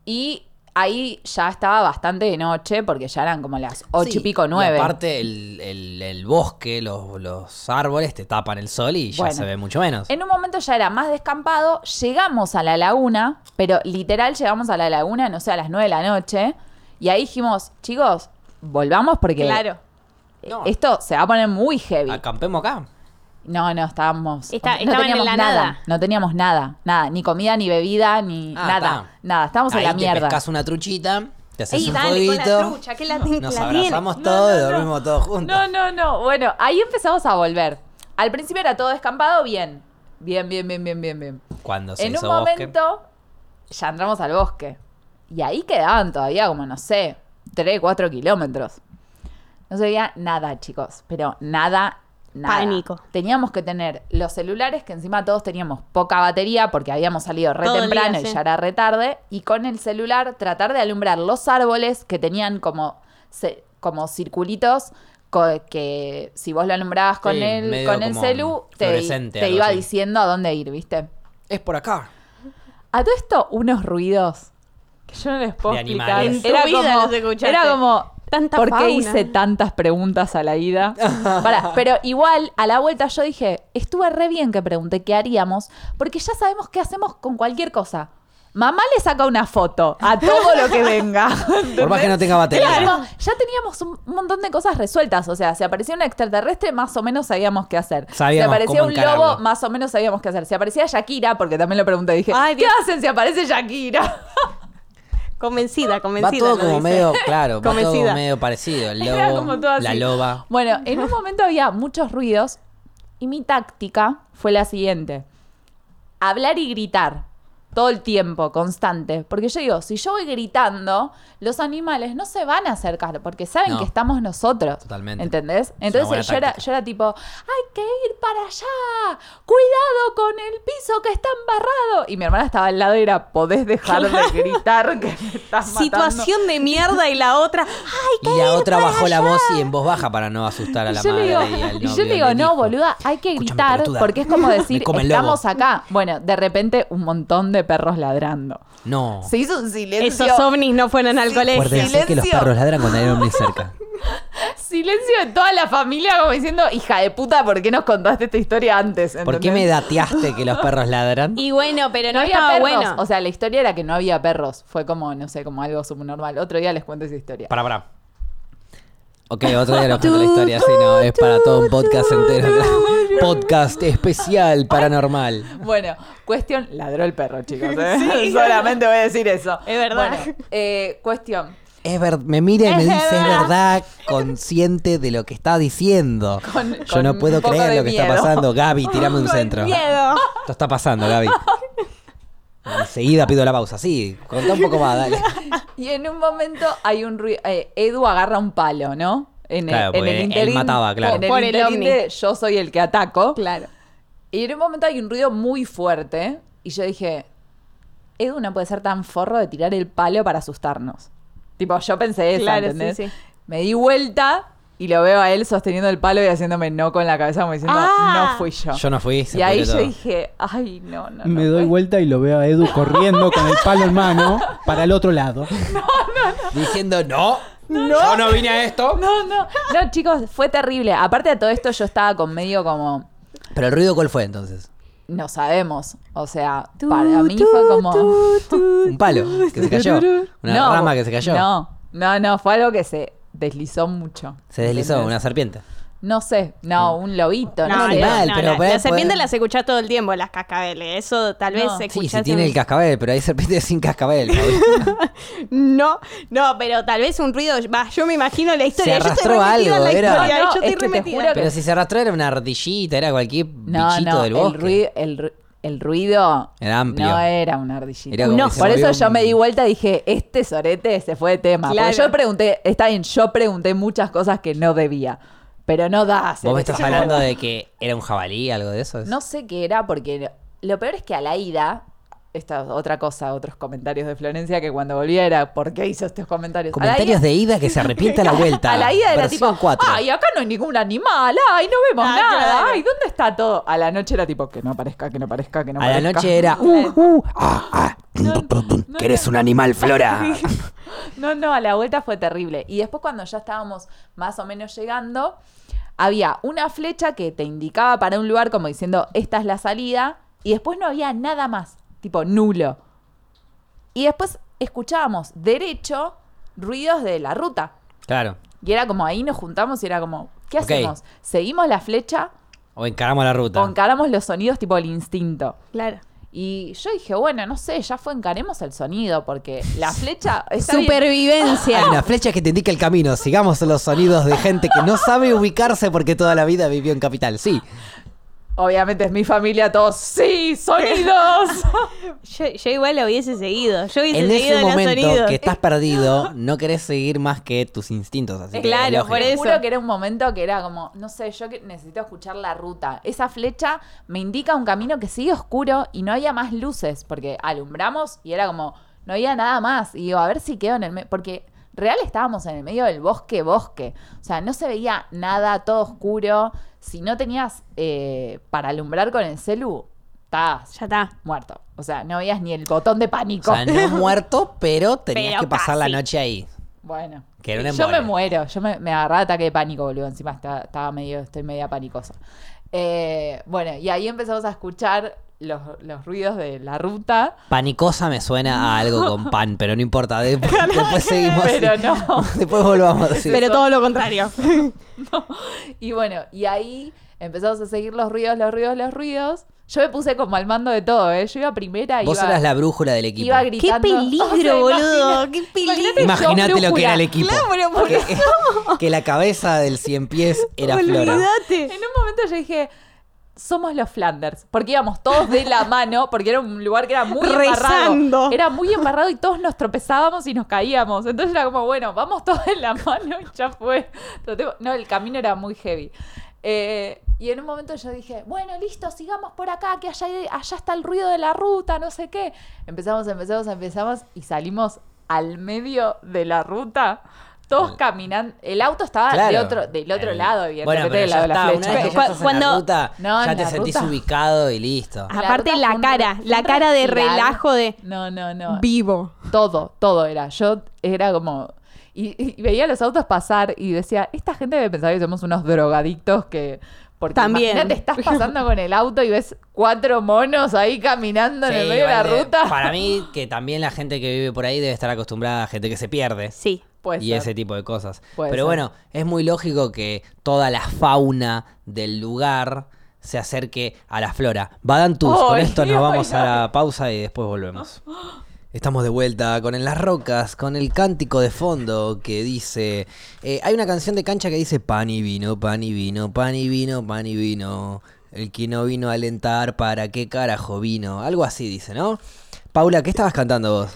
[SPEAKER 2] y ahí ya estaba bastante de noche porque ya eran como las ocho
[SPEAKER 1] Sí,
[SPEAKER 2] y pico, nueve.
[SPEAKER 1] Y aparte, el, el- el bosque, los, los árboles te tapan el sol y ya
[SPEAKER 2] Bueno.
[SPEAKER 1] se ve mucho menos.
[SPEAKER 2] En un momento ya era más descampado, llegamos a la laguna, pero literal llegamos a la laguna, no sé, a las nueve de la noche y ahí dijimos, chicos, volvamos porque
[SPEAKER 6] Claro.
[SPEAKER 1] No,
[SPEAKER 2] esto se va a poner muy heavy.
[SPEAKER 1] acampemos acá.
[SPEAKER 2] No, no, estábamos.
[SPEAKER 6] Está-
[SPEAKER 2] no
[SPEAKER 6] estaban en
[SPEAKER 2] teníamos
[SPEAKER 6] la
[SPEAKER 2] nada,
[SPEAKER 6] nada.
[SPEAKER 2] No teníamos nada. Nada. Ni comida, ni bebida, ni
[SPEAKER 1] Ah,
[SPEAKER 2] nada.
[SPEAKER 1] está.
[SPEAKER 2] Nada. Estábamos
[SPEAKER 1] Ahí
[SPEAKER 2] en la
[SPEAKER 1] te
[SPEAKER 2] mierda.
[SPEAKER 1] pescas una truchita Te haces
[SPEAKER 6] Ey,
[SPEAKER 1] un
[SPEAKER 6] dale, con la
[SPEAKER 1] jueguito,
[SPEAKER 6] trucha, que la, ten-
[SPEAKER 1] nos
[SPEAKER 6] la tiene.
[SPEAKER 1] abrazamos
[SPEAKER 2] No,
[SPEAKER 1] todos
[SPEAKER 2] no,
[SPEAKER 1] y
[SPEAKER 2] no.
[SPEAKER 1] dormimos todos juntos.
[SPEAKER 2] No, no, no. Bueno, ahí empezamos a volver. Al principio era todo descampado, bien. Bien, bien, bien, bien, bien, bien.
[SPEAKER 1] Cuando se
[SPEAKER 2] En un
[SPEAKER 1] hizo bosque.
[SPEAKER 2] momento ya entramos al bosque. Y ahí quedaban todavía como, no sé, 3, 4 kilómetros. No se veía nada, chicos. Pero nada, nada.
[SPEAKER 6] Pánico.
[SPEAKER 2] Teníamos que tener los celulares, que encima todos teníamos poca batería porque habíamos salido re
[SPEAKER 6] Todo el día,
[SPEAKER 2] temprano y
[SPEAKER 6] sí.
[SPEAKER 2] ya era re tarde. Y con el celular tratar de alumbrar los árboles que tenían como, ce- como circulitos co- que si vos lo alumbrabas con
[SPEAKER 1] Sí,
[SPEAKER 2] el,
[SPEAKER 1] medio
[SPEAKER 2] con el
[SPEAKER 1] como
[SPEAKER 2] celu, te,
[SPEAKER 1] fluorescente,
[SPEAKER 2] te
[SPEAKER 1] algo
[SPEAKER 2] iba
[SPEAKER 1] así.
[SPEAKER 2] diciendo a dónde ir, ¿viste?
[SPEAKER 1] Es por acá.
[SPEAKER 2] A todo esto, unos ruidos que yo no les puedo
[SPEAKER 1] De
[SPEAKER 2] explicar.
[SPEAKER 1] animales. En
[SPEAKER 6] tu vida los escuchaste.
[SPEAKER 2] era como,
[SPEAKER 6] Tanta
[SPEAKER 2] ¿por qué
[SPEAKER 6] fauna.
[SPEAKER 2] hice tantas preguntas a
[SPEAKER 1] (laughs)
[SPEAKER 2] la ida? Pará, pero igual, a la vuelta yo dije, estuve re bien que pregunté qué haríamos, porque ya sabemos qué hacemos con cualquier cosa. Mamá le saca una foto a todo lo que venga.
[SPEAKER 1] Por más que no tenga batería.
[SPEAKER 2] Claro, ya teníamos un un montón de cosas resueltas. O sea, si aparecía un extraterrestre, más o menos sabíamos qué hacer.
[SPEAKER 1] Sabíamos
[SPEAKER 2] si aparecía
[SPEAKER 1] cómo
[SPEAKER 2] un
[SPEAKER 1] encararlo.
[SPEAKER 2] lobo, más o menos sabíamos qué hacer. Si aparecía Shakira, porque también lo pregunté, dije,
[SPEAKER 6] Ay,
[SPEAKER 2] ¿qué
[SPEAKER 6] Dios.
[SPEAKER 2] hacen si aparece Shakira?
[SPEAKER 6] Convencida,
[SPEAKER 1] Va
[SPEAKER 6] convencida.
[SPEAKER 1] todo
[SPEAKER 6] lo
[SPEAKER 1] como
[SPEAKER 6] dice.
[SPEAKER 1] medio, claro, va todo
[SPEAKER 6] Convencida.
[SPEAKER 1] como medio parecido. (laughs) El
[SPEAKER 2] Era
[SPEAKER 1] lobo,
[SPEAKER 2] como todo así.
[SPEAKER 1] la (laughs) loba.
[SPEAKER 2] Bueno, en un momento había muchos ruidos y mi táctica fue la siguiente. Hablar y gritar todo el tiempo, constante. Porque yo digo, si yo voy gritando, los animales no se van a acercar porque saben
[SPEAKER 1] No.
[SPEAKER 2] que estamos nosotros.
[SPEAKER 1] Totalmente.
[SPEAKER 2] ¿Entendés?
[SPEAKER 1] una buena
[SPEAKER 2] Entonces yo era,
[SPEAKER 1] táctica.
[SPEAKER 2] yo era tipo, hay que ir para allá, cuidado con el piso que está embarrado. Y mi hermana estaba al lado y era, podés
[SPEAKER 1] (laughs)
[SPEAKER 2] dejar de gritar que me estás matando.
[SPEAKER 6] (laughs) Situación de mierda y la otra. Ay,
[SPEAKER 1] Y la otra bajó la voz y en voz baja para no asustar a
[SPEAKER 2] Y
[SPEAKER 1] la
[SPEAKER 2] yo le
[SPEAKER 1] madre
[SPEAKER 2] digo,
[SPEAKER 1] y al
[SPEAKER 2] y yo
[SPEAKER 1] novio,
[SPEAKER 2] le digo,
[SPEAKER 1] al
[SPEAKER 2] no,
[SPEAKER 1] hijo".
[SPEAKER 2] boluda, hay que
[SPEAKER 1] Escúchame,
[SPEAKER 2] gritar
[SPEAKER 1] pelotuda.
[SPEAKER 2] porque es como
[SPEAKER 1] (laughs)
[SPEAKER 2] decir,
[SPEAKER 1] Me come el
[SPEAKER 2] estamos
[SPEAKER 1] lobo.
[SPEAKER 2] acá. Bueno, de repente un montón de perros ladrando.
[SPEAKER 1] No.
[SPEAKER 2] Se hizo un silencio,
[SPEAKER 6] Esos ovnis no fueron al colegio.
[SPEAKER 1] Acuérdense que los
[SPEAKER 2] silencio.
[SPEAKER 1] perros ladran cuando hay un ovni (laughs) cerca.
[SPEAKER 2] (laughs) silencio de toda la familia como diciendo, hija de puta, ¿por qué nos contaste esta historia antes?
[SPEAKER 1] ¿Por qué me
[SPEAKER 2] ¿Entendés?
[SPEAKER 1] dateaste que los perros ladran?
[SPEAKER 6] Y bueno, pero
[SPEAKER 2] No
[SPEAKER 6] no,
[SPEAKER 2] había
[SPEAKER 6] estaba
[SPEAKER 2] perros.
[SPEAKER 6] Ah, bueno.
[SPEAKER 2] O sea, la historia era que no había perros. Fue como, no sé, como algo subnormal. Otro día les cuento esa historia.
[SPEAKER 1] Para, para. Ok, otro día nos cuento la historia, si no, es para todo un podcast entero. podcast especial paranormal.
[SPEAKER 2] (laughs) Bueno, cuestión. Ladró el perro, chicos.
[SPEAKER 6] (laughs)
[SPEAKER 2] ¿eh? (laughs) Solamente voy a decir eso.
[SPEAKER 6] Es verdad.
[SPEAKER 2] Bueno, eh, cuestión.
[SPEAKER 1] Es ver- me mira y me
[SPEAKER 2] Es
[SPEAKER 1] dice, es
[SPEAKER 2] verdad".
[SPEAKER 1] verdad, consciente de lo que está diciendo.
[SPEAKER 2] (laughs) Con-
[SPEAKER 1] Yo
[SPEAKER 2] con
[SPEAKER 1] no puedo
[SPEAKER 2] un poco
[SPEAKER 1] creer
[SPEAKER 2] de
[SPEAKER 1] lo que está
[SPEAKER 2] miedo.
[SPEAKER 1] pasando. Gaby, tirame un
[SPEAKER 6] Con
[SPEAKER 1] centro.
[SPEAKER 6] miedo.
[SPEAKER 1] Esto está pasando, Gaby. Enseguida pido la pausa. Sí, contá un poco más, dale.
[SPEAKER 2] Y en un momento hay un ruido. eh, Edu agarra un palo, ¿no? En
[SPEAKER 1] Claro,
[SPEAKER 2] en
[SPEAKER 1] porque él mataba, claro.
[SPEAKER 2] En el
[SPEAKER 6] Por el
[SPEAKER 2] interín
[SPEAKER 6] ovni.
[SPEAKER 2] de yo soy el que ataco.
[SPEAKER 6] Claro.
[SPEAKER 2] Y en un momento hay un ruido muy fuerte. Y yo dije, Edu no puede ser tan forro de tirar el palo para asustarnos. Tipo, yo pensé eso,
[SPEAKER 6] Claro,
[SPEAKER 2] ¿entendés?
[SPEAKER 6] sí, sí.
[SPEAKER 2] Me di vuelta y lo veo a él sosteniendo el palo y haciéndome no con la cabeza, como diciendo,
[SPEAKER 6] Ah.
[SPEAKER 2] no fui yo.
[SPEAKER 1] Yo no fui. se
[SPEAKER 2] y ahí
[SPEAKER 1] pudrió
[SPEAKER 2] yo
[SPEAKER 1] todo.
[SPEAKER 2] dije, ay, no, no.
[SPEAKER 4] Me
[SPEAKER 2] no,
[SPEAKER 4] doy
[SPEAKER 2] no".
[SPEAKER 4] vuelta y lo veo a Edu corriendo con el palo en mano para el otro lado.
[SPEAKER 1] Diciendo, no, yo no vine a esto.
[SPEAKER 2] No, no, no, chicos, fue terrible. Aparte de todo esto, yo estaba con medio como,
[SPEAKER 1] Pero el ruido, ¿cuál fue entonces?
[SPEAKER 2] no sabemos. O sea, para mí fue como.
[SPEAKER 1] Un palo que se cayó. Una
[SPEAKER 2] No,
[SPEAKER 1] rama que se cayó.
[SPEAKER 2] No, no, no, fue algo que se deslizó mucho.
[SPEAKER 1] Se deslizó, una serpiente.
[SPEAKER 2] No sé,
[SPEAKER 1] Mm.
[SPEAKER 2] no, un lobito, no,
[SPEAKER 1] Un
[SPEAKER 6] No,
[SPEAKER 2] sé.
[SPEAKER 1] animal,
[SPEAKER 6] no,
[SPEAKER 1] pero
[SPEAKER 6] no,
[SPEAKER 1] puede-
[SPEAKER 6] Las serpientes
[SPEAKER 1] puede-
[SPEAKER 6] las escuchás todo el tiempo, las cascabeles. Eso tal vez
[SPEAKER 2] No.
[SPEAKER 6] se
[SPEAKER 1] Sí,
[SPEAKER 6] escuchás
[SPEAKER 1] si tiene
[SPEAKER 6] en-
[SPEAKER 1] el cascabel, pero hay serpientes sin cascabel. Gaby.
[SPEAKER 6] No, no, pero tal vez un ruido. Va, yo me imagino la
[SPEAKER 1] Se
[SPEAKER 6] historia. yo estoy
[SPEAKER 1] arrastró
[SPEAKER 6] remetida en la
[SPEAKER 1] algo, era.
[SPEAKER 6] historia.
[SPEAKER 2] No, no,
[SPEAKER 6] yo estoy
[SPEAKER 2] es que te
[SPEAKER 6] remetida.
[SPEAKER 2] juro que-
[SPEAKER 1] Pero si se arrastró era una ardillita, era cualquier
[SPEAKER 2] No,
[SPEAKER 1] bichito
[SPEAKER 2] no,
[SPEAKER 1] del bosque.
[SPEAKER 2] el ruido, el, ru- el ruido
[SPEAKER 1] Era amplio.
[SPEAKER 2] no era una ardillita.
[SPEAKER 1] Era como
[SPEAKER 2] No,
[SPEAKER 1] que se
[SPEAKER 2] por
[SPEAKER 1] movió
[SPEAKER 2] eso yo
[SPEAKER 1] un-
[SPEAKER 2] me di vuelta y dije, este sorete se fue de tema.
[SPEAKER 6] Claro.
[SPEAKER 2] Porque yo pregunté, está bien, yo pregunté muchas cosas que no debía, pero no da. hacer
[SPEAKER 1] Vos me
[SPEAKER 2] eso. (laughs)
[SPEAKER 1] estás hablando de que era un jabalí, algo de eso.
[SPEAKER 2] No sé qué era, porque lo peor es que a la ida, esta es otra cosa, otros comentarios de Florencia, que cuando volviera era, ¿por qué hizo estos comentarios?
[SPEAKER 1] Comentarios
[SPEAKER 2] a la ida,
[SPEAKER 1] de ida que se arrepienta
[SPEAKER 2] (laughs)
[SPEAKER 1] a la vuelta.
[SPEAKER 2] a la ida era
[SPEAKER 1] Versión
[SPEAKER 2] tipo,
[SPEAKER 1] 4.
[SPEAKER 2] ay, acá no hay ningún animal, ay, no vemos
[SPEAKER 6] Ah,
[SPEAKER 2] nada,
[SPEAKER 6] claro.
[SPEAKER 2] ay, ¿dónde está todo? A la noche era tipo, que no aparezca, que no aparezca, que no
[SPEAKER 1] a la
[SPEAKER 2] aparezca.
[SPEAKER 1] noche
[SPEAKER 2] (laughs)
[SPEAKER 1] era. Uh, uh, ah, ah, (laughs) que eres un animal,
[SPEAKER 2] (laughs)
[SPEAKER 1] Flora.
[SPEAKER 2] No, no, a la vuelta fue terrible. Y después cuando ya estábamos más o menos llegando, había una flecha que te indicaba para un lugar como diciendo, esta es la salida, y después no había nada más, tipo nulo. Y después escuchábamos derecho ruidos de la ruta.
[SPEAKER 1] Claro.
[SPEAKER 2] Y era como ahí nos juntamos y era como, ¿qué
[SPEAKER 1] Ok.
[SPEAKER 2] hacemos? ¿Seguimos la flecha
[SPEAKER 1] O encaramos la ruta.
[SPEAKER 2] o encaramos los sonidos tipo el instinto?
[SPEAKER 6] Claro.
[SPEAKER 2] Y yo dije, bueno, no sé, ya fue, encaremos el sonido, porque la flecha está bien.
[SPEAKER 3] Supervivencia.
[SPEAKER 1] Hay una flecha que te indica el camino. Sigamos los sonidos de gente que no sabe ubicarse porque toda la vida vivió en capital. Sí.
[SPEAKER 2] Obviamente es mi familia, todos, sí, sonidos.
[SPEAKER 6] Yo, yo igual lo hubiese seguido. Yo hubiese
[SPEAKER 1] En
[SPEAKER 6] seguido
[SPEAKER 1] ese
[SPEAKER 6] los
[SPEAKER 1] momento
[SPEAKER 6] sonidos.
[SPEAKER 1] que estás perdido, no querés seguir más que tus instintos. Así que
[SPEAKER 6] Claro,
[SPEAKER 1] es lógico.
[SPEAKER 6] por
[SPEAKER 2] Te
[SPEAKER 6] (laughs) eso.
[SPEAKER 2] juro que era un momento que era como, no sé, yo que- necesito escuchar la ruta. Esa flecha me indica un camino que sigue oscuro y no había más luces, porque alumbramos y era como, no había nada más. Y digo, a ver si quedo en el medio, porque real estábamos en el medio del bosque, bosque. O sea, no se veía nada, todo oscuro. Si no tenías eh, para alumbrar con el celu, estabas
[SPEAKER 6] Ya está.
[SPEAKER 2] muerto. O sea, no veías ni el botón de pánico.
[SPEAKER 1] O sea,
[SPEAKER 2] (laughs)
[SPEAKER 1] no muerto, pero tenías
[SPEAKER 6] Pero
[SPEAKER 1] que pasar
[SPEAKER 6] casi.
[SPEAKER 1] la noche ahí.
[SPEAKER 2] Bueno.
[SPEAKER 1] Que era un
[SPEAKER 2] yo
[SPEAKER 1] embole.
[SPEAKER 2] me muero, yo me, me agarraba ataque de pánico, boludo. Encima está- estaba medio, estoy media panicosa. Eh, bueno, y ahí empezamos a escuchar los, los ruidos de la ruta.
[SPEAKER 1] Panicosa me suena a algo
[SPEAKER 2] (laughs)
[SPEAKER 1] con pan, pero no importa. de- después seguimos.
[SPEAKER 2] Pero no.
[SPEAKER 1] (laughs) Después volvamos. sí.
[SPEAKER 6] Pero todo lo (laughs) contrario.
[SPEAKER 2] Y bueno, y ahí empezamos a seguir los ruidos, los ruidos, los ruidos. Yo me puse como al mando de todo, ¿eh? Yo iba primera y
[SPEAKER 1] Vos
[SPEAKER 2] iba,
[SPEAKER 1] eras la brújula del equipo.
[SPEAKER 2] iba gritando.
[SPEAKER 6] peligro,
[SPEAKER 2] (laughs) O sea,
[SPEAKER 6] boludo,
[SPEAKER 2] imagina-
[SPEAKER 6] qué peligro.
[SPEAKER 2] yo,
[SPEAKER 1] Imagínate lo que
[SPEAKER 2] brújula.
[SPEAKER 1] era el equipo.
[SPEAKER 6] Claro, por
[SPEAKER 1] que, (laughs) que la cabeza del cien pies era Flora.
[SPEAKER 2] En
[SPEAKER 6] Olvídate.
[SPEAKER 2] un momento yo dije, somos los Flanders, porque íbamos todos de la mano, porque era un lugar que era muy embarrado.
[SPEAKER 6] Rezando.
[SPEAKER 2] Era muy embarrado y todos nos tropezábamos y nos caíamos. Entonces era como, bueno, vamos todos en la mano y ya fue. Tratemos- No, el camino era muy heavy. Eh, y en un momento yo dije, bueno, listo, sigamos por acá, que allá, hay- allá está el ruido de la ruta, no sé qué. Empezamos, empezamos, empezamos y salimos al medio de la ruta. Todos caminando. El auto estaba Ah, de
[SPEAKER 1] Ah, Claro.
[SPEAKER 2] otro, del otro
[SPEAKER 1] El-
[SPEAKER 2] lado,
[SPEAKER 1] Bueno,
[SPEAKER 2] evidentemente,
[SPEAKER 1] pero
[SPEAKER 2] del
[SPEAKER 1] ya
[SPEAKER 2] lado de la
[SPEAKER 1] está,
[SPEAKER 2] flecha.
[SPEAKER 1] una vez que ya
[SPEAKER 6] Cu-
[SPEAKER 1] estás en la
[SPEAKER 6] cuando-
[SPEAKER 1] ruta,
[SPEAKER 2] No,
[SPEAKER 1] ya
[SPEAKER 2] en
[SPEAKER 1] te
[SPEAKER 2] la
[SPEAKER 1] sentís
[SPEAKER 2] ruta. Ah,
[SPEAKER 1] ubicado y listo.
[SPEAKER 2] La
[SPEAKER 6] Aparte
[SPEAKER 2] ruta
[SPEAKER 6] la
[SPEAKER 2] fue un
[SPEAKER 6] cara,
[SPEAKER 2] re-
[SPEAKER 6] la
[SPEAKER 2] un
[SPEAKER 6] cara de
[SPEAKER 2] respirar.
[SPEAKER 6] relajo de
[SPEAKER 2] (laughs) No, no, no.
[SPEAKER 6] vivo.
[SPEAKER 2] todo, todo era. Yo era como. Y, y veía los autos pasar y decía, esta gente debe pensar que somos unos drogadictos que. Porque
[SPEAKER 6] También.
[SPEAKER 2] imagínate, estás pasando con el auto y ves cuatro monos ahí caminando en el
[SPEAKER 1] Sí,
[SPEAKER 2] medio de la
[SPEAKER 1] igual de-
[SPEAKER 2] ruta.
[SPEAKER 1] Para mí, que también la gente que vive por ahí debe estar acostumbrada a gente que se pierde.
[SPEAKER 6] Sí.
[SPEAKER 2] (laughs) Puede
[SPEAKER 1] y
[SPEAKER 2] ser.
[SPEAKER 1] ese tipo de cosas.
[SPEAKER 2] Puede
[SPEAKER 1] Pero
[SPEAKER 2] ser.
[SPEAKER 1] bueno, es muy lógico que toda la fauna del lugar se acerque a la flora. Badantus,
[SPEAKER 2] Ay,
[SPEAKER 1] con esto nos
[SPEAKER 2] (laughs) ay,
[SPEAKER 1] vamos a
[SPEAKER 2] ay.
[SPEAKER 1] la pausa y después volvemos. Estamos de vuelta con En las Rocas, con el cántico de fondo que dice... eh, hay una canción de cancha que dice pan y vino, pan y vino, pan y vino, pan y vino. El que no vino a alentar, ¿para qué carajo vino? Algo así dice, ¿no? Paula, ¿qué estabas cantando vos?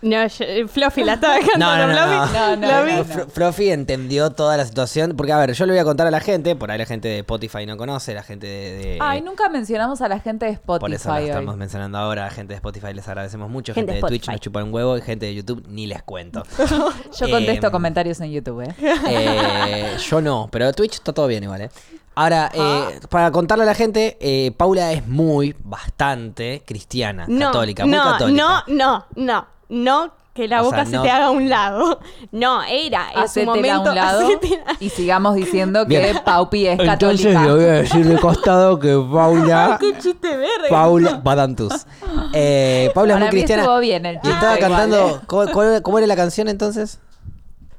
[SPEAKER 6] No, yo- eh, Fluffy la estaba dejando.
[SPEAKER 1] No, no, no. no.
[SPEAKER 2] No, no,
[SPEAKER 1] Flo-
[SPEAKER 2] no, no.
[SPEAKER 1] Flo- Fluffy entendió toda la situación. Porque, a ver, yo le voy a contar a la gente. Por ahí la gente de Spotify no conoce, la gente de. de-
[SPEAKER 2] Ay, nunca mencionamos a la gente de Spotify.
[SPEAKER 1] Por eso la
[SPEAKER 2] hoy.
[SPEAKER 1] estamos mencionando ahora. La gente de Spotify les agradecemos mucho. Gente,
[SPEAKER 6] Gente
[SPEAKER 1] de
[SPEAKER 6] de
[SPEAKER 1] Twitch
[SPEAKER 6] Spotify.
[SPEAKER 1] nos chupa un huevo. Y gente de YouTube ni les cuento.
[SPEAKER 2] Yo contesto
[SPEAKER 1] Em,
[SPEAKER 2] comentarios en YouTube, ¿eh?
[SPEAKER 1] Eh, yo no, pero Twitch está todo bien igual, ¿eh? Ahora, eh, para contarle a la gente, eh, Paula es muy, bastante cristiana,
[SPEAKER 6] No,
[SPEAKER 1] católica, muy
[SPEAKER 6] no,
[SPEAKER 1] católica.
[SPEAKER 6] no, no, no, no, que la
[SPEAKER 1] O
[SPEAKER 6] boca
[SPEAKER 1] sea,
[SPEAKER 6] se
[SPEAKER 1] no-
[SPEAKER 6] te haga a un lado. No, era, es un
[SPEAKER 2] (laughs) Hacétela
[SPEAKER 6] momento.
[SPEAKER 2] a un lado
[SPEAKER 6] hacétela- (laughs)
[SPEAKER 2] y sigamos diciendo
[SPEAKER 1] Bien.
[SPEAKER 2] que Paupi es
[SPEAKER 1] (laughs) Entonces
[SPEAKER 2] católica.
[SPEAKER 1] le voy a decir de costado que
[SPEAKER 3] (laughs)
[SPEAKER 1] Paula.
[SPEAKER 6] Qué chiste verde.
[SPEAKER 1] Paula Badantus. Eh, Paula es
[SPEAKER 2] Para
[SPEAKER 1] muy
[SPEAKER 2] mí
[SPEAKER 1] cristiana.
[SPEAKER 2] estuvo bien el
[SPEAKER 1] Y
[SPEAKER 2] chiste
[SPEAKER 1] estaba
[SPEAKER 2] igual,
[SPEAKER 1] cantando.
[SPEAKER 2] ¿eh?
[SPEAKER 1] ¿cómo, cómo- cómo era la canción entonces?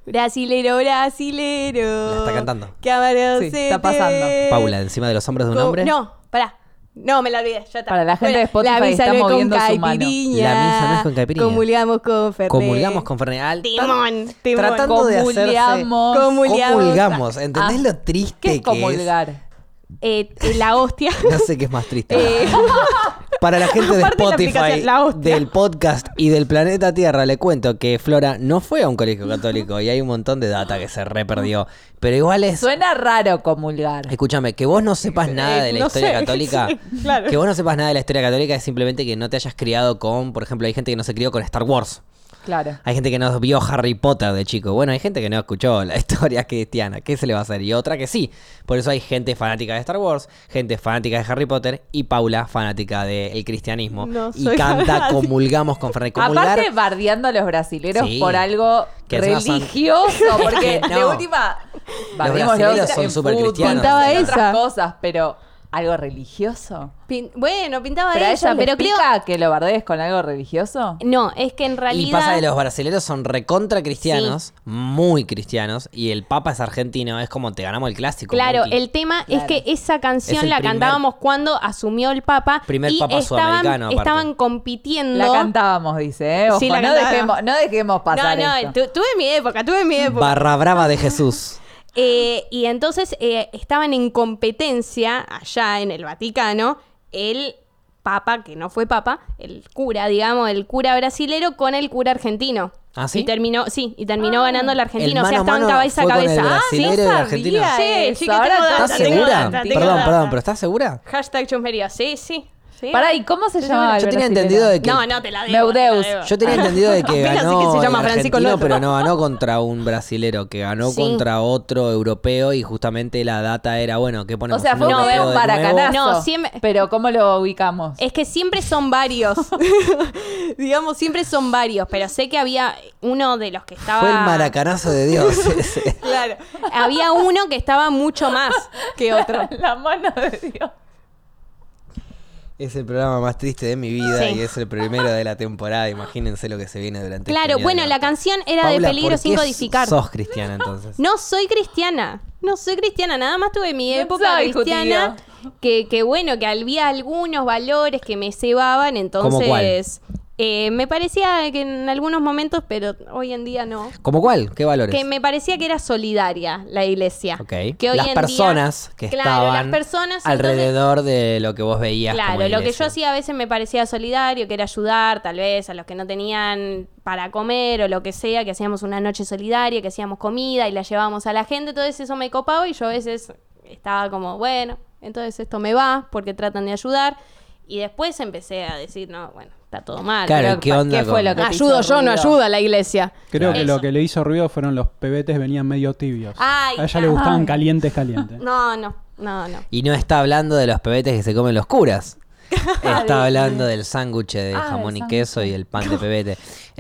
[SPEAKER 6] Brasilero, brasilero.
[SPEAKER 1] La está cantando.
[SPEAKER 6] Camarón
[SPEAKER 2] Sí,
[SPEAKER 6] se
[SPEAKER 2] está
[SPEAKER 6] te
[SPEAKER 2] pasando.
[SPEAKER 6] ve.
[SPEAKER 3] Eh,
[SPEAKER 1] Paula, encima de los hombros de un
[SPEAKER 6] Co-
[SPEAKER 1] hombre.
[SPEAKER 6] No, pará. No, me la olvidé, ya está.
[SPEAKER 2] Para la gente de Spotify
[SPEAKER 6] la misa
[SPEAKER 2] está
[SPEAKER 6] no es
[SPEAKER 2] moviendo
[SPEAKER 6] con
[SPEAKER 2] su mano.
[SPEAKER 6] caipirinha.
[SPEAKER 1] La misa no es con caipirinha.
[SPEAKER 6] Comulgamos con Fernet.
[SPEAKER 1] Comulgamos con Fernet. Al-
[SPEAKER 6] Timón, timón.
[SPEAKER 1] Tratando de hacerse.
[SPEAKER 2] Comulgamos.
[SPEAKER 6] Comulgamos.
[SPEAKER 1] Comulgamos. ¿Entendés
[SPEAKER 2] Ah,
[SPEAKER 1] lo triste
[SPEAKER 2] ¿Qué es
[SPEAKER 1] que
[SPEAKER 2] comulgar?
[SPEAKER 6] Eh, eh,
[SPEAKER 1] (laughs)
[SPEAKER 6] la hostia.
[SPEAKER 1] es? No sé qué es más triste.
[SPEAKER 6] Eh, (laughs)
[SPEAKER 1] Para la gente de
[SPEAKER 6] Aparte de la
[SPEAKER 1] Spotify,
[SPEAKER 6] aplicación, la hostia.
[SPEAKER 1] del podcast y del planeta Tierra, le cuento que Flora no fue a un colegio católico y hay un montón de data que se re perdió. Pero igual es
[SPEAKER 2] Suena raro comulgar.
[SPEAKER 1] Escúchame, que vos no sepas nada
[SPEAKER 6] Eh,
[SPEAKER 1] de la
[SPEAKER 6] no
[SPEAKER 1] historia
[SPEAKER 6] sé, (laughs)
[SPEAKER 1] católica.
[SPEAKER 6] sí, claro.
[SPEAKER 1] Que vos no sepas nada de la historia católica es simplemente que no te hayas criado con, por ejemplo, hay gente que no se crió con Star Wars.
[SPEAKER 2] Claro.
[SPEAKER 1] Hay gente que no vio Harry Potter de chico. Bueno, hay gente que no escuchó la (laughs) historia cristiana. ¿Qué se le va a hacer? Y otra que sí. Por eso hay gente fanática de Star Wars, gente fanática de Harry Potter y Paula fanática del cristianismo.
[SPEAKER 6] No
[SPEAKER 1] y
[SPEAKER 6] soy
[SPEAKER 1] canta
[SPEAKER 6] fanática.
[SPEAKER 1] comulgamos con Fernet. Comulgar
[SPEAKER 2] Aparte bardeando a los brasileros
[SPEAKER 1] Sí.
[SPEAKER 2] por algo
[SPEAKER 1] Que encima son- (laughs)
[SPEAKER 2] religioso, porque
[SPEAKER 1] Que no.
[SPEAKER 2] de última
[SPEAKER 1] brasileros son
[SPEAKER 2] en
[SPEAKER 1] supercristianos.
[SPEAKER 2] fútbol,
[SPEAKER 1] Pintaba
[SPEAKER 2] en otras
[SPEAKER 6] esa.
[SPEAKER 2] cosas, pero algo religioso?
[SPEAKER 3] Pin- bueno, pintaba
[SPEAKER 2] Pero a
[SPEAKER 3] ella,
[SPEAKER 2] ella
[SPEAKER 3] pero Cleo...
[SPEAKER 2] que lo bardees con algo religioso.
[SPEAKER 3] No, es que en realidad...
[SPEAKER 1] Y pasa que los brasileños son recontra cristianos, muy cristianos, y el Papa es argentino, es como te ganamos el clásico.
[SPEAKER 3] Claro,
[SPEAKER 1] Monty.
[SPEAKER 3] el tema es
[SPEAKER 2] Claro.
[SPEAKER 3] que esa canción
[SPEAKER 1] Es el
[SPEAKER 3] la
[SPEAKER 1] primer-
[SPEAKER 3] cantábamos cuando asumió el Papa.
[SPEAKER 1] Primer
[SPEAKER 3] y
[SPEAKER 1] papa sudamericano,
[SPEAKER 3] estaban,
[SPEAKER 1] aparte.
[SPEAKER 3] estaban compitiendo.
[SPEAKER 2] La cantábamos, dice, ¿eh? Ojo,
[SPEAKER 3] Sí, la
[SPEAKER 2] no,
[SPEAKER 3] cantábamos.
[SPEAKER 2] dejemos, no dejemos pasar
[SPEAKER 3] no, no,
[SPEAKER 2] esto.
[SPEAKER 3] tu- tuve mi época, tuve mi época.
[SPEAKER 1] Barra brava de
[SPEAKER 3] (laughs)
[SPEAKER 1] Jesús.
[SPEAKER 3] Eh, y entonces eh, estaban en competencia allá en el Vaticano el papa, que no fue papa, el cura, digamos, el cura brasilero con el cura argentino.
[SPEAKER 1] ¿Ah, sí? Ah.
[SPEAKER 3] Y terminó, sí, y terminó ganando el argentino.
[SPEAKER 1] El
[SPEAKER 3] o sea,
[SPEAKER 1] mano a
[SPEAKER 3] estaban
[SPEAKER 1] mano
[SPEAKER 3] cabeza a
[SPEAKER 1] fue con el
[SPEAKER 3] cabeza. Ah, sí,
[SPEAKER 1] brasilero y el
[SPEAKER 3] sabía
[SPEAKER 1] argentino.
[SPEAKER 3] Sí,
[SPEAKER 2] eso,
[SPEAKER 3] chica,
[SPEAKER 2] ahora
[SPEAKER 3] tengo
[SPEAKER 2] todo
[SPEAKER 3] data,
[SPEAKER 1] ¿Estás
[SPEAKER 2] tiene
[SPEAKER 3] tengo
[SPEAKER 1] segura?
[SPEAKER 3] data,
[SPEAKER 2] sentido.
[SPEAKER 3] tengo
[SPEAKER 1] Perdón,
[SPEAKER 3] data.
[SPEAKER 1] perdón, pero ¿estás segura?
[SPEAKER 3] Hashtag chusmería, sí, sí. sí.
[SPEAKER 2] Pará, ¿y cómo se llama?
[SPEAKER 1] Yo tenía entendido de que.
[SPEAKER 3] No, no, te la debo.
[SPEAKER 2] Meudeus.
[SPEAKER 3] te la debo.
[SPEAKER 1] Yo tenía entendido de que
[SPEAKER 3] (laughs) Apenas sí
[SPEAKER 1] ganó
[SPEAKER 3] que se
[SPEAKER 1] el
[SPEAKER 3] llama Francisco
[SPEAKER 1] argentino,
[SPEAKER 3] Lotto.
[SPEAKER 1] pero no ganó contra un brasilero, que ganó
[SPEAKER 3] Sí.
[SPEAKER 1] contra otro europeo y justamente la data era, bueno, ¿qué
[SPEAKER 2] O
[SPEAKER 1] ponemos?
[SPEAKER 2] sea, fue
[SPEAKER 1] un
[SPEAKER 2] un
[SPEAKER 1] europeo
[SPEAKER 2] un
[SPEAKER 1] de nuevo?
[SPEAKER 2] baracanazo.
[SPEAKER 3] No, siempre-
[SPEAKER 2] Pero ¿cómo lo ubicamos?
[SPEAKER 3] Es que siempre
[SPEAKER 1] (laughs)
[SPEAKER 3] son varios. Digamos, siempre son varios, pero sé que había uno de los que estaba.
[SPEAKER 1] Fue el maracanazo de
[SPEAKER 3] (laughs)
[SPEAKER 1] Dios. ese.
[SPEAKER 3] Claro. Había uno que estaba mucho más
[SPEAKER 1] (laughs)
[SPEAKER 3] que otro.
[SPEAKER 2] (laughs) La mano de Dios.
[SPEAKER 1] Es el programa más triste de mi vida
[SPEAKER 3] Sí.
[SPEAKER 1] y es el primero de la temporada. Imagínense lo que se viene durante este
[SPEAKER 3] Claro,
[SPEAKER 1] año
[SPEAKER 3] bueno,
[SPEAKER 1] de
[SPEAKER 3] la canción era de
[SPEAKER 1] Paula,
[SPEAKER 3] Peligro
[SPEAKER 1] ¿por
[SPEAKER 3] sin
[SPEAKER 1] qué
[SPEAKER 3] codificar.
[SPEAKER 1] Sos cristiana entonces.
[SPEAKER 3] No soy cristiana. No soy cristiana, nada más tuve mi
[SPEAKER 2] No
[SPEAKER 3] época
[SPEAKER 2] soy
[SPEAKER 3] cristiana. Que, que bueno, que había algunos valores que me cebaban, entonces. eh, me parecía que en algunos momentos, pero hoy en día no.
[SPEAKER 1] ¿Cómo cuál? ¿Qué valores?
[SPEAKER 3] Que me parecía que era solidaria la iglesia.
[SPEAKER 1] Ok.
[SPEAKER 3] Que hoy
[SPEAKER 1] las
[SPEAKER 3] en día-
[SPEAKER 1] personas que
[SPEAKER 3] Claro,
[SPEAKER 1] estaban
[SPEAKER 3] las personas, entonces-
[SPEAKER 1] alrededor de lo que vos veías. como
[SPEAKER 3] Claro, lo que
[SPEAKER 1] iglesia.
[SPEAKER 3] yo hacía a veces me parecía solidario, que era ayudar tal vez a los que no tenían para comer o lo que sea, que hacíamos una noche solidaria, que hacíamos comida y la llevábamos a la gente, todo eso me copaba y yo a veces estaba como, bueno, entonces esto me va porque tratan de ayudar. Y después empecé a decir, no, bueno, está todo mal.
[SPEAKER 1] Claro,
[SPEAKER 3] Pero
[SPEAKER 1] ¿qué onda
[SPEAKER 2] ¿Qué
[SPEAKER 1] con-
[SPEAKER 2] fue lo que te
[SPEAKER 6] Ayudo
[SPEAKER 2] hizo
[SPEAKER 6] yo, no
[SPEAKER 2] ruido?
[SPEAKER 6] ayuda la iglesia.
[SPEAKER 4] Creo que
[SPEAKER 3] Eso.
[SPEAKER 4] lo que le hizo ruido fueron los pebetes venían medio tibios.
[SPEAKER 3] Ay,
[SPEAKER 4] a ella le gustaban calientes, calientes.
[SPEAKER 3] No, no, no, no.
[SPEAKER 1] Y no está hablando de los pebetes que se comen los
[SPEAKER 3] (laughs)
[SPEAKER 1] curas. Está hablando del sándwich de
[SPEAKER 2] Ah, del
[SPEAKER 1] jamón y
[SPEAKER 2] sándwich.
[SPEAKER 1] queso y el
[SPEAKER 3] (laughs)
[SPEAKER 1] pan de pebete.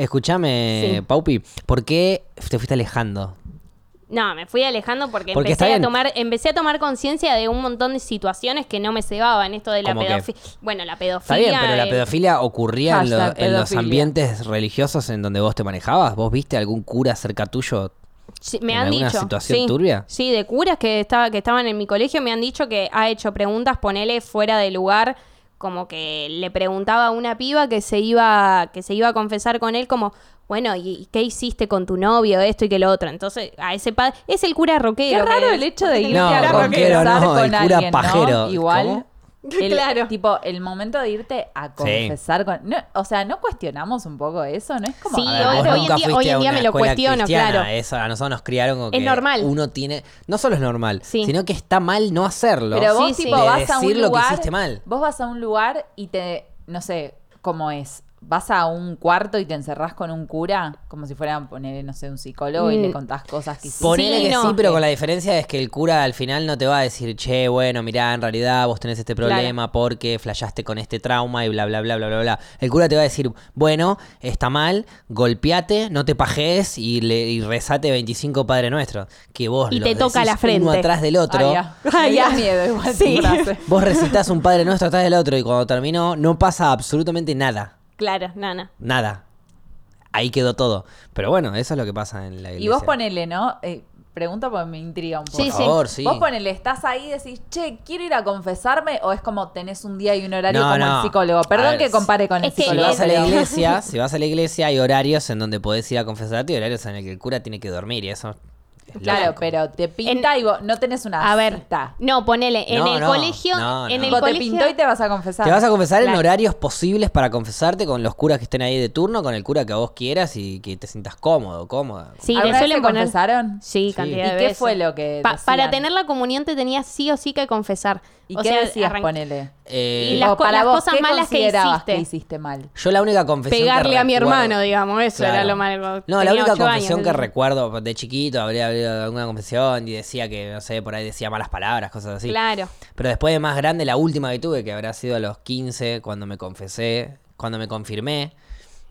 [SPEAKER 1] Escúchame, Paupi, ¿por qué te fuiste alejando?
[SPEAKER 3] No, me fui alejando porque,
[SPEAKER 1] Porque está
[SPEAKER 3] empecé, a
[SPEAKER 1] bien.
[SPEAKER 3] tomar, empecé a tomar conciencia de un montón de situaciones que no me cebaban. Esto de la
[SPEAKER 1] ¿Cómo qué?
[SPEAKER 3] pedofilia. Bueno, la
[SPEAKER 1] Está
[SPEAKER 3] pedofilia.
[SPEAKER 1] bien, pero la
[SPEAKER 3] el-
[SPEAKER 1] pedofilia ocurría en, lo-
[SPEAKER 2] Hashtag
[SPEAKER 1] en los
[SPEAKER 2] pedofilia.
[SPEAKER 1] ambientes religiosos en donde vos te manejabas. ¿Vos viste algún cura cerca tuyo?
[SPEAKER 3] Sí, me
[SPEAKER 1] ¿En
[SPEAKER 3] han
[SPEAKER 1] alguna
[SPEAKER 3] dicho.
[SPEAKER 1] situación
[SPEAKER 3] sí,
[SPEAKER 1] turbia?
[SPEAKER 3] Sí, de curas que, estaba, que estaban en mi colegio me han dicho que ha hecho preguntas, ponele fuera de lugar. Como que le preguntaba a una piba que se iba, que se iba a confesar con él, como, bueno, ¿y y qué hiciste con tu novio? Esto y que lo otro. Entonces, a ese padre. Es el cura
[SPEAKER 2] Qué
[SPEAKER 3] roquero. que
[SPEAKER 2] raro
[SPEAKER 3] es-
[SPEAKER 2] el hecho de irte
[SPEAKER 1] No,
[SPEAKER 2] a
[SPEAKER 1] rockero
[SPEAKER 2] confesar
[SPEAKER 1] no,
[SPEAKER 2] con
[SPEAKER 1] el cura
[SPEAKER 2] alguien, ¿no?
[SPEAKER 1] pajero.
[SPEAKER 2] Igual. (laughs)
[SPEAKER 1] ¿Cómo?
[SPEAKER 2] el-
[SPEAKER 3] Claro.
[SPEAKER 2] Tipo, el momento de irte a confesar con. no, o sea, ¿no cuestionamos un poco eso? ¿No es como.?
[SPEAKER 3] Sí,
[SPEAKER 2] a
[SPEAKER 3] hoy-
[SPEAKER 1] vos
[SPEAKER 3] hoy en
[SPEAKER 1] nunca
[SPEAKER 3] día-
[SPEAKER 1] fuiste
[SPEAKER 3] hoy en
[SPEAKER 1] a
[SPEAKER 3] día
[SPEAKER 1] una
[SPEAKER 3] me lo
[SPEAKER 1] escuela
[SPEAKER 3] cuestiono,
[SPEAKER 1] cristiana,
[SPEAKER 3] claro.
[SPEAKER 1] eso, a nosotros nos criaron con que
[SPEAKER 3] Es normal.
[SPEAKER 1] uno tiene... No solo es normal,
[SPEAKER 3] Sí.
[SPEAKER 1] sino que está mal no hacerlo.
[SPEAKER 2] Pero vos,
[SPEAKER 3] Sí, sí.
[SPEAKER 2] tipo,
[SPEAKER 1] De
[SPEAKER 2] vas a un
[SPEAKER 1] decir lo
[SPEAKER 2] lugar.
[SPEAKER 1] que hiciste mal.
[SPEAKER 2] Vos vas a un lugar y te. No sé cómo es. Vas a un cuarto y te encerrás con un cura, como si fueran poner, no sé, un psicólogo y
[SPEAKER 3] Mm.
[SPEAKER 2] le contás cosas que hiciste.
[SPEAKER 1] Ponele
[SPEAKER 3] Sí,
[SPEAKER 1] que
[SPEAKER 3] no. Eh.
[SPEAKER 1] sí, pero con la diferencia es que el cura al final no te va a decir, che, bueno, mirá, en realidad vos tenés este problema porque flashaste con este trauma y bla, bla, bla, bla, bla, bla. El cura te va a decir, bueno, está mal, golpeate, no te pajees y, le, y rezate 25 Padre Nuestro. Que vos
[SPEAKER 3] Y
[SPEAKER 1] los
[SPEAKER 3] te toca
[SPEAKER 1] decís
[SPEAKER 3] la frente.
[SPEAKER 1] Uno atrás del otro.
[SPEAKER 2] Ay, ya. Me dio miedo igual.
[SPEAKER 3] Sí.
[SPEAKER 2] tu frase.
[SPEAKER 1] Vos recitas un Padre Nuestro atrás del otro y cuando terminó no pasa absolutamente nada.
[SPEAKER 3] Claro, nana.
[SPEAKER 1] Nada. Ahí quedó todo. Pero bueno, eso es lo que pasa en la iglesia.
[SPEAKER 2] Y vos ponele, ¿no? Eh, pregunto porque me intriga un poco.
[SPEAKER 1] Por
[SPEAKER 3] Sí, sí.
[SPEAKER 1] favor, sí.
[SPEAKER 2] Vos ponele, estás ahí y decís, che, quiero ir a confesarme, o es como tenés un día y un horario
[SPEAKER 1] No,
[SPEAKER 2] como
[SPEAKER 1] no.
[SPEAKER 2] el psicólogo.
[SPEAKER 1] A
[SPEAKER 2] Perdón
[SPEAKER 1] ver,
[SPEAKER 2] que compare con
[SPEAKER 3] es
[SPEAKER 2] el
[SPEAKER 3] que
[SPEAKER 1] Si
[SPEAKER 2] psicólogo.
[SPEAKER 1] vas a la
[SPEAKER 2] pero-
[SPEAKER 1] iglesia, si vas a la iglesia hay horarios en donde podés ir a confesarte y horarios en el que el cura tiene que dormir y eso. es
[SPEAKER 2] Claro,
[SPEAKER 1] lógico.
[SPEAKER 2] pero te pinta y vos no tenés una
[SPEAKER 3] A ver,
[SPEAKER 2] cita.
[SPEAKER 3] no, ponele, en
[SPEAKER 1] No,
[SPEAKER 3] el
[SPEAKER 1] no,
[SPEAKER 3] colegio,
[SPEAKER 1] no, no.
[SPEAKER 3] en el
[SPEAKER 2] Tipo, te
[SPEAKER 3] colegio,
[SPEAKER 2] pintó y te vas a confesar.
[SPEAKER 1] Te vas a confesar en
[SPEAKER 3] Claro.
[SPEAKER 1] horarios posibles para confesarte con los curas que estén ahí de turno, con el cura que a vos quieras y que te sientas cómodo, cómoda.
[SPEAKER 3] sí,
[SPEAKER 2] ¿Alguna
[SPEAKER 3] te
[SPEAKER 2] vez
[SPEAKER 3] suelen
[SPEAKER 2] te
[SPEAKER 3] poner,
[SPEAKER 2] confesaron?
[SPEAKER 3] sí,
[SPEAKER 1] Sí.
[SPEAKER 3] cantidad
[SPEAKER 2] ¿Y
[SPEAKER 3] de
[SPEAKER 2] qué
[SPEAKER 3] veces.
[SPEAKER 2] fue lo que
[SPEAKER 3] Pa- para
[SPEAKER 2] decían?
[SPEAKER 3] tener la comunión te tenías sí o sí que confesar.
[SPEAKER 2] ¿Y
[SPEAKER 3] O
[SPEAKER 2] qué
[SPEAKER 3] sea,
[SPEAKER 2] decías,
[SPEAKER 3] arran-
[SPEAKER 2] ponele?
[SPEAKER 1] Eh,
[SPEAKER 3] Y la- las
[SPEAKER 2] O
[SPEAKER 3] co- las cosas
[SPEAKER 2] ¿qué
[SPEAKER 3] malas que
[SPEAKER 2] considerabas
[SPEAKER 3] hiciste?
[SPEAKER 2] que hiciste mal?
[SPEAKER 1] Yo la única confesión que
[SPEAKER 6] Pegarle a mi
[SPEAKER 1] recuerdo-
[SPEAKER 6] hermano, digamos, eso era
[SPEAKER 1] Claro.
[SPEAKER 6] lo malo.
[SPEAKER 1] No, la
[SPEAKER 6] Tenía
[SPEAKER 1] única
[SPEAKER 6] ocho años,
[SPEAKER 1] confesión que
[SPEAKER 6] entonces-
[SPEAKER 1] recuerdo de chiquito, habría habido alguna confesión y decía que, no sé, por ahí decía malas palabras, cosas así.
[SPEAKER 3] Claro.
[SPEAKER 1] Pero después de más grande, la última que tuve, que habrá sido a los 15, cuando me confesé, cuando me confirmé,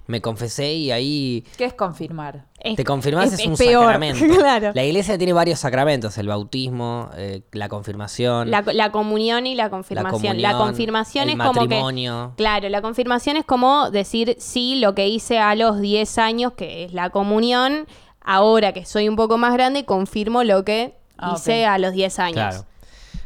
[SPEAKER 1] me confesé y ahí
[SPEAKER 2] ¿Qué es confirmar?
[SPEAKER 6] es-
[SPEAKER 1] Te confirmás
[SPEAKER 6] es-
[SPEAKER 1] es, un
[SPEAKER 3] (laughs)
[SPEAKER 6] es peor,
[SPEAKER 1] sacramento.
[SPEAKER 6] (laughs) claro.
[SPEAKER 1] La iglesia tiene varios sacramentos, el bautismo, eh, la confirmación,
[SPEAKER 3] La, la comunión y la confirmación. La,
[SPEAKER 1] comunión,
[SPEAKER 3] confirmación
[SPEAKER 1] el
[SPEAKER 3] es como
[SPEAKER 1] matrimonio.
[SPEAKER 3] que. Claro, la confirmación es como decir sí lo que hice a los 10 años, que es la comunión. Ahora que soy un poco más grande, confirmo lo que
[SPEAKER 2] Ah,
[SPEAKER 3] hice
[SPEAKER 2] ok.
[SPEAKER 3] a los 10 años.
[SPEAKER 1] Claro.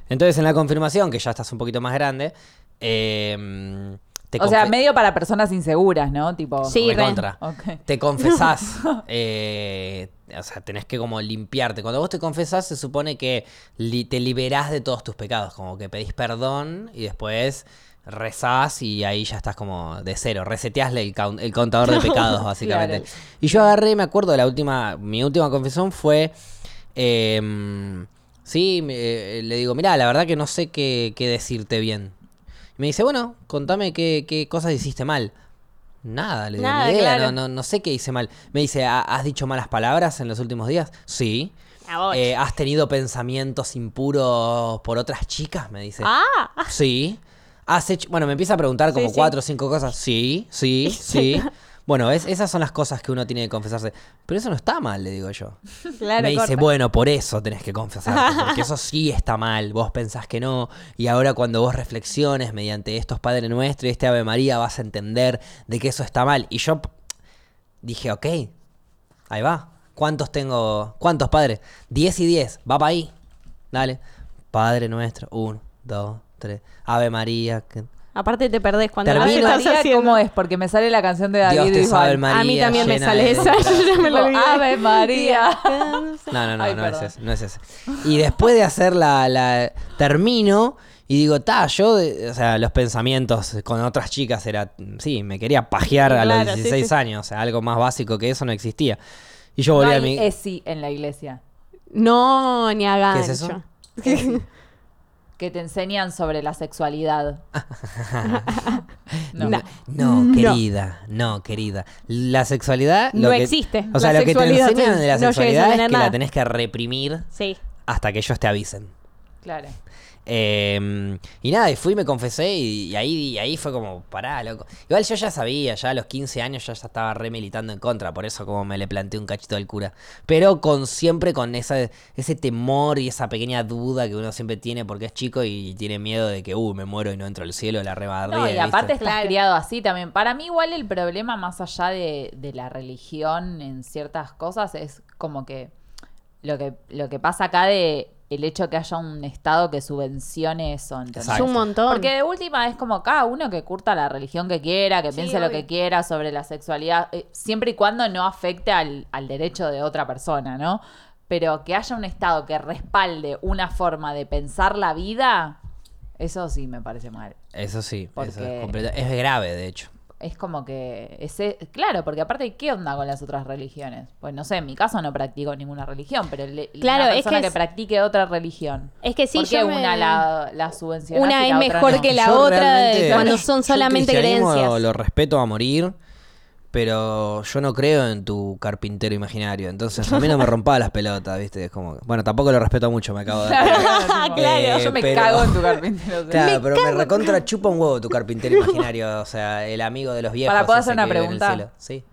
[SPEAKER 1] Entonces en la confirmación, que ya estás un poquito más grande, eh, te
[SPEAKER 2] O sea,
[SPEAKER 1] confi-
[SPEAKER 2] medio para personas inseguras, ¿no? Tipo.
[SPEAKER 3] Sí, re.
[SPEAKER 1] recontra.
[SPEAKER 2] Ok.
[SPEAKER 1] (laughs) Te confesás. eh, o sea, tenés que como limpiarte. Cuando vos te confesás, se supone que li- te liberás de todos tus pecados. Como que pedís perdón y después rezás y ahí ya estás como de cero. Reseteás el, count- el contador de pecados, básicamente.
[SPEAKER 2] Claro.
[SPEAKER 1] Y yo agarré, me acuerdo, de la última, mi última confesión fue... em, sí, me- eh, le digo, mira, la verdad que no sé qué, qué decirte bien. Y me dice, bueno, contame qué, qué cosas hiciste mal. Nada, le digo,
[SPEAKER 3] Nada,
[SPEAKER 1] ni idea,
[SPEAKER 3] claro.
[SPEAKER 1] no, no, no sé qué hice mal. Me dice, "¿Ha- ¿has dicho malas palabras en los últimos días? Sí.
[SPEAKER 3] La bocha. (laughs)
[SPEAKER 1] Eh, ¿Has tenido pensamientos impuros por otras chicas? Me dice.
[SPEAKER 3] Ah,
[SPEAKER 1] Sí. Has hecho... Bueno, me empieza a preguntar como
[SPEAKER 3] Sí, sí.
[SPEAKER 1] cuatro o cinco cosas. Sí, sí, sí.
[SPEAKER 3] (laughs)
[SPEAKER 1] Bueno, es- esas son las cosas que uno tiene que confesarse. Pero eso no está mal, le digo yo.
[SPEAKER 6] Claro,
[SPEAKER 1] me dice,
[SPEAKER 6] corta.
[SPEAKER 1] bueno, por eso tenés que
[SPEAKER 6] (laughs)
[SPEAKER 1] confesarte, porque eso sí está mal, vos pensás que no, y ahora cuando vos reflexiones mediante estos Padre Nuestro y este Ave María vas a entender de que eso está mal. Y yo p- dije, ok, ahí va. ¿Cuántos tengo? ¿Cuántos padres? 10 y 10, va para ahí. Dale. Padre Nuestro, 1, 2, 3. Ave María. que-
[SPEAKER 3] aparte te perdés cuando
[SPEAKER 2] Ave
[SPEAKER 1] Termino-
[SPEAKER 2] María,
[SPEAKER 6] haciendo?
[SPEAKER 2] ¿cómo es? Porque me sale la canción de David
[SPEAKER 1] Dios te salve
[SPEAKER 2] Bisbal.
[SPEAKER 1] María.
[SPEAKER 3] a mí también me
[SPEAKER 1] llena
[SPEAKER 3] sale
[SPEAKER 1] de-
[SPEAKER 3] esa. (laughs) yo ya me la
[SPEAKER 2] Tipo,
[SPEAKER 3] olvidé.
[SPEAKER 2] Ave María.
[SPEAKER 1] No, no, no,
[SPEAKER 2] Ay,
[SPEAKER 1] no
[SPEAKER 2] perdón.
[SPEAKER 1] es ese, no es ese. Y después de hacer la, la- termino y digo, ta, yo, de- o sea, los pensamientos con otras chicas era, sí, me quería pajear a
[SPEAKER 3] Claro,
[SPEAKER 1] los
[SPEAKER 3] sí,
[SPEAKER 1] 16
[SPEAKER 3] sí.
[SPEAKER 1] años, o sea, algo más básico que eso no existía. Y yo
[SPEAKER 2] No
[SPEAKER 1] volví a
[SPEAKER 2] hay
[SPEAKER 1] mi...
[SPEAKER 2] ESI en la iglesia.
[SPEAKER 3] (laughs) No, ni hagan.
[SPEAKER 1] ¿Qué es eso?
[SPEAKER 2] Que te enseñan sobre la sexualidad.
[SPEAKER 1] (laughs)
[SPEAKER 2] no.
[SPEAKER 1] No.
[SPEAKER 3] (laughs)
[SPEAKER 1] no, querida, no, querida. La sexualidad... lo
[SPEAKER 3] No
[SPEAKER 1] que-
[SPEAKER 3] existe.
[SPEAKER 1] O sea,
[SPEAKER 3] La
[SPEAKER 1] lo que te
[SPEAKER 3] sexualidad,
[SPEAKER 1] enseñan de la
[SPEAKER 3] no llegues a
[SPEAKER 1] sexualidad es
[SPEAKER 3] tener
[SPEAKER 1] que la
[SPEAKER 3] nada.
[SPEAKER 1] tenés que reprimir
[SPEAKER 3] Sí.
[SPEAKER 1] hasta que ellos te avisen.
[SPEAKER 2] Claro.
[SPEAKER 1] Eh, y nada, y fui, me confesé y, y ahí, y ahí fue como, pará, loco. Igual yo ya sabía, ya a los 15 años ya estaba re militando en contra, por eso como me le planteé un cachito al cura. Pero con siempre con esa, ese temor y esa pequeña duda que uno siempre tiene porque es chico y tiene miedo de que, uh, me muero y no entro al cielo, la rebardía.
[SPEAKER 2] No, y aparte estás
[SPEAKER 3] Claro.
[SPEAKER 2] criado así también. Para mí igual el problema más allá de, de la religión en ciertas cosas es como que lo que lo que pasa acá de el hecho que haya un estado que subvencione eso, ¿entendés?
[SPEAKER 3] Es
[SPEAKER 1] Exacto.
[SPEAKER 3] un montón.
[SPEAKER 2] Porque de última es como cada uno que curta la religión que quiera, que piense lo
[SPEAKER 6] obvio.
[SPEAKER 2] que quiera sobre la sexualidad, eh, siempre y cuando no afecte al, al derecho de otra persona, ¿no? Pero que haya un Estado que respalde una forma de pensar la vida, eso sí me parece mal.
[SPEAKER 1] Eso sí, eso
[SPEAKER 2] Porque-
[SPEAKER 1] es, completa- es grave, de hecho.
[SPEAKER 2] Es como que ese, claro, porque aparte qué onda con las otras religiones. Pues no sé, en mi caso no practico ninguna religión, pero le-
[SPEAKER 3] Claro,
[SPEAKER 2] una
[SPEAKER 3] es
[SPEAKER 2] persona
[SPEAKER 3] que
[SPEAKER 2] que,
[SPEAKER 3] es-
[SPEAKER 2] practique otra religión.
[SPEAKER 3] Es que sí,
[SPEAKER 2] ¿Por qué
[SPEAKER 3] yo me-
[SPEAKER 2] una la, la subvencionás
[SPEAKER 3] Una
[SPEAKER 2] y
[SPEAKER 3] es
[SPEAKER 2] la otra
[SPEAKER 3] mejor
[SPEAKER 2] no?
[SPEAKER 3] que la
[SPEAKER 1] Yo
[SPEAKER 3] otra
[SPEAKER 1] realmente-
[SPEAKER 3] de cuando son
[SPEAKER 1] yo el
[SPEAKER 3] solamente
[SPEAKER 1] cristianismo
[SPEAKER 3] creencias.
[SPEAKER 1] Lo, lo respeto a morir, pero yo no creo en tu carpintero imaginario. Entonces a mí
[SPEAKER 3] (laughs)
[SPEAKER 1] no me rompa las pelotas, ¿viste? Es como. Bueno, tampoco lo respeto mucho, me acabo de.
[SPEAKER 2] (laughs)
[SPEAKER 3] (laughs)
[SPEAKER 2] claro.
[SPEAKER 1] Eh,
[SPEAKER 2] yo me
[SPEAKER 1] pero-
[SPEAKER 2] cago en tu carpintero.
[SPEAKER 1] (laughs)
[SPEAKER 2] o sea.
[SPEAKER 1] Claro, pero me recontra chupa un huevo tu
[SPEAKER 3] (laughs)
[SPEAKER 1] carpintero imaginario, o sea, el amigo de los viejos.
[SPEAKER 2] Para, ¿puedo
[SPEAKER 1] ese
[SPEAKER 2] hacer una
[SPEAKER 1] que vive en el
[SPEAKER 2] pregunta?
[SPEAKER 1] cielo. Sí.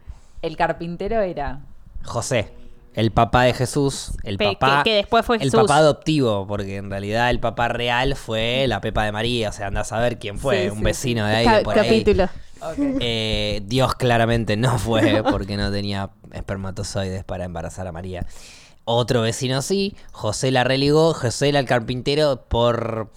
[SPEAKER 2] El carpintero era.
[SPEAKER 1] José, el papá de Jesús, el
[SPEAKER 3] Pe- que-
[SPEAKER 1] papá
[SPEAKER 3] que después fue
[SPEAKER 1] el
[SPEAKER 3] Jesús.
[SPEAKER 1] papá adoptivo, porque en realidad el papá real fue la Pepa de María, o sea, andás a ver quién fue, un vecino de ahí de
[SPEAKER 3] Ca-
[SPEAKER 1] por ahí.
[SPEAKER 3] capítulo.
[SPEAKER 1] (laughs) Eh, Dios claramente no fue porque no tenía espermatozoides para embarazar a María. Otro vecino sí, José la religó, José era el carpintero por...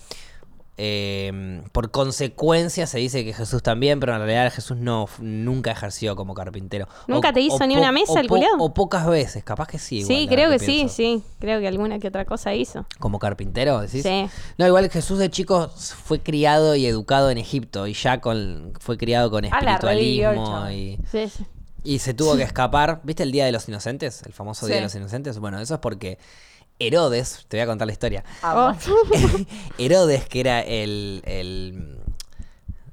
[SPEAKER 1] eh, por consecuencia se dice que Jesús también, pero en realidad Jesús no f- nunca ejerció como carpintero.
[SPEAKER 3] ¿Nunca te hizo ni una
[SPEAKER 1] po-
[SPEAKER 3] mesa,
[SPEAKER 1] o
[SPEAKER 3] el culiao?
[SPEAKER 1] O pocas veces, capaz que sí. igual,
[SPEAKER 3] Sí,
[SPEAKER 1] ahora
[SPEAKER 3] creo que sí,
[SPEAKER 1] pienso.
[SPEAKER 3] sí. Creo que alguna que otra cosa hizo.
[SPEAKER 1] Como carpintero, decís.
[SPEAKER 3] Sí.
[SPEAKER 1] No, igual Jesús de chico fue criado y educado en Egipto y ya con, fue criado con
[SPEAKER 2] Ah, la revivió el
[SPEAKER 1] espiritualismo
[SPEAKER 2] chabón.
[SPEAKER 1] y...
[SPEAKER 3] Sí, sí.
[SPEAKER 1] Y se tuvo que escapar. ¿Viste el Día de los Inocentes? El famoso Día
[SPEAKER 2] Sí.
[SPEAKER 1] de los Inocentes. Bueno, eso es porque Herodes, te voy a contar (laughs) Ah,
[SPEAKER 2] (laughs) Oh,
[SPEAKER 3] Oh,
[SPEAKER 1] la historia.
[SPEAKER 2] Ah,
[SPEAKER 1] Herodes, que era el, el,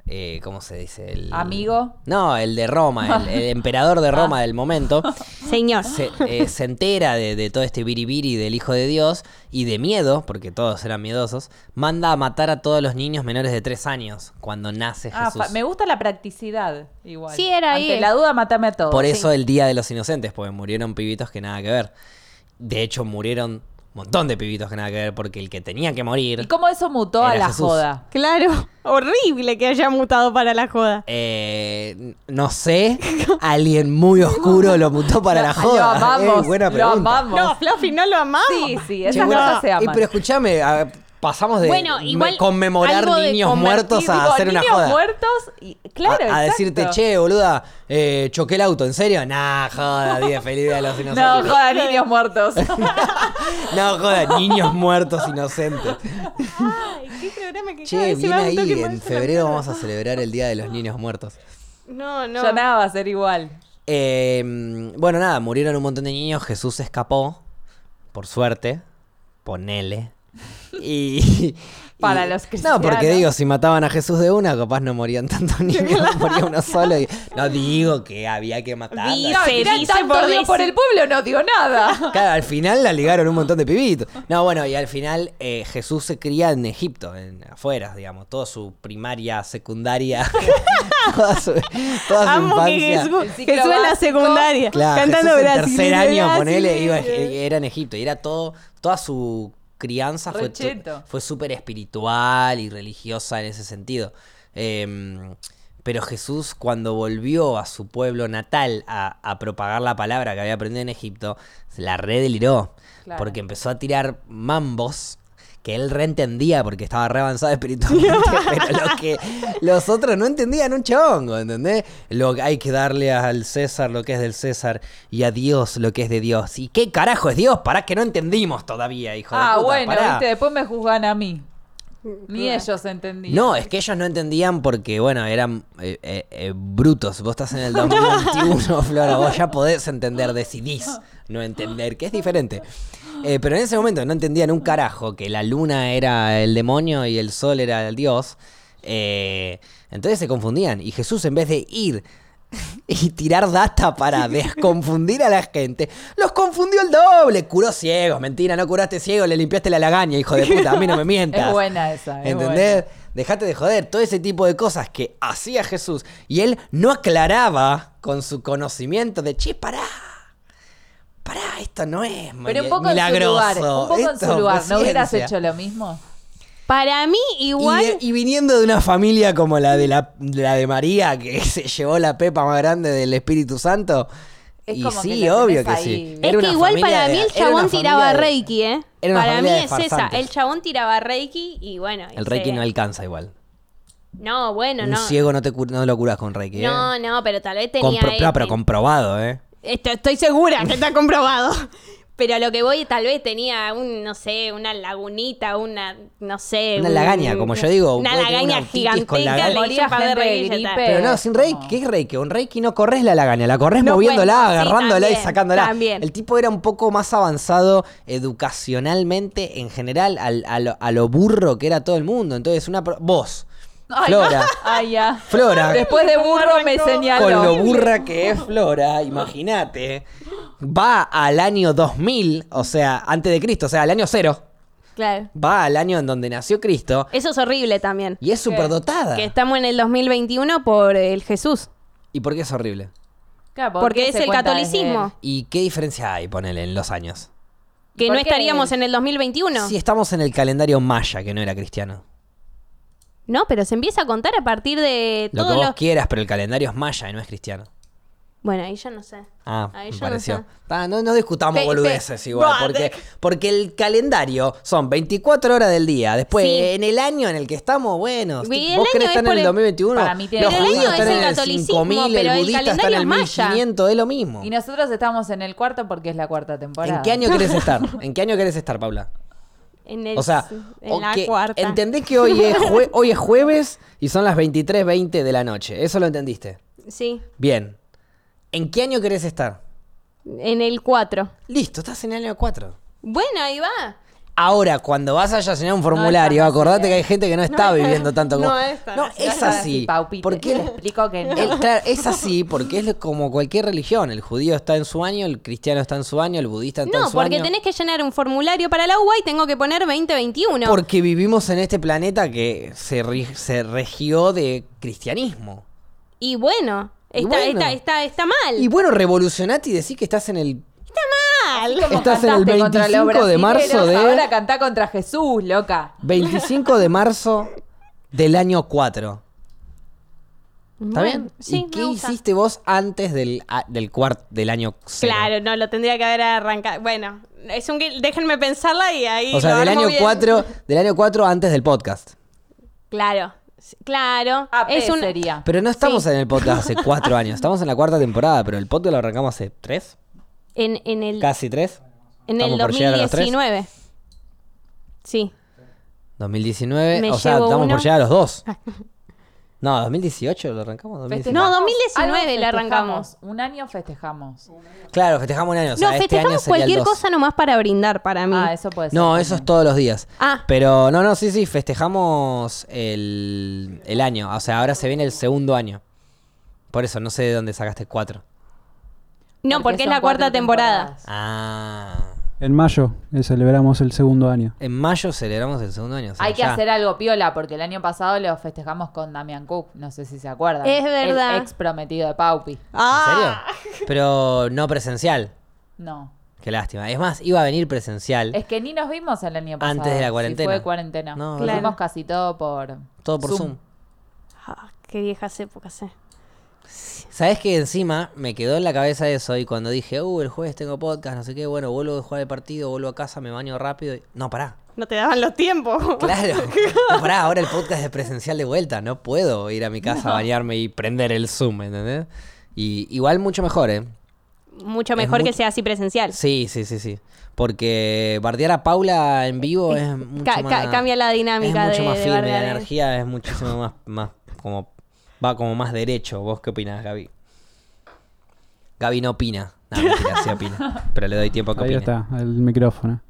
[SPEAKER 1] eh, ¿cómo se dice? El,
[SPEAKER 2] Amigo. Ah.
[SPEAKER 1] No, el de Roma,
[SPEAKER 2] (laughs)
[SPEAKER 1] el, el emperador de Roma del momento.
[SPEAKER 3] Señor.
[SPEAKER 1] se, eh, se entera de, de todo este biribiri del Hijo de Dios y de miedo, porque todos eran miedosos, manda a matar a todos los niños menores de 3 años cuando nace
[SPEAKER 2] Ah,
[SPEAKER 1] Jesús.
[SPEAKER 2] fa- me gusta la practicidad igual.
[SPEAKER 3] Sí, era ahí.
[SPEAKER 2] Ante la duda, matame a todos.
[SPEAKER 1] Por eso el Día de los Inocentes, porque murieron pibitos que nada que ver. De hecho, murieron un montón de pibitos que nada que ver, porque el que tenía que morir...
[SPEAKER 2] ¿Y cómo eso mutó a
[SPEAKER 1] Era
[SPEAKER 2] la
[SPEAKER 1] Jesús.
[SPEAKER 2] joda?
[SPEAKER 6] Claro, horrible que haya mutado para la joda.
[SPEAKER 1] eh, no sé,
[SPEAKER 2] (laughs)
[SPEAKER 1] alguien muy oscuro lo mutó para la
[SPEAKER 2] Lo
[SPEAKER 1] joda.
[SPEAKER 2] amamos.
[SPEAKER 1] (laughs) Eh, buena
[SPEAKER 2] lo
[SPEAKER 1] pregunta.
[SPEAKER 2] amamos.
[SPEAKER 6] No, Fluffy, no lo amamos.
[SPEAKER 2] sí, sí, esas
[SPEAKER 1] Bueno,
[SPEAKER 2] cosas se
[SPEAKER 1] y
[SPEAKER 2] aman.
[SPEAKER 1] pero escúchame, a- pasamos de
[SPEAKER 3] Bueno,
[SPEAKER 1] me-
[SPEAKER 3] igual
[SPEAKER 1] conmemorar
[SPEAKER 3] algo de
[SPEAKER 1] niños
[SPEAKER 3] convertir-
[SPEAKER 1] muertos a
[SPEAKER 2] Digo,
[SPEAKER 1] hacer una
[SPEAKER 2] niños
[SPEAKER 1] joda.
[SPEAKER 2] muertos y claro,
[SPEAKER 1] a, a
[SPEAKER 2] exacto.
[SPEAKER 1] decirte, che, boluda, eh, choqué el auto, ¿en serio? Nah, joda, día feliz día de los
[SPEAKER 2] (laughs) No,
[SPEAKER 1] inocentes.
[SPEAKER 2] joda, niños
[SPEAKER 1] (laughs)
[SPEAKER 2] muertos.
[SPEAKER 1] No, joda, niños muertos inocentes.
[SPEAKER 6] Ay, qué programa que cada
[SPEAKER 1] Che,
[SPEAKER 6] vez se
[SPEAKER 1] bien
[SPEAKER 6] va un
[SPEAKER 1] ahí,
[SPEAKER 6] toque
[SPEAKER 1] en
[SPEAKER 6] más a la
[SPEAKER 1] febrero
[SPEAKER 6] mierda.
[SPEAKER 1] vamos a celebrar el Día de los Niños Muertos.
[SPEAKER 6] No, no.
[SPEAKER 2] Ya nada va a ser igual.
[SPEAKER 1] Eh, bueno, nada, murieron un montón de niños, Jesús escapó, por suerte, (laughs) ponele. Y,
[SPEAKER 2] Para
[SPEAKER 1] y-
[SPEAKER 2] los
[SPEAKER 1] No, porque
[SPEAKER 2] cristianos.
[SPEAKER 1] digo, si mataban a Jesús de una, capaz no morían (laughs) tantos niños, moría uno solo. y- no digo que había que matar.
[SPEAKER 3] Dice,
[SPEAKER 2] No,
[SPEAKER 3] Se
[SPEAKER 2] mirá,
[SPEAKER 3] dice
[SPEAKER 2] tanto
[SPEAKER 3] por
[SPEAKER 2] odio
[SPEAKER 3] decir-
[SPEAKER 2] por el pueblo no dio
[SPEAKER 1] (laughs)
[SPEAKER 2] nada.
[SPEAKER 1] Claro, al final la ligaron un montón de pibitos. No, bueno, y al final eh, Jesús se cría en Egipto, en afuera, digamos, toda su primaria, secundaria, (laughs) toda su, toda su
[SPEAKER 6] Amo que
[SPEAKER 1] infancia.
[SPEAKER 6] Jesús,
[SPEAKER 2] El ciclo
[SPEAKER 6] Jesús en la
[SPEAKER 2] básico.
[SPEAKER 6] secundaria.
[SPEAKER 1] Claro,
[SPEAKER 6] cantando
[SPEAKER 1] Jesús en
[SPEAKER 6] Brasil.
[SPEAKER 1] tercer año, ponele,
[SPEAKER 6] Brasil.
[SPEAKER 1] iba- eh, era en Egipto. Y era todo, toda su crianza fue, tu-
[SPEAKER 2] Recheto.
[SPEAKER 1] fue súper espiritual y religiosa en ese sentido. Eh, pero Jesús, cuando volvió a su pueblo natal a, a propagar la palabra que había aprendido en Egipto, se la redeliró.
[SPEAKER 2] Claro.
[SPEAKER 1] Porque empezó a tirar mambos que él reentendía porque estaba re avanzado (laughs) espiritualmente,
[SPEAKER 2] (laughs)
[SPEAKER 1] pero lo que los otros no entendían un chongo, ¿entendés? Lo que hay que darle al César lo que es del César y a Dios lo que es de Dios. ¿Y qué carajo es Dios? Pará que no entendimos todavía, hijo de
[SPEAKER 2] Ah,
[SPEAKER 1] puta,
[SPEAKER 2] bueno,
[SPEAKER 1] pará.
[SPEAKER 2] viste, después me juzgan a mí. Ni ellos entendían.
[SPEAKER 1] No, es que ellos no entendían porque, bueno, eran eh, eh, eh, brutos. Vos estás en el 2021, Flora, vos ya podés entender, decidís no entender, que es diferente. Eh, pero en ese momento no entendían un carajo que la luna era el demonio y el sol era el dios. Eh, entonces se confundían. Y Jesús, en vez de ir y tirar data para desconfundir a la gente, los confundió el doble. Curó ciegos, mentira, no curaste ciegos, le limpiaste la lagaña, hijo de puta. A mí no
[SPEAKER 2] (laughs)
[SPEAKER 1] me mientas.
[SPEAKER 2] Es buena esa. es
[SPEAKER 1] ¿Entendés? Dejate de joder. Todo ese tipo de cosas que hacía Jesús y él no aclaraba con su conocimiento de, che, pará. Pará, esto no es
[SPEAKER 2] buena. Pero
[SPEAKER 1] mil-
[SPEAKER 2] un poco
[SPEAKER 1] milagroso.
[SPEAKER 2] en su lugar, un poco en
[SPEAKER 1] esto
[SPEAKER 2] su lugar,
[SPEAKER 1] fue
[SPEAKER 2] ¿no hubieras
[SPEAKER 1] ciencia".
[SPEAKER 2] hecho lo mismo?
[SPEAKER 3] Para mí, igual.
[SPEAKER 1] Y, de- y viniendo de una familia como la de, la, la de María, que (laughs) se llevó la pepa más grande del Espíritu Santo.
[SPEAKER 2] Es
[SPEAKER 1] y
[SPEAKER 2] como que
[SPEAKER 1] sí,
[SPEAKER 2] la
[SPEAKER 1] obvio
[SPEAKER 2] tenés
[SPEAKER 1] que
[SPEAKER 2] ahí.
[SPEAKER 1] sí.
[SPEAKER 3] Es
[SPEAKER 1] Era
[SPEAKER 3] que
[SPEAKER 1] una
[SPEAKER 3] igual
[SPEAKER 1] familia
[SPEAKER 3] para
[SPEAKER 1] de-
[SPEAKER 3] mí el
[SPEAKER 1] era una
[SPEAKER 3] chabón
[SPEAKER 1] familia
[SPEAKER 3] tiraba
[SPEAKER 1] de-
[SPEAKER 3] reiki, ¿eh?
[SPEAKER 1] era una
[SPEAKER 3] Para mí
[SPEAKER 1] familia de
[SPEAKER 3] es esa.
[SPEAKER 1] farsantes.
[SPEAKER 3] El chabón tiraba reiki y bueno. y
[SPEAKER 1] El Reiki
[SPEAKER 3] se-
[SPEAKER 1] no alcanza igual.
[SPEAKER 3] No, bueno,
[SPEAKER 1] Un
[SPEAKER 3] no.
[SPEAKER 1] ciego no, te, cur- no lo curas con Reiki. ¿eh?
[SPEAKER 3] No, no, pero tal vez tenía.
[SPEAKER 1] Compro- pero, pero
[SPEAKER 3] este-
[SPEAKER 1] comprobado, ¿eh?
[SPEAKER 3] Esto- estoy segura que está comprobado. (laughs) Pero lo que voy, tal vez tenía un, no sé, una lagunita, una, no sé.
[SPEAKER 1] Una
[SPEAKER 3] un-
[SPEAKER 1] lagaña, como yo digo.
[SPEAKER 3] Una
[SPEAKER 1] Puede tener
[SPEAKER 3] lagaña
[SPEAKER 1] una otitis con lagaña.
[SPEAKER 3] gigantesca, le hizo
[SPEAKER 2] Moría
[SPEAKER 3] un par de
[SPEAKER 2] gente de
[SPEAKER 3] reyes, ya está.
[SPEAKER 2] gripe.
[SPEAKER 1] Pero no, sin reiki.
[SPEAKER 2] no.
[SPEAKER 1] ¿Qué es reiki? Un reiki no corres la lagaña, la corres
[SPEAKER 3] No,
[SPEAKER 1] moviéndola,
[SPEAKER 3] bueno, sí,
[SPEAKER 1] agarrándola y
[SPEAKER 3] también,
[SPEAKER 1] sacándola.
[SPEAKER 3] también.
[SPEAKER 1] El tipo era un poco más avanzado educacionalmente en general al- a, lo, a lo burro que era todo el mundo. Entonces, una pro- vos,
[SPEAKER 2] Ay,
[SPEAKER 3] (laughs)
[SPEAKER 1] Flora,
[SPEAKER 2] Ay, ya.
[SPEAKER 1] Flora,
[SPEAKER 2] Después de burro me
[SPEAKER 1] con lo
[SPEAKER 2] señaló.
[SPEAKER 1] burra que es Flora, imagínate, va al año 2000, o sea, antes de Cristo, o sea, al año cero.
[SPEAKER 3] Claro.
[SPEAKER 1] Va al año en donde nació Cristo
[SPEAKER 3] Eso es horrible también.
[SPEAKER 1] y es superdotada.
[SPEAKER 3] Que estamos en el 2021 por el Jesús.
[SPEAKER 1] ¿Y por qué es horrible?
[SPEAKER 2] Claro, ¿por
[SPEAKER 3] Porque
[SPEAKER 2] qué
[SPEAKER 3] es
[SPEAKER 2] se
[SPEAKER 3] el
[SPEAKER 2] cuenta
[SPEAKER 3] catolicismo.
[SPEAKER 2] desde
[SPEAKER 1] ¿Y qué diferencia hay, ponele, en los años?
[SPEAKER 3] Que
[SPEAKER 2] ¿Por
[SPEAKER 3] no
[SPEAKER 2] qué?
[SPEAKER 3] estaríamos en el 2021.
[SPEAKER 1] Si estamos en el calendario maya, que no era cristiano.
[SPEAKER 3] No, pero se empieza a contar a partir de
[SPEAKER 1] Lo que
[SPEAKER 3] todos
[SPEAKER 1] vos
[SPEAKER 3] los.
[SPEAKER 1] quieras, pero el calendario es maya y no es cristiano.
[SPEAKER 3] Bueno, ahí ya no sé.
[SPEAKER 1] Ah,
[SPEAKER 3] Ahí
[SPEAKER 1] me
[SPEAKER 3] yo no
[SPEAKER 1] pareció.
[SPEAKER 3] sé.
[SPEAKER 1] Ah, No, no discutamos
[SPEAKER 3] Pe- pe-
[SPEAKER 1] boludeces igual, porque, porque el calendario son 24 horas del día. Después,
[SPEAKER 3] Sí.
[SPEAKER 1] en el año en el que estamos, bueno,
[SPEAKER 3] Y
[SPEAKER 1] si-
[SPEAKER 3] el
[SPEAKER 1] vos
[SPEAKER 3] año
[SPEAKER 1] querés
[SPEAKER 3] es
[SPEAKER 1] estar en
[SPEAKER 3] por
[SPEAKER 1] el
[SPEAKER 3] el-
[SPEAKER 1] 2021,
[SPEAKER 2] Para mí tiene
[SPEAKER 1] los
[SPEAKER 2] razón.
[SPEAKER 1] judíos
[SPEAKER 2] Pero el
[SPEAKER 1] están
[SPEAKER 2] año
[SPEAKER 1] en
[SPEAKER 3] es
[SPEAKER 1] el
[SPEAKER 3] el catolicismo,
[SPEAKER 1] 5000,
[SPEAKER 3] pero
[SPEAKER 1] el
[SPEAKER 3] el
[SPEAKER 1] budista está en
[SPEAKER 3] calendario
[SPEAKER 1] el
[SPEAKER 3] es maya.
[SPEAKER 1] 1500, es lo mismo.
[SPEAKER 2] Y nosotros estamos en el cuarto porque es la cuarta temporada.
[SPEAKER 1] ¿En qué año querés
[SPEAKER 3] (laughs)
[SPEAKER 1] estar? ¿En qué año querés estar, Paula?
[SPEAKER 3] En el,
[SPEAKER 1] O sea,
[SPEAKER 3] en
[SPEAKER 1] o
[SPEAKER 3] la
[SPEAKER 1] que
[SPEAKER 3] cuarta.
[SPEAKER 1] entendés que hoy es, jue- hoy es jueves y son las 23.20 de la noche. Eso lo entendiste.
[SPEAKER 3] Sí,
[SPEAKER 1] Bien. ¿En qué año querés estar?
[SPEAKER 3] en el 4.
[SPEAKER 1] Listo, estás en el año 4.
[SPEAKER 3] Bueno, ahí va.
[SPEAKER 1] Ahora, cuando vas allá a llenar un formulario,
[SPEAKER 2] fácil,
[SPEAKER 1] acordate
[SPEAKER 2] eh.
[SPEAKER 1] que hay gente que no está viviendo tanto como.
[SPEAKER 6] no es tan
[SPEAKER 1] No,
[SPEAKER 6] así.
[SPEAKER 2] No
[SPEAKER 1] es así.
[SPEAKER 2] Paupite.
[SPEAKER 1] Porque
[SPEAKER 2] Te explico que no. (laughs)
[SPEAKER 1] el- claro, es así porque es como cualquier religión. El judío está en su año, el cristiano está en su año, el budista está en
[SPEAKER 3] No,
[SPEAKER 1] su año.
[SPEAKER 3] porque tenés que llenar un formulario para la UBA y tengo que poner 2021.
[SPEAKER 1] Porque vivimos en este planeta que se, ri- se regió de cristianismo.
[SPEAKER 3] Y bueno,
[SPEAKER 1] Y
[SPEAKER 3] está,
[SPEAKER 1] bueno.
[SPEAKER 3] está, está, está mal.
[SPEAKER 1] Y bueno, revolucionate y decís que estás en el.
[SPEAKER 2] Como
[SPEAKER 1] Estás en el
[SPEAKER 2] cantaste contra los
[SPEAKER 1] 25 de marzo de-
[SPEAKER 2] brasileros, Ahora cantá contra Jesús, loca.
[SPEAKER 1] 25 de marzo del año 4. ¿Está
[SPEAKER 3] Bueno,
[SPEAKER 1] bien?
[SPEAKER 3] Sí,
[SPEAKER 1] ¿Y
[SPEAKER 3] me
[SPEAKER 1] qué
[SPEAKER 3] gusta.
[SPEAKER 1] hiciste vos antes del, a- del, cuart- del año 0?
[SPEAKER 6] Claro, no, lo tendría que haber arrancado. Bueno, es un gui- déjenme pensarla y ahí.
[SPEAKER 1] O sea,
[SPEAKER 6] lo
[SPEAKER 1] del
[SPEAKER 6] armo
[SPEAKER 1] año,
[SPEAKER 6] bien.
[SPEAKER 1] 4, del año 4 antes del podcast.
[SPEAKER 3] Claro, s- claro.
[SPEAKER 2] AP
[SPEAKER 3] es un...
[SPEAKER 2] Ah, sería.
[SPEAKER 1] Pero no estamos en el podcast
[SPEAKER 3] (laughs)
[SPEAKER 1] hace 4 años, estamos en la cuarta temporada, pero el podcast lo arrancamos hace 3,
[SPEAKER 3] En, en el,
[SPEAKER 1] casi 3.
[SPEAKER 3] en el
[SPEAKER 1] estamos por llegar a los tres.
[SPEAKER 3] 2019. Sí.
[SPEAKER 1] 2019,
[SPEAKER 3] Me
[SPEAKER 1] o sea,
[SPEAKER 3] llevo
[SPEAKER 1] estamos
[SPEAKER 3] uno. Ah.
[SPEAKER 1] por llegar a los 2. No, 2018 lo arrancamos. 2019.
[SPEAKER 3] No,
[SPEAKER 2] Festejamos-
[SPEAKER 3] 2019
[SPEAKER 2] algo
[SPEAKER 3] lo
[SPEAKER 2] festejamos. Un año festejamos.
[SPEAKER 1] Claro, festejamos un año. O sea,
[SPEAKER 3] no,
[SPEAKER 1] este
[SPEAKER 3] festejamos
[SPEAKER 1] año sería el
[SPEAKER 3] cualquier
[SPEAKER 1] dos.
[SPEAKER 3] cosa nomás para brindar para mí.
[SPEAKER 2] Ah, eso puede ser.
[SPEAKER 1] Mm. No, eso es todos los días.
[SPEAKER 3] Ah.
[SPEAKER 1] Pero no, no, sí, sí, festejamos el, el año. O sea, ahora se viene el segundo año. Por eso, no sé de dónde sacaste cuatro.
[SPEAKER 3] no, porque, es
[SPEAKER 2] son
[SPEAKER 3] la cuarta
[SPEAKER 2] cuatro
[SPEAKER 3] temporada.
[SPEAKER 2] temporadas.
[SPEAKER 1] Ah.
[SPEAKER 4] En mayo eh, celebramos el segundo año.
[SPEAKER 1] En mayo celebramos el segundo año. o sea,
[SPEAKER 2] Hay que
[SPEAKER 1] ya.
[SPEAKER 2] hacer algo piola, porque el año pasado lo festejamos con Damian Cook. No sé si se acuerdan.
[SPEAKER 3] Es verdad.
[SPEAKER 2] El ex prometido de Paupi. Ah.
[SPEAKER 1] ¿En serio? Pero no presencial.
[SPEAKER 2] No.
[SPEAKER 1] Qué lástima. Es más, iba a venir presencial.
[SPEAKER 2] Es que ni nos vimos el año pasado.
[SPEAKER 1] Antes de la cuarentena.
[SPEAKER 2] Si fue cuarentena.
[SPEAKER 1] No,
[SPEAKER 2] Lo
[SPEAKER 1] Claro.
[SPEAKER 2] Hicimos casi todo por.
[SPEAKER 1] Todo por Zoom.
[SPEAKER 3] Ah, qué viejas épocas, eh.
[SPEAKER 1] Sabes que encima me quedó en la cabeza eso y cuando dije, uh, el jueves tengo podcast, no sé qué, bueno, vuelvo a jugar el partido, vuelvo a casa, me baño rápido. y- No, pará.
[SPEAKER 6] No te daban los tiempos.
[SPEAKER 1] (laughs) Claro. No, pará, ahora el podcast es presencial de vuelta. No puedo ir a mi casa a bañarme y prender el Zoom, ¿entendés? Y igual mucho mejor, ¿eh?
[SPEAKER 3] Mucho
[SPEAKER 1] Es
[SPEAKER 3] mejor
[SPEAKER 1] mucho-
[SPEAKER 3] que sea así presencial.
[SPEAKER 1] Sí, sí, sí, sí. Porque bardear a Paula en vivo es mucho
[SPEAKER 3] Ca-
[SPEAKER 1] más...
[SPEAKER 3] ca- cambia la dinámica
[SPEAKER 1] Es mucho
[SPEAKER 3] de-
[SPEAKER 1] más
[SPEAKER 3] de
[SPEAKER 1] firme, la
[SPEAKER 3] bardear. eh.
[SPEAKER 1] energía es muchísimo más, más como... Va como más derecho. ¿Vos qué opinás, Gaby? Gaby no opina. No, mentira, sí
[SPEAKER 3] (laughs)
[SPEAKER 1] opina. Pero le doy tiempo a que
[SPEAKER 4] Ahí
[SPEAKER 1] opine.
[SPEAKER 4] está, el micrófono.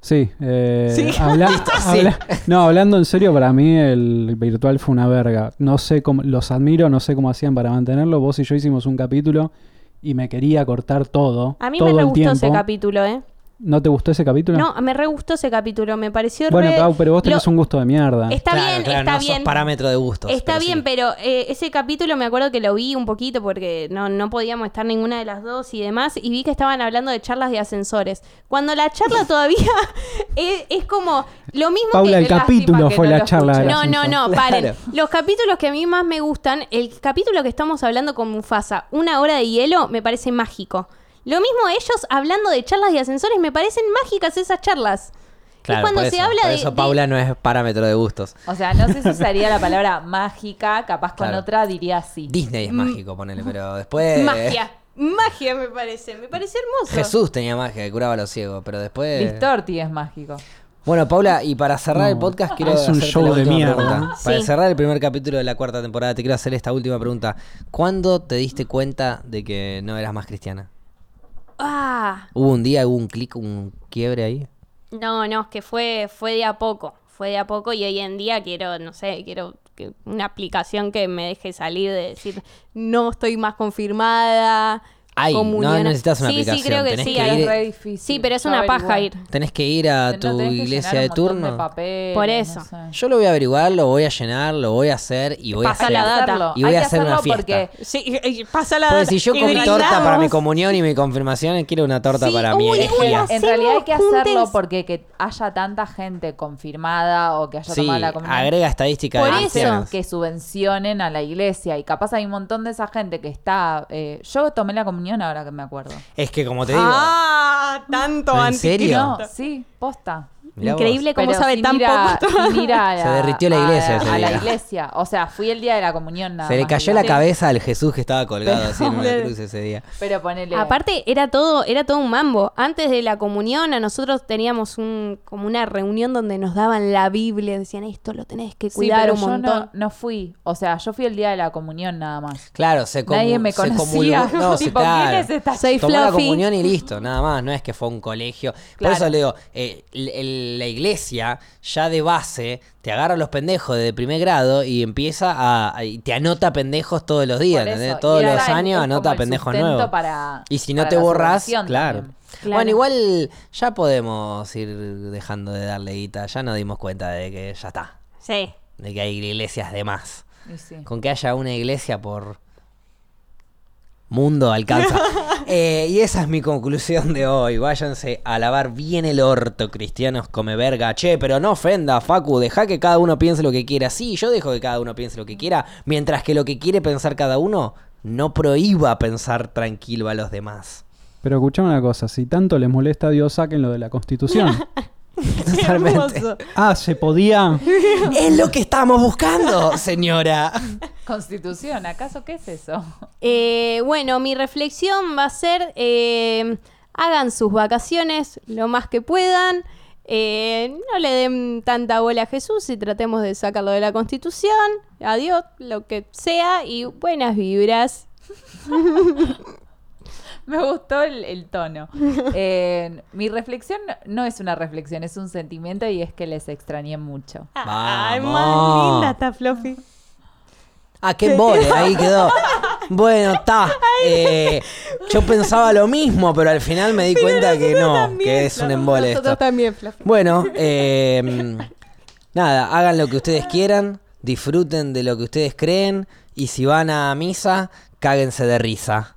[SPEAKER 4] Sí, eh, habla-
[SPEAKER 1] sí. (laughs)
[SPEAKER 4] habla- no, hablando en serio, para mí el virtual fue una verga. No sé cómo, los admiro, no sé cómo hacían para mantenerlo. Vos y yo hicimos un capítulo y me quería cortar todo.
[SPEAKER 3] A mí
[SPEAKER 4] todo
[SPEAKER 3] me re
[SPEAKER 4] el
[SPEAKER 3] gustó ese
[SPEAKER 4] tiempo.
[SPEAKER 3] capítulo, ¿eh?
[SPEAKER 4] ¿No te gustó ese capítulo?
[SPEAKER 3] No, me re gustó ese capítulo. Me pareció
[SPEAKER 4] bueno,
[SPEAKER 3] re-
[SPEAKER 4] Pau, pero vos
[SPEAKER 3] Lo-
[SPEAKER 4] tenés un gusto de mierda.
[SPEAKER 3] Está
[SPEAKER 1] Claro,
[SPEAKER 3] bien,
[SPEAKER 1] claro,
[SPEAKER 3] está
[SPEAKER 1] no sos
[SPEAKER 3] bien.
[SPEAKER 1] parámetro de gustos.
[SPEAKER 3] Está
[SPEAKER 1] pero
[SPEAKER 3] bien,
[SPEAKER 1] sí.
[SPEAKER 3] pero eh, ese capítulo me acuerdo que lo vi un poquito porque no, no podíamos estar ninguna de las dos y demás, y vi que estaban hablando de charlas de ascensores. Cuando la
[SPEAKER 4] (laughs)
[SPEAKER 3] charla todavía (laughs) es, es como lo mismo
[SPEAKER 4] Paula,
[SPEAKER 3] que...
[SPEAKER 4] el
[SPEAKER 2] qué lástima
[SPEAKER 4] capítulo
[SPEAKER 2] que
[SPEAKER 4] fue
[SPEAKER 2] no
[SPEAKER 4] la
[SPEAKER 2] lo
[SPEAKER 4] charla. del
[SPEAKER 2] escuché.
[SPEAKER 3] No, no,
[SPEAKER 4] ascensor.
[SPEAKER 1] (laughs)
[SPEAKER 3] no,
[SPEAKER 1] Claro.
[SPEAKER 3] paren. Los capítulos que a mí más me gustan, el capítulo que estamos hablando con Mufasa, Una hora de hielo, me parece mágico. Lo mismo ellos hablando de charlas de ascensores, me parecen mágicas esas charlas.
[SPEAKER 1] Claro,
[SPEAKER 3] es cuando
[SPEAKER 1] por
[SPEAKER 3] se
[SPEAKER 1] eso,
[SPEAKER 3] habla
[SPEAKER 1] por
[SPEAKER 3] de-
[SPEAKER 1] eso
[SPEAKER 3] de-
[SPEAKER 1] Paula no es parámetro de gustos.
[SPEAKER 2] O sea, no sé si usaría la palabra (laughs) mágica, capaz con
[SPEAKER 1] Claro.
[SPEAKER 2] otra diría sí.
[SPEAKER 1] Disney es mágico, ponele, pero después.
[SPEAKER 6] Magia. Magia me parece. Me parece hermoso.
[SPEAKER 1] (laughs) Jesús tenía magia que curaba a los ciegos, pero después.
[SPEAKER 2] Distorti es mágico.
[SPEAKER 1] Bueno, Paula, y para cerrar el
[SPEAKER 4] No,
[SPEAKER 1] podcast, quiero.
[SPEAKER 4] es un
[SPEAKER 1] hacerte
[SPEAKER 4] show
[SPEAKER 1] la
[SPEAKER 4] de
[SPEAKER 1] última
[SPEAKER 4] mierda.
[SPEAKER 1] pregunta. Para
[SPEAKER 3] Sí.
[SPEAKER 1] cerrar el primer capítulo de la cuarta temporada, te quiero hacer esta última pregunta. ¿Cuándo te diste cuenta de que no eras más cristiana?
[SPEAKER 3] Ah,
[SPEAKER 1] ¿Hubo un día, hubo un clic, un quiebre ahí?
[SPEAKER 3] No, no, es que fue, fue de a poco, fue de a poco y hoy en día quiero, no sé, quiero que- una aplicación que me deje salir de decir, no estoy más confirmada.
[SPEAKER 1] Ay, no
[SPEAKER 3] comunión".
[SPEAKER 1] necesitas una
[SPEAKER 3] sí, Sí,
[SPEAKER 1] aplicación,
[SPEAKER 3] creo que
[SPEAKER 1] tenés
[SPEAKER 3] sí.
[SPEAKER 1] que
[SPEAKER 3] hay-
[SPEAKER 1] ir-
[SPEAKER 2] Es re difícil.
[SPEAKER 3] Sí, pero es
[SPEAKER 2] Yo
[SPEAKER 3] una paja
[SPEAKER 2] averigué.
[SPEAKER 3] ir.
[SPEAKER 1] ¿Tenés que ir a
[SPEAKER 2] No,
[SPEAKER 1] tu
[SPEAKER 2] tenés que
[SPEAKER 1] iglesia
[SPEAKER 2] llenar
[SPEAKER 1] de
[SPEAKER 2] un montón
[SPEAKER 1] turno?
[SPEAKER 2] papeles,
[SPEAKER 3] Por eso.
[SPEAKER 2] no sé.
[SPEAKER 1] Yo lo voy a averiguar, lo voy a llenar, lo voy a hacer y voy
[SPEAKER 3] Pasa
[SPEAKER 1] a hacer.
[SPEAKER 3] la data.
[SPEAKER 2] Hacerlo.
[SPEAKER 1] Y voy
[SPEAKER 2] Hay
[SPEAKER 1] a
[SPEAKER 2] que
[SPEAKER 1] hacer una
[SPEAKER 2] hacerlo
[SPEAKER 1] fiesta.
[SPEAKER 2] porque
[SPEAKER 6] Sí, y- y pasa la.
[SPEAKER 1] Pues si yo
[SPEAKER 6] y
[SPEAKER 1] comí torta para mi
[SPEAKER 6] brindamos.
[SPEAKER 1] confirmación y mi confirmación, quiero una torta
[SPEAKER 3] Sí,
[SPEAKER 1] para
[SPEAKER 3] uy,
[SPEAKER 1] mi
[SPEAKER 3] uy,
[SPEAKER 1] herejía.
[SPEAKER 3] hace-
[SPEAKER 2] en realidad hay que
[SPEAKER 3] Hacemos
[SPEAKER 2] hacerlo
[SPEAKER 3] juntes.
[SPEAKER 2] porque que haya tanta gente confirmada o que haya
[SPEAKER 1] Sí,
[SPEAKER 2] tomado la comunión.
[SPEAKER 1] agrega estadística
[SPEAKER 3] Por
[SPEAKER 1] de
[SPEAKER 3] eso.
[SPEAKER 1] cristianos.
[SPEAKER 2] que subvencionen a la iglesia y capaz hay un montón de esa gente que está eh, yo tomé la comunión ahora que me acuerdo
[SPEAKER 1] Es que como te digo,
[SPEAKER 6] Ah, tanto
[SPEAKER 1] ¿En
[SPEAKER 6] anti-
[SPEAKER 1] serio?
[SPEAKER 2] no sí posta
[SPEAKER 1] mirá vos.
[SPEAKER 3] Increíble cómo
[SPEAKER 2] Pero
[SPEAKER 3] sabe
[SPEAKER 2] sin
[SPEAKER 3] tan
[SPEAKER 2] ir a-
[SPEAKER 3] poco.
[SPEAKER 2] sin ir
[SPEAKER 1] (laughs)
[SPEAKER 2] a
[SPEAKER 1] Se derritió la iglesia
[SPEAKER 2] a,
[SPEAKER 1] ese
[SPEAKER 2] a la
[SPEAKER 1] día.
[SPEAKER 2] iglesia o sea fui el día de la comunión nada
[SPEAKER 1] Se le
[SPEAKER 2] más,
[SPEAKER 1] cayó la
[SPEAKER 2] digamos.
[SPEAKER 1] cabeza al Jesús que estaba
[SPEAKER 2] (laughs)
[SPEAKER 1] colgado así en una
[SPEAKER 6] Pero-
[SPEAKER 1] cruz ese día.
[SPEAKER 2] pero ponele
[SPEAKER 3] Aparte era todo, era todo un mambo. Antes de la comunión a nosotros teníamos un, como una reunión donde nos daban la Biblia, decían esto lo tenés que
[SPEAKER 2] Sí,
[SPEAKER 3] cuidar
[SPEAKER 2] pero
[SPEAKER 3] un
[SPEAKER 2] yo
[SPEAKER 3] montón.
[SPEAKER 2] no, no fui o sea yo fui el día de la comunión nada más
[SPEAKER 1] Claro, se comu-
[SPEAKER 2] nadie me
[SPEAKER 1] se
[SPEAKER 2] conocía (laughs)
[SPEAKER 1] comulgó- No, se-
[SPEAKER 2] tipo
[SPEAKER 1] claro.
[SPEAKER 2] quién es este? esta
[SPEAKER 3] Soy
[SPEAKER 1] Tomó la
[SPEAKER 3] Fluffy.
[SPEAKER 1] comunión y listo, nada más, no es que fue a un colegio. Por
[SPEAKER 2] Claro.
[SPEAKER 1] eso le digo, eh, el- el- la iglesia ya de base te agarra a los pendejos de primer grado y empieza a, a- y te anota pendejos todos los días,
[SPEAKER 2] Por
[SPEAKER 1] ¿entendés?
[SPEAKER 2] eso,
[SPEAKER 1] Todos
[SPEAKER 2] y
[SPEAKER 1] los
[SPEAKER 2] era el-
[SPEAKER 1] años
[SPEAKER 2] es como
[SPEAKER 1] anota
[SPEAKER 2] el
[SPEAKER 1] pendejos
[SPEAKER 2] sustento
[SPEAKER 1] nuevos.
[SPEAKER 2] para-
[SPEAKER 1] y si no
[SPEAKER 2] para
[SPEAKER 1] te
[SPEAKER 2] la
[SPEAKER 1] borrás,
[SPEAKER 2] subversión
[SPEAKER 1] claro.
[SPEAKER 2] también.
[SPEAKER 1] Bueno, igual ya podemos ir dejando de darle guita, ya nos dimos cuenta de que ya está,
[SPEAKER 3] Sí.
[SPEAKER 1] de que hay iglesias de más.
[SPEAKER 2] Y sí.
[SPEAKER 1] Con que haya una iglesia por mundo
[SPEAKER 2] (laughs)
[SPEAKER 1] alcanza. Eh, y esa es mi conclusión de hoy. Váyanse a lavar bien el orto, cristianos come verga. Che, pero no ofenda, Facu, deja que cada uno piense lo que quiera. Sí, yo dejo que cada uno piense lo que quiera, mientras que lo que quiere pensar cada uno no prohíba pensar tranquilo a los demás.
[SPEAKER 4] Pero escuchame una cosa, si tanto les molesta a Dios, sáquenlo de
[SPEAKER 3] (laughs)
[SPEAKER 4] la Constitución.
[SPEAKER 1] Totalmente.
[SPEAKER 4] ah, se podía.
[SPEAKER 1] es lo que estamos buscando, señora.
[SPEAKER 2] (laughs) Constitución, ¿acaso qué es eso? (laughs)
[SPEAKER 3] Eh, bueno, mi reflexión va a ser, eh, hagan sus vacaciones lo más que puedan, eh, no le den tanta bola a Jesús y tratemos de sacarlo de la constitución, a Dios, lo que sea, y buenas vibras.
[SPEAKER 2] Me gustó el, el
[SPEAKER 1] (laughs)
[SPEAKER 2] tono. Eh, mi reflexión no es una reflexión, es un sentimiento y es que les extrañé mucho.
[SPEAKER 6] Ay,
[SPEAKER 1] Vamos.
[SPEAKER 6] más linda está Fluffy.
[SPEAKER 1] Ah, qué embole, ahí quedó. Bueno, está. Eh, yo pensaba lo mismo, pero al final me di cuenta que no, que es un embole esto.
[SPEAKER 6] Nosotros también, Fluffy.
[SPEAKER 1] Bueno, eh, nada, hagan lo que ustedes quieran, disfruten de lo que ustedes creen y si van a misa, cáguense de risa.